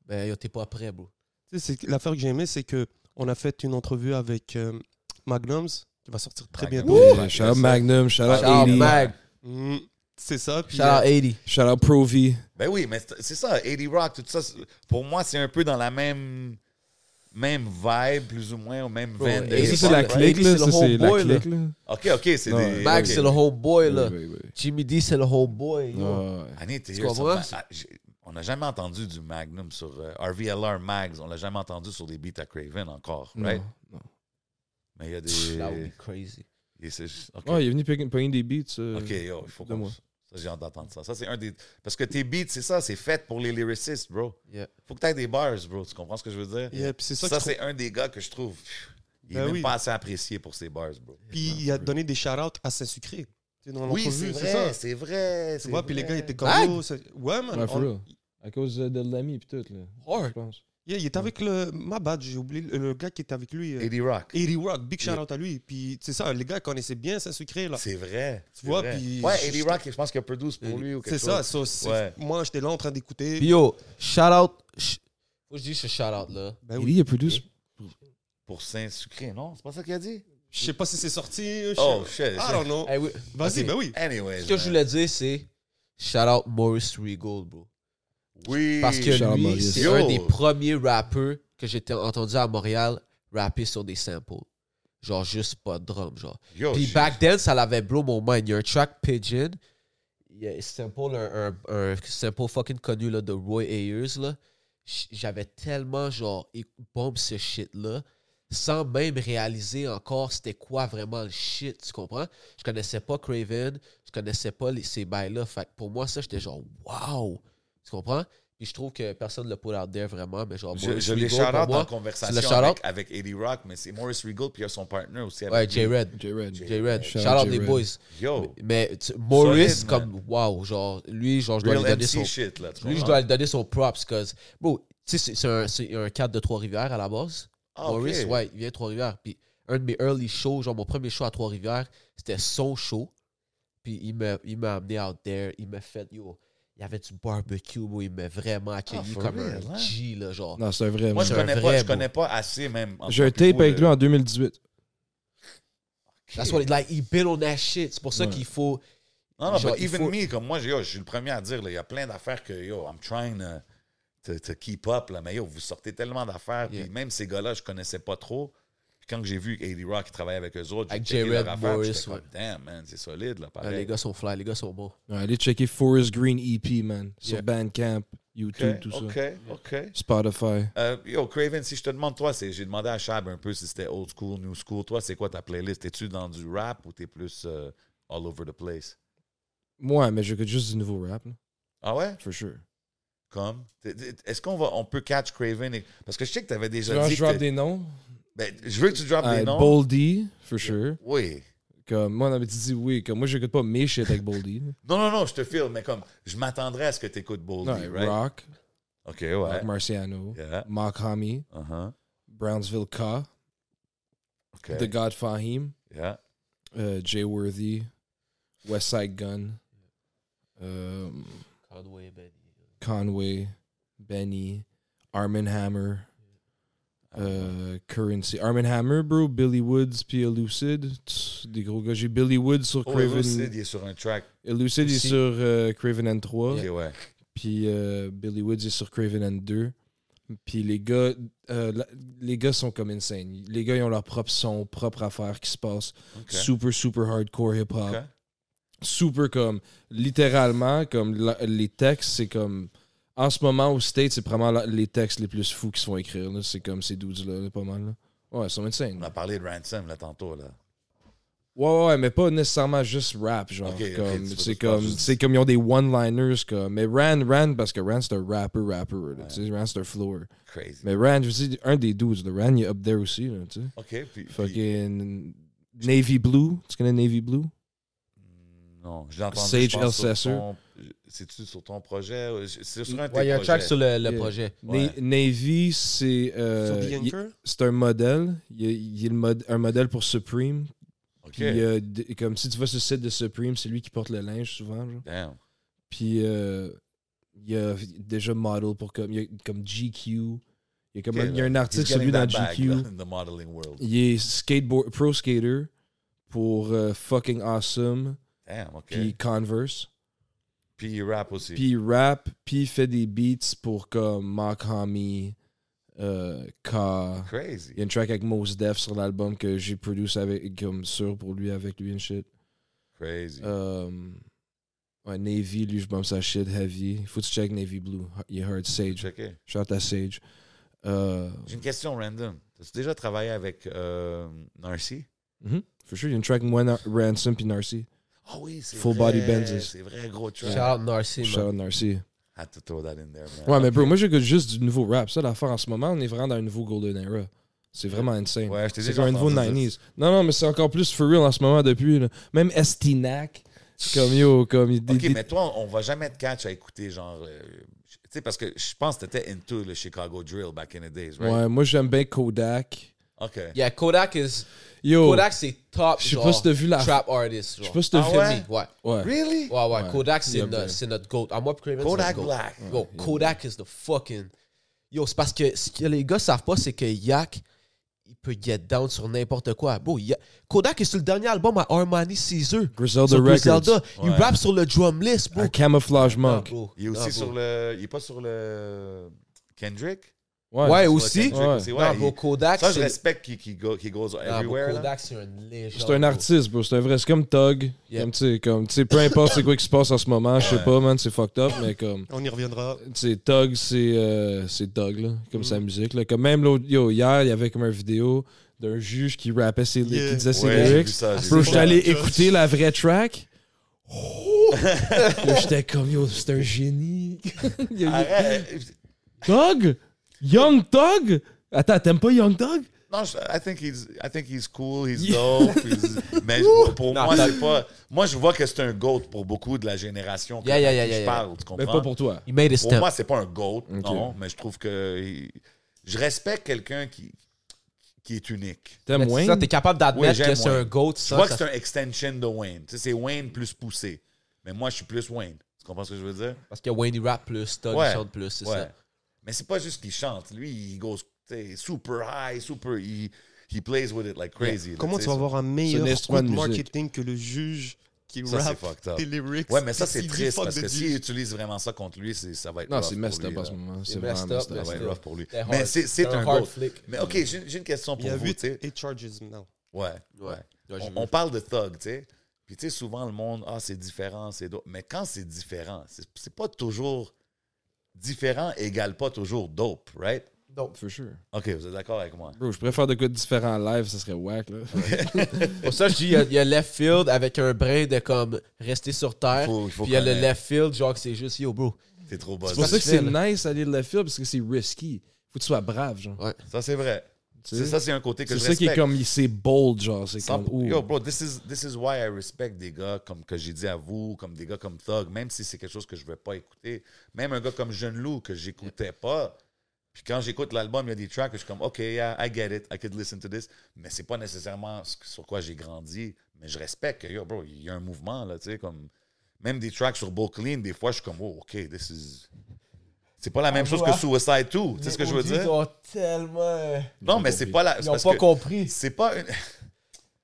Ben, yo, t'es pas prêt, bro.
Tu sais, c'est- L'affaire que j'ai aimée, c'est que on a fait une entrevue avec euh, Magnums, qui va sortir très
Magnum.
bientôt.
Ouais,
shout
ça.
out Magnum, shout out
Shout out
80.
Mag.
Mm,
Euh,
c'est ça. Puis,
Shout out
euh,
80.
Shout out Pro V.
Ben oui, mais c'est c'est ça, 80 Rock, tout ça, c'est- pour moi, c'est un peu dans la même, même vibe, plus ou moins, au même veine. de
Et
Ça,
hip-hop,
c'est la
right?
clique, là.
c'est le
Ça, c'est la
homeboy, là.
clique, là.
OK, OK, c'est
Ouais.
des...
Mag,
ok.
c'est le homeboy, là.
Oui, oui, oui.
Jimmy D, c'est le homeboy. yo.
Ah, Ouais.
I need to
Tu
hear some
comprends?
Ma- ah, j'ai- On n'a jamais entendu du Magnum sur euh, RVLR Mags. On l'a jamais entendu sur des beats à Craven encore,
Non,
right?
non.
Mais il y a
That would
des...
be crazy.
et c'est juste- OK,
Ouais, Ah, il est venu pogner- pogner des beats. euh,
OK, yo, il faut
de
qu'on...
moi.
Ça, j'ai hâte d'entendre ça. Ça, c'est un des... Parce que tes beats, c'est ça, c'est fait pour les lyricistes, bro.
Yeah.
Faut que t'aies des bars, bro. Tu comprends ce que je veux dire?
yeah, puis c'est ça,
Ça,
que je
c'est un des gars que je trouve... pff, Il est
Ben
même
oui.
pas assez apprécié pour ses bars, bro.
trouve- puis il a donné des shout-outs à Saint-Sucré. Tu sais, dans
Oui, c'est
l'entrevue,
vrai, c'est vrai.
Tu
c'est
vois, puis les
vrai.
gars étaient comme.
Mag!
yo, c'est- Ouais, man.
Ouais, for
on-
real. À cause euh, de, de l'ami pis tout, là. Je
Hard.
pense.
Yeah, il était avec le. Ma bad, j'ai oublié le, le gars qui était avec lui. euh,
80 Rock.
80 Rock, big shout out à lui. Puis c'est ça, les gars connaissaient bien Saint-Sucré. là.
C'est vrai.
Tu
c'est
vois,
vrai.
puis-
Ouais, Eddie Rock, je pense qu'il y a produce pour lui ou quelque
C'est
chose.
ça, ça, c'est-
Ouais.
moi j'étais là en train d'écouter.
Puis yo, shout out. sh- Faut que je dise ce shout out, là.
Ben
Il
oui.
y a produit.
Pour Saint-Sucré, non? C'est pas ça qu'il a dit?
Je sais pas si c'est sorti. je sais-
Oh, shit.
I don't know.
Hey, oui.
Vas-y,
Ok.
ben oui.
Anyways.
Ce que je voulais dire, c'est shout out Maurice Regal, bro.
Oui.
Parce que
Shout out
lui,
Maurice.
c'est
Yo.
un des premiers rappeurs que j'étais entendu à Montréal rapper sur des samples. Genre, juste pas de drum, genre.
Yo,
Puis
shit.
back then, ça l'avait blow mon mind. Il y a un track Pigeon. Il y a un sample, un, un, un sample fucking connu là, de Roy Ayers. Là. J- J'avais tellement genre, il bombe ce shit-là sans même réaliser encore c'était quoi vraiment le shit, tu comprends? Je connaissais pas Craven, je connaissais pas les, ces bails-là. Fait que pour moi, ça, j'étais genre, wow! Tu comprends? Puis je trouve que personne ne l'a put out there vraiment, mais genre,
Je,
Maurice
je l'ai
Regal,
shout
pour
out
moi,
en conversation
c'est le shout-out.
avec, avec Eddie Rock, mais c'est Maurice Regal, puis il y a son partner aussi. Avec
Ouais, J-Red.
J-Red.
J-Red.
Shout
Shout
out
out
J.
les
Red.
boys.
Yo,
Mais tu- Maurice,
Solide, man.
comme, wow, genre, lui, genre, je dois lui
real
donner
MC
son.
shit, là. tu
Lui, je
comprends?
dois lui donner son props, parce que, bro, tu sais, c'est- c'est un, c'est un cadre de Trois-Rivières à la base.
Ah, ok.
Maurice, ouais, il vient de Trois-Rivières. Puis, un de mes early shows, genre, mon premier show à Trois-Rivières, c'était son show. Puis, il m'a il m'a amené out there, il m'a fait, yo, il y avait du barbecue, bro, il m'a vraiment accueilli
Ah, for
comme
real,
un
hein?
G, là, genre.
Non, c'est un vrai.
Moi, je
C'est
man.
un
connais, pas,
vrai,
je connais pas assez, même. en
J'ai un
tant que euh,
tape avec
beau,
lui
là.
en 2018.
That's what, it- like, he built on that shit. C'est pour ça
Ouais.
qu'il faut. euh,
Non, non,
Genre,
but
il
even
faut-
me, comme moi, j'ai- yo, je suis le premier à dire, là, il y a plein d'affaires que, yo, I'm trying to, to- to keep up, là, mais yo, vous sortez tellement d'affaires,
Yeah.
puis même ces gars-là, je connaissais pas trop. Puis quand j'ai vu Eddie Rock qui travaillait avec eux autres, j'ai
Avec
checké
Jared
leur affaire, puis
Morris,
j'étais comme,
ouais.
damn, man, c'est solide, là,
Ah, les
pareil.
gars sont fly, les gars sont bons.
Ouais, Allez checker Forest Green EP, man. Sur
Yeah.
Bandcamp,
OK,
YouTube, tout
OK,
ça.
OK.
Spotify.
Euh, yo, Craven, si je te demande, toi, c'est- j'ai demandé à Shab un peu si c'était old school, new school. Toi, c'est quoi ta playlist? Es-tu dans du rap ou t'es plus euh, all over the place?
Moi, mais j'écoute juste du nouveau rap, là.
Ah ouais?
For sure.
Comme? T'es- t'es- Est-ce qu'on va, on peut catch Craven? et- Parce que je sais que t'avais
Je
déjà
vais-
dit
je
que
drop des noms.
Ben, je veux que tu droppes des
Euh,
noms.
Boldy, for sure.
Oui.
Comme, moi, on avait dit oui. Comme, moi, j'écoute pas mes shit avec Boldy.
Non, non, non, je te file, mais comme, je m'attendrais à ce que tu écoutes Boldy,
Ouais,
right?
Rock,
OK,
Rock
ouais.
Marciano,
Yeah.
Mock Hami,
Uh-huh.
Brownsville Ka,
OK.
The God Fahim,
Yeah.
euh, Jay Worthy, West Side Gun, euh,
Conway, ben.
Conway, Benny, Armin Hammer,
Ah,
euh, Currency. Armin Hammer, bro, Billy Woods, puis Elucid. Tch, Des gros gars. J'ai Billy Woods sur
Oh, Craven.
Craven.
il est sur un track.
Elucid est
Aussi.
sur euh, Craven N3.
OK, ouais.
Puis euh, Billy Woods est sur Craven and 2. Puis les gars, euh, la- les gars sont comme insane. Les gars, ils ont leur propre son, propre affaire qui se passe.
OK.
Super, super hardcore hip-hop.
OK.
Super comme, littéralement, comme la- les textes, c'est comme... En ce moment, aux States, c'est vraiment la- les textes les plus fous qui se font écrire.
Ah.
là. C'est comme ces dudes-là, là, pas mal. là. Ouais, ils sont insane.
On a parlé de Ransom, là, tantôt, là.
Ouais, ouais, mais pas nécessairement juste rap, genre.
Ok, ok,
comme,
tu vas
c'est
pas
comme,
juste-
c'est comme ils ont des one-liners, comme. Mais Rand, Rand, parce que Rand, c'est un rapper, rapper, là, tu sais, Rand, c'est un floor.
Crazy.
Mais Rand, je sais, un des dudes, le Rand, il est up there aussi, là, tu sais.
OK, puis... puis-
Fucking Navy Blue, tu connais Navy Blue?
mm, Non, je l'ai entendu,
Sage
je pense, sur
Elsesser.
ton- C'est-tu sur ton projet? ou- C'est sur un de
Ouais, il
tes
y a un track
projets.
sur le, le
Yeah.
projet.
Na-
Ouais.
Navy, c'est. euh,
Sur
il-
Bianca?
c'est un modèle. Il est, il est le mod- un modèle pour Supreme.
OK.
Puis, euh, d- comme si tu vas sur le site de Supreme, c'est lui qui porte le linge souvent. genre.
Damn.
Puis, euh, il y a déjà model pour comme, il y a comme GQ. Il y a, comme
OK,
un, il y a un
là.
article
He's
sur lui
getting
dans
that bag,
GQ.
là, in the modeling world.
Il est skateboard, pro skater pour euh, fucking awesome.
Damn, OK.
Puis
Puis,
Converse.
il rap aussi.
Puis il rap, puis il fait des beats pour comme Mock Homie, euh, Ka.
Crazy.
Il y a une track avec Mos Def sur l'album que j'ai produit avec, comme sûr pour lui, avec lui and shit.
Crazy.
Um, ouais, Navy, lui, je bombe sa shit heavy. Faut que tu check Navy Blue. You heard Sage.
Checker.
Shout à Sage. Euh,
J'ai une question random. As-tu déjà travaillé avec euh, Narcy?
mhm. For sure, il y a une track moi, Nar- Ransom puis Narcy.
Ah oui, c'est
Full
vrai,
body benzes.
C'est vrai, gros track.
Shout out Narcy,
Shout
man.
out Narcy.
Had to throw that in there, man.
Ouais, mais bro, moi j'écoute juste du nouveau rap. Ça, l'affaire en ce moment, on est vraiment dans un nouveau Golden Era. C'est vraiment insane.
Ouais, je t'ai
c'est
déjà
comme un nouveau
entendu
90s. Non, non, mais c'est encore plus for real en ce moment depuis. là. Même Estinac, comme yo, comme. il-
OK,
il-
mais toi, on va jamais te catch à écouter, genre... euh, tu sais, parce que je pense que t'étais into le Chicago Drill back in the days, right?
Ouais, moi j'aime bien Kodak.
OK.
Yeah, Kodak is.
Yo,
Kodak, c'est top.
Je sais pas
genre,
si t'as vu la-
Trap artist. Genre.
je sais pas si t'as
Ah
vu-
ouais?
Ouais.
Ouais.
Really?
Ouais, ouais,
Ouais.
Kodak, c'est
Yeah,
notre,
man.
c'est notre GOAT. À moi, puis Craven, c'est
Kodak
notre GOAT.
Black.
Yo, Kodak is the fucking. Yo, c'est parce que ce que les gars savent pas, c'est que Yak, il peut get down sur n'importe quoi. Bro, Ya- Kodak est sur le dernier album à Armani Caesar.
Griselda
sur Griselda.
Records. Ah,
Il
Ouais.
rappe sur le drum list, bro.
Un camouflage
Non,
monk.
bro.
Il est aussi
Non,
sur
bro.
le... Il est pas sur le... Kendrick?
Ouais,
Sur le
aussi.
Kendrick
Ouais.
aussi,
Non,
ouais,
bro,
il-
Kodak,
Ça, je
c'est.
respecte qui, qui, go- qui goes
Non, bro,
everywhere. là.
Kodak, c'est un légende.
C'est un
bro.
artiste, bro. C'est un vrai. C'est comme Tug.
Yeah.
Comme, tu sais, comme, tu sais, peu importe c'est quoi qui se passe en ce moment, je sais pas, man, c'est fucked up, mais comme.
On y reviendra.
c'est Tug, c'est euh, c'est Tug, là,
Mm.
comme sa musique. Là. Comme même l'autre, yo, hier, il y avait comme une vidéo d'un juge qui rappait ses,
Yeah.
qui disait ses
Ouais, j'ai vu
lyrics.
ça, j'ai
Bro,
vu
j'étais
ça.
allé écouter la vraie track. Oh! Là, j'étais comme, yo, c'est un génie. Il y a-
Arrête.
Tug? Young Tug? Attends, t'aimes pas Young Tug?
Non, je- I think he's, I think he's cool, he's
Yeah.
dope. he's- mais je- pour moi, c'est pas. Moi, je vois que c'est un goat pour beaucoup de la génération que
Yeah, yeah, yeah,
je
yeah, yeah.
parle, tu comprends?
Mais pas pour toi.
Il made a
Pour
step.
moi, c'est pas un goat, non. Mais je trouve que il- je respecte quelqu'un qui qui est unique.
Mais
T'aimes
c'est Ça,
Wayne?
t'es capable d'admettre
Oui,
que
j'aime
c'est un
Wayne.
GOAT.
Je
ça,
vois que
ça-
c'est un extension de Wayne. Tu sais, c'est Wayne plus poussé. Mais moi, je suis plus Wayne. Tu comprends ce que je veux dire?
Parce que Wayne, il rappe plus, Tug,
Ouais.
il chante plus, c'est
Ouais.
ça.
Mais c'est pas juste qu'il chante. Lui, il goes tu sais, super high, super. He, he plays with it like crazy. là,
Comment
tu
tu
sais,
vas
ça-
avoir un meilleur coup
instrument
de
de musique.
marketing que le juge qui
Ça, c'est
rappe
fucked up.
tes lyrics
Ouais, mais ça,
puis
c'est
s'il dit
triste
fuck
parce
the
que
juge.
s'il utilise vraiment ça contre lui, Ah, c'est- ça va être
Non,
rough
c'est
pour
messed
lui,
up en
là.
ce moment.
C'est
C'est vraiment
messed up,
messed
Ça
up.
va
messed
être
up.
rough pour lui.
C'est
Mais
hard.
c'est
C'est
c'est
un
un
hard
goat.
flick.
Mais OK, j'ai j'ai une question
Il
pour
y a
vous, tu
8
sais.
et charges now.
Ouais,
Ouais.
ouais.
Ouais, j'ai
On,
vu.
on parle de thug, tu sais. Puis tu sais, souvent, le monde, ah, c'est différent, c'est dope. Mais quand c'est différent, c'est c'est pas toujours... Différent égale pas toujours dope, right?
Donc,
For sure.
OK, vous êtes d'accord avec moi?
Bro, je préfère de quoi de différent live, ça serait whack, là.
pour ça, je dis, il y a- il y, a left field avec un brin de comme rester sur terre.
Faut- faut
puis il y a le
connaître.
left field, genre que c'est juste yo, bro.
C'est trop bas.
C'est pour
Ça,
ça que c'est nice d'aller de la field parce que c'est risky. Faut que tu sois brave, genre.
ça, c'est vrai.
Tu
C'est-
sais?
Ça, c'est un côté que je
C'est ça qui
respecte.
est comme, il- c'est bold, genre. C'est comme,
Sans-
ouh.
Yo, bro, this is, this is why I respect des gars comme que j'ai dit à vous, comme des gars comme Thug, même si c'est quelque chose que je ne veux pas écouter. Même un gars comme Jeune Loup que j'écoutais pas. Puis quand j'écoute l'album, il y a des tracks que je suis comme, OK, yeah, I get it, I could listen to this. Mais c'est pas nécessairement ce que- sur quoi j'ai grandi. Mais je respecte que, yo, bro, il y a un mouvement, là, tu sais, comme. Même des tracks sur Bo Clean, des fois, je suis comme, oh, OK, this is. C'est pas la même chose que Suicide 2. Tu sais ce que je veux
Les OG
dire?
sont tellement. euh,
Non, mais c'est pas la.
Ils
c'est
n'ont
parce
pas
que
compris.
C'est pas une.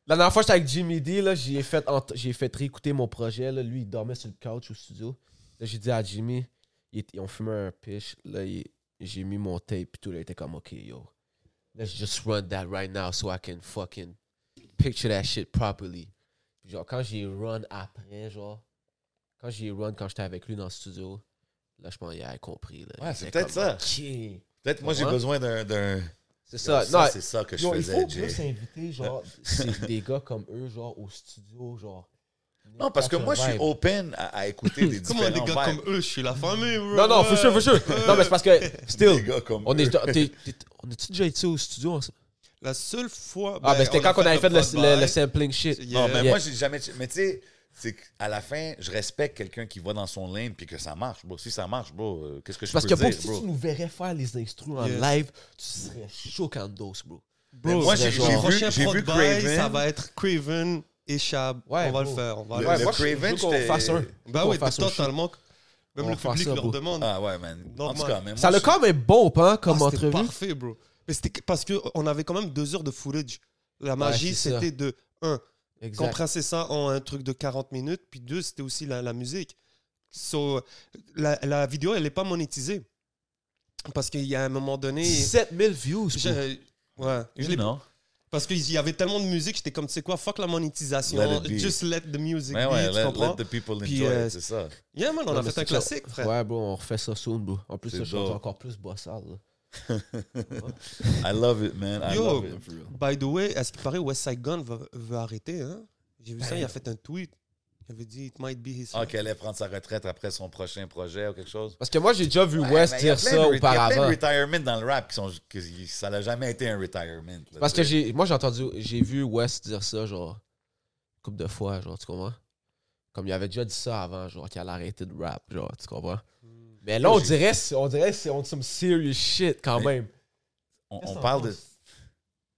La dernière fois, j'étais avec Jimmy D, là, j'ai fait, ent- j'ai fait réécouter mon projet. Là. Lui, il dormait sur le couch au studio. Là, j'ai dit à Jimmy, il était- ils ont fumé un pitch. Là, il- j'ai mis mon tape et tout. Là, il était comme, OK, yo, let's just run that right now so I can fucking picture that shit properly. Puis genre, quand j'ai run après, genre, quand j'ai run quand j'étais avec lui dans le studio, là, je pense qu'il a compris. Là,
Ouais,
Il
c'est
était
peut-être
comme,
ça.
OK.
Peut-être moi j'ai
Ouais.
besoin d'un d'un
C'est ça.
Ça,
non,
c'est ça que je
yo, il
faisais,
faut
Jay.
plus inviter genre, c'est des gars comme eux, genre, au studio, genre.
Non, parce que moi, je suis open à, à écouter des
Comment
différents
les gars
vibes.
comme eux, je suis la famille, bro.
Non, non, for sure, for sure. Non, mais c'est parce que,
Des
still,
gars comme
on
eux.
est. t'es- t'es- On est-tu déjà été au studio ensemble?
La seule fois.
Ah,
ben,
ben c'était quand
a
qu'on avait fait le, le,
pod
le
by.
sampling shit.
Yeah.
Non, mais
Yeah.
moi, j'ai jamais. Mais tu sais, c'est qu'à la fin, je respecte quelqu'un qui va dans son lane puis que ça marche, bro. Si ça marche, bro, euh, qu'est-ce que je
Parce que
peux
bro,
dire,
si
bro?
tu nous verrais faire les instruments en
Yeah.
live, tu serais chaud quand dos, bro.
Bro,
moi,
j'ai-
le
j'ai
prochain
vu- j'ai
prod
vu
by,
Craven.
Ça va être Craven et Chab.
Ouais,
on va
bro.
le faire. On va
Le-
le,
Ouais,
le
moi, je- je
Craven,
veux qu'on
j'étais-
fasse un.
Bah
qu'on
oui,
fasse un
totalement. Même
On
le
va faire
public
ça,
leur
bro.
demande.
Ah ouais, man. En
Normal.
tout cas, mais moi,
Ça
je-
l'a quand même bon, hein,
Ah,
comme
c'était
entrevue.
parfait, bro. Mais c'était que- parce qu'on avait quand même deux heures de footage. La magie,
c'est ça.
c'était de
Exact.
compresser ça en un truc de 40 minutes. Puis deux, c'était aussi la, la musique. So, la, la vidéo, elle n'est pas monétisée. Parce qu'il y a un moment donné.
7000 views, bro.
j'ai- Ouais. Je l'ai-
Une, non?
Parce qu'il y avait tellement de musique, j'étais comme, tu sais quoi, fuck la
Let
monétisation.
it be.
Just let the music
Mais
be,
ouais,
tu
let,
comprends?
let the people
Puis,
enjoy
euh,
it, c'est ça.
Yeah, man, on
Non,
a
mais
fait
c'est
un
clair.
classique, frère.
Ouais, bro, on refait ça soon, bro. En plus,
C'est
ça chante
dope.
encore plus bossal. là.
I love it, man. I
Yo.
love it. for real.
By the way, à ce qui paraît, West Side Gun veut, veut arrêter, hein? J'ai vu
Ben.
ça, il a fait un tweet. Il avait dit, it might be his
Ah, qu'elle allait prendre sa retraite après son prochain projet ou quelque chose?
Parce que moi, j'ai déjà vu
Ouais,
West
mais il y a
dire
plein
ça
de re- Il y a plein
auparavant.
de retirements dans le rap qui sont. que- ça n'a jamais été un retirement. là,
Parce
tu
que
sais.
j'ai, moi, j'ai entendu, j'ai vu West dire ça, genre, couple de fois, genre, tu comprends? Comme il avait déjà dit ça avant, genre, qu'il allait arrêter de rap, genre, tu comprends? Mais là, on
Hmm. Moi, j'ai-
dirait, c'est- on dirait, c'est on some serious shit quand
Mais-
même.
On,
Qu'est-ce
on
qu'on
parle de.
pense?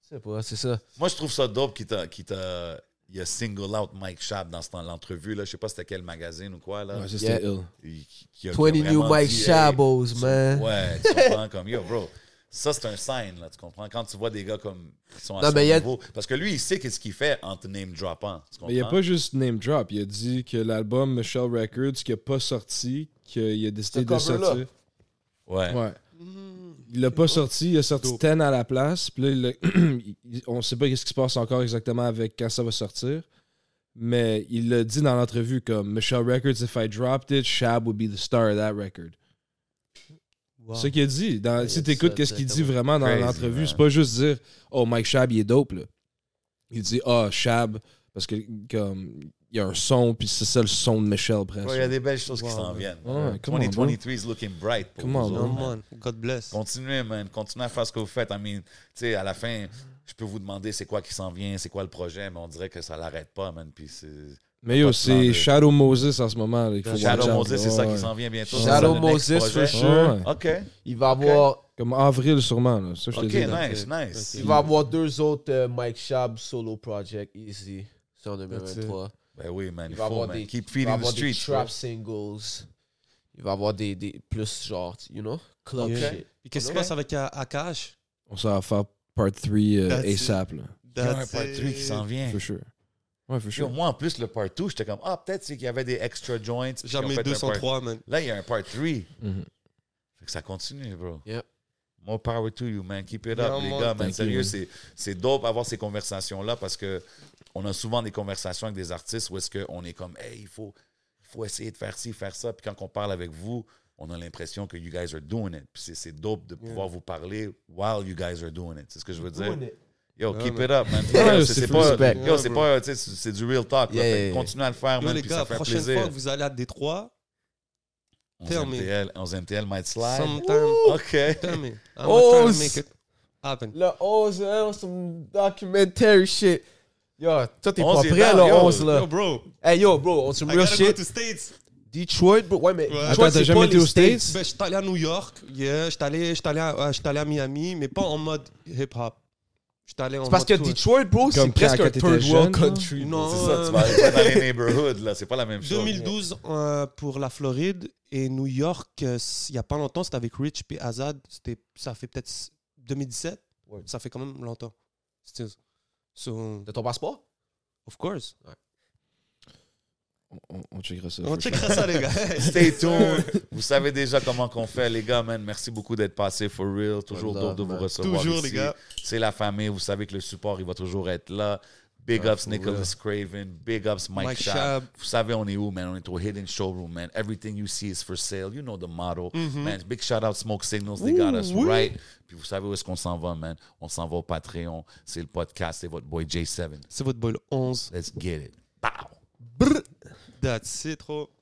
Je sais pas, c'est ça.
Moi, je trouve ça dope qu'il t'a. qu'il t'a- il a single out Mike Schaap dans ce temps- l'entrevue, là. Je sais pas c'était quel magazine ou quoi, là.
Ouais, ça, c'était ill.
Il- qui- qui a- qui a
20 new
vraiment
Mike
dit, hey,
Shabos, man.
Ouais, tu comprends comme yo, bro. Ça, c'est un sign, là, tu comprends? Quand tu vois des gars comme qui sont à
Non,
son
mais il y a-
niveau. Parce que lui, il sait qu'est-ce qu'il fait en te name droppant. Tu comprends?
Mais il a pas juste name drop. Il a dit que l'album Michelle Records qui a pas sorti, qu'il a décidé
Ce
de le
cover-là.
sortir.
Ouais.
Ouais. Il l'a pas sorti, il a sorti 10 à la place. Puis là, il l'a- il- on sait pas ce qui se passe encore exactement avec quand ça va sortir. Mais il l'a dit dans l'entrevue comme Michelle Records, if I dropped it, Shab would be the star of that record. C'est ce qu'il a dit. Dans,
Ouais, il a
si
dit
t'écoutes
ça,
qu'est-ce qu'il dit
exactement.
vraiment dans
Crazy,
l'entrevue,
man.
c'est pas juste dire Oh, Mike Shab, il est dope. Là. Il dit Ah, Shab, parce que comme il y a un son, puis c'est ça le son de Michelle presque.
Ouais, il y a des belles choses qui
Wow,
s'en
man.
viennent.
Ouais, come on,
2023 is looking bright. Pour
Come
vous
on,
autres,
No
bro.
man.
man, God bless.
Continuez, man. Continuez à faire ce que vous faites. I mean, tu sais, à la fin, je peux vous demander c'est quoi qui s'en vient, c'est quoi le projet, mais on dirait que ça l'arrête pas, man. Puis c'est.
Mais yo,
Pas de plan de-
c'est Shadow Moses en ce moment. là, il faut watch
Shadow
out,
Moses, c'est
là.
ça
Ouais,
qui s'en vient bientôt. c'est ça,
Shadow
le next
Moses,
projet.
for sure.
Ouais.
OK.
Il va avoir,
Comme avril sûrement. Là. Ça, je te
Ah. OK,
dis.
nice, nice.
il va avoir deux autres euh, Mike Shab solo project easy. C'est en 2023.
Ben oui, man.
Il
Il
va
faut,
avoir
man.
des,
Keep
il va
feeding the
avoir des
streets. bro.
trap singles. Il va avoir des, des plus genre, you know, club
Ok.
shit.
Puis qu'est-ce qui se
Ok.
passe avec euh, Akash
On s'en va faire part euh, 3
That's it.
ASAP.
Il
Là,
y a un
That's
part 3 qui
it.
s'en vient.
for sure. Ouais, for
Puis au
sure.
moins, en plus, le part 2, j'étais comme, ah, peut-être c'est qu'il y avait des extra joints. puis qu'ils ont
Jamais
fait un part-
203, man.
Là, il y a un part 3.
Mhm.
Fait que ça continue, bro.
Yep.
More power to you, man. Keep it up,
Yeah,
les
man.
gars, man.
Thank
Sérieux,
you.
c'est- c'est dope avoir ces conversations-là parce que on a souvent des conversations avec des artistes où est-ce qu'on est comme, hey, il faut, il faut essayer de faire ci, faire ça. Puis quand on parle avec vous, on a l'impression que you guys are doing it. Puis c'est- c'est dope de pouvoir vous parler while you guys are doing it. C'est ce que je veux dire. Yo,
Ouais,
keep
man.
it up, man.
Ouais,
Yo,
c'est
c'est
full
pas,
respect.
yo, c'est pas, tu sais, c'est c'est du real talk. là.
Yeah,
Fait que
yeah,
Continuez à le faire,
Yo,
man,
les
puis ça
gars,
fait
prochaine fois
plaisir.
que vous allez à Détroit,
11
fermez.
MTL, 11 MTL might slide.
sometime,
OK.
tell me. I'm
Oh,
trying to
s-
make it happen.
Le 11, hein, some documentary shit. Yo, toi t'es pas
11 est
prêt,
down,
le
yo.
11 là.
Yo, bro,
Hey yo, bro, on some
I
real
gotta go
shit.
to States.
Detroit, bro. Ouais, mais. Detroit,
Attends, t'as
c'est
jamais
pas
été
les
aux States?
Ben, je suis allé à New York, yeah, je suis allé, j'étais allé, à- euh, j'étais allé à Miami, mais pas en mode hip-hop. Je suis allé en
C'est parce que
mode tout.
Detroit, bro, c'est
Comme
presque
quand
un
t'étais
third world
jeune,
country.
Non,
C'est ça,
euh,
tu vas aller dans les neighborhoods, là. C'est pas la même chose.
2012 euh, pour la Floride et New York, euh, s- il n'y a pas longtemps, c'était avec Rich puis Azad. C'était, ça fait peut-être s- 2017.
Ouais.
Ça fait quand même longtemps. Still. So,
De ton passeport?
of course.
On, on checkera ça.
On
for
checkera ça, les gars.
Stay tuned. Vous savez déjà comment qu'on fait, les gars, man. Merci beaucoup d'être passé, for real. Toujours
Voilà,
dope de vous
man.
recevoir.
Toujours,
ici.
les gars.
C'est la famille. Vous savez que le support, il va toujours être là. Big
Ah,
ups
for
Nicholas Craven. Big ups Mike,
Mike
Schaub.
Schaub.
Vous savez on est où, man? On est au Hidden Showroom, man. Everything you see is for sale. You know the motto.
Mm-hmm.
Man, big shout out Smoke Signals. They got us right. Puis vous savez où est-ce qu'on s'en va, man? On s'en va au Patreon. C'est le podcast. C'est votre boy J7.
C'est votre bol 11.
Let's get it. Pow!
That's it, trop.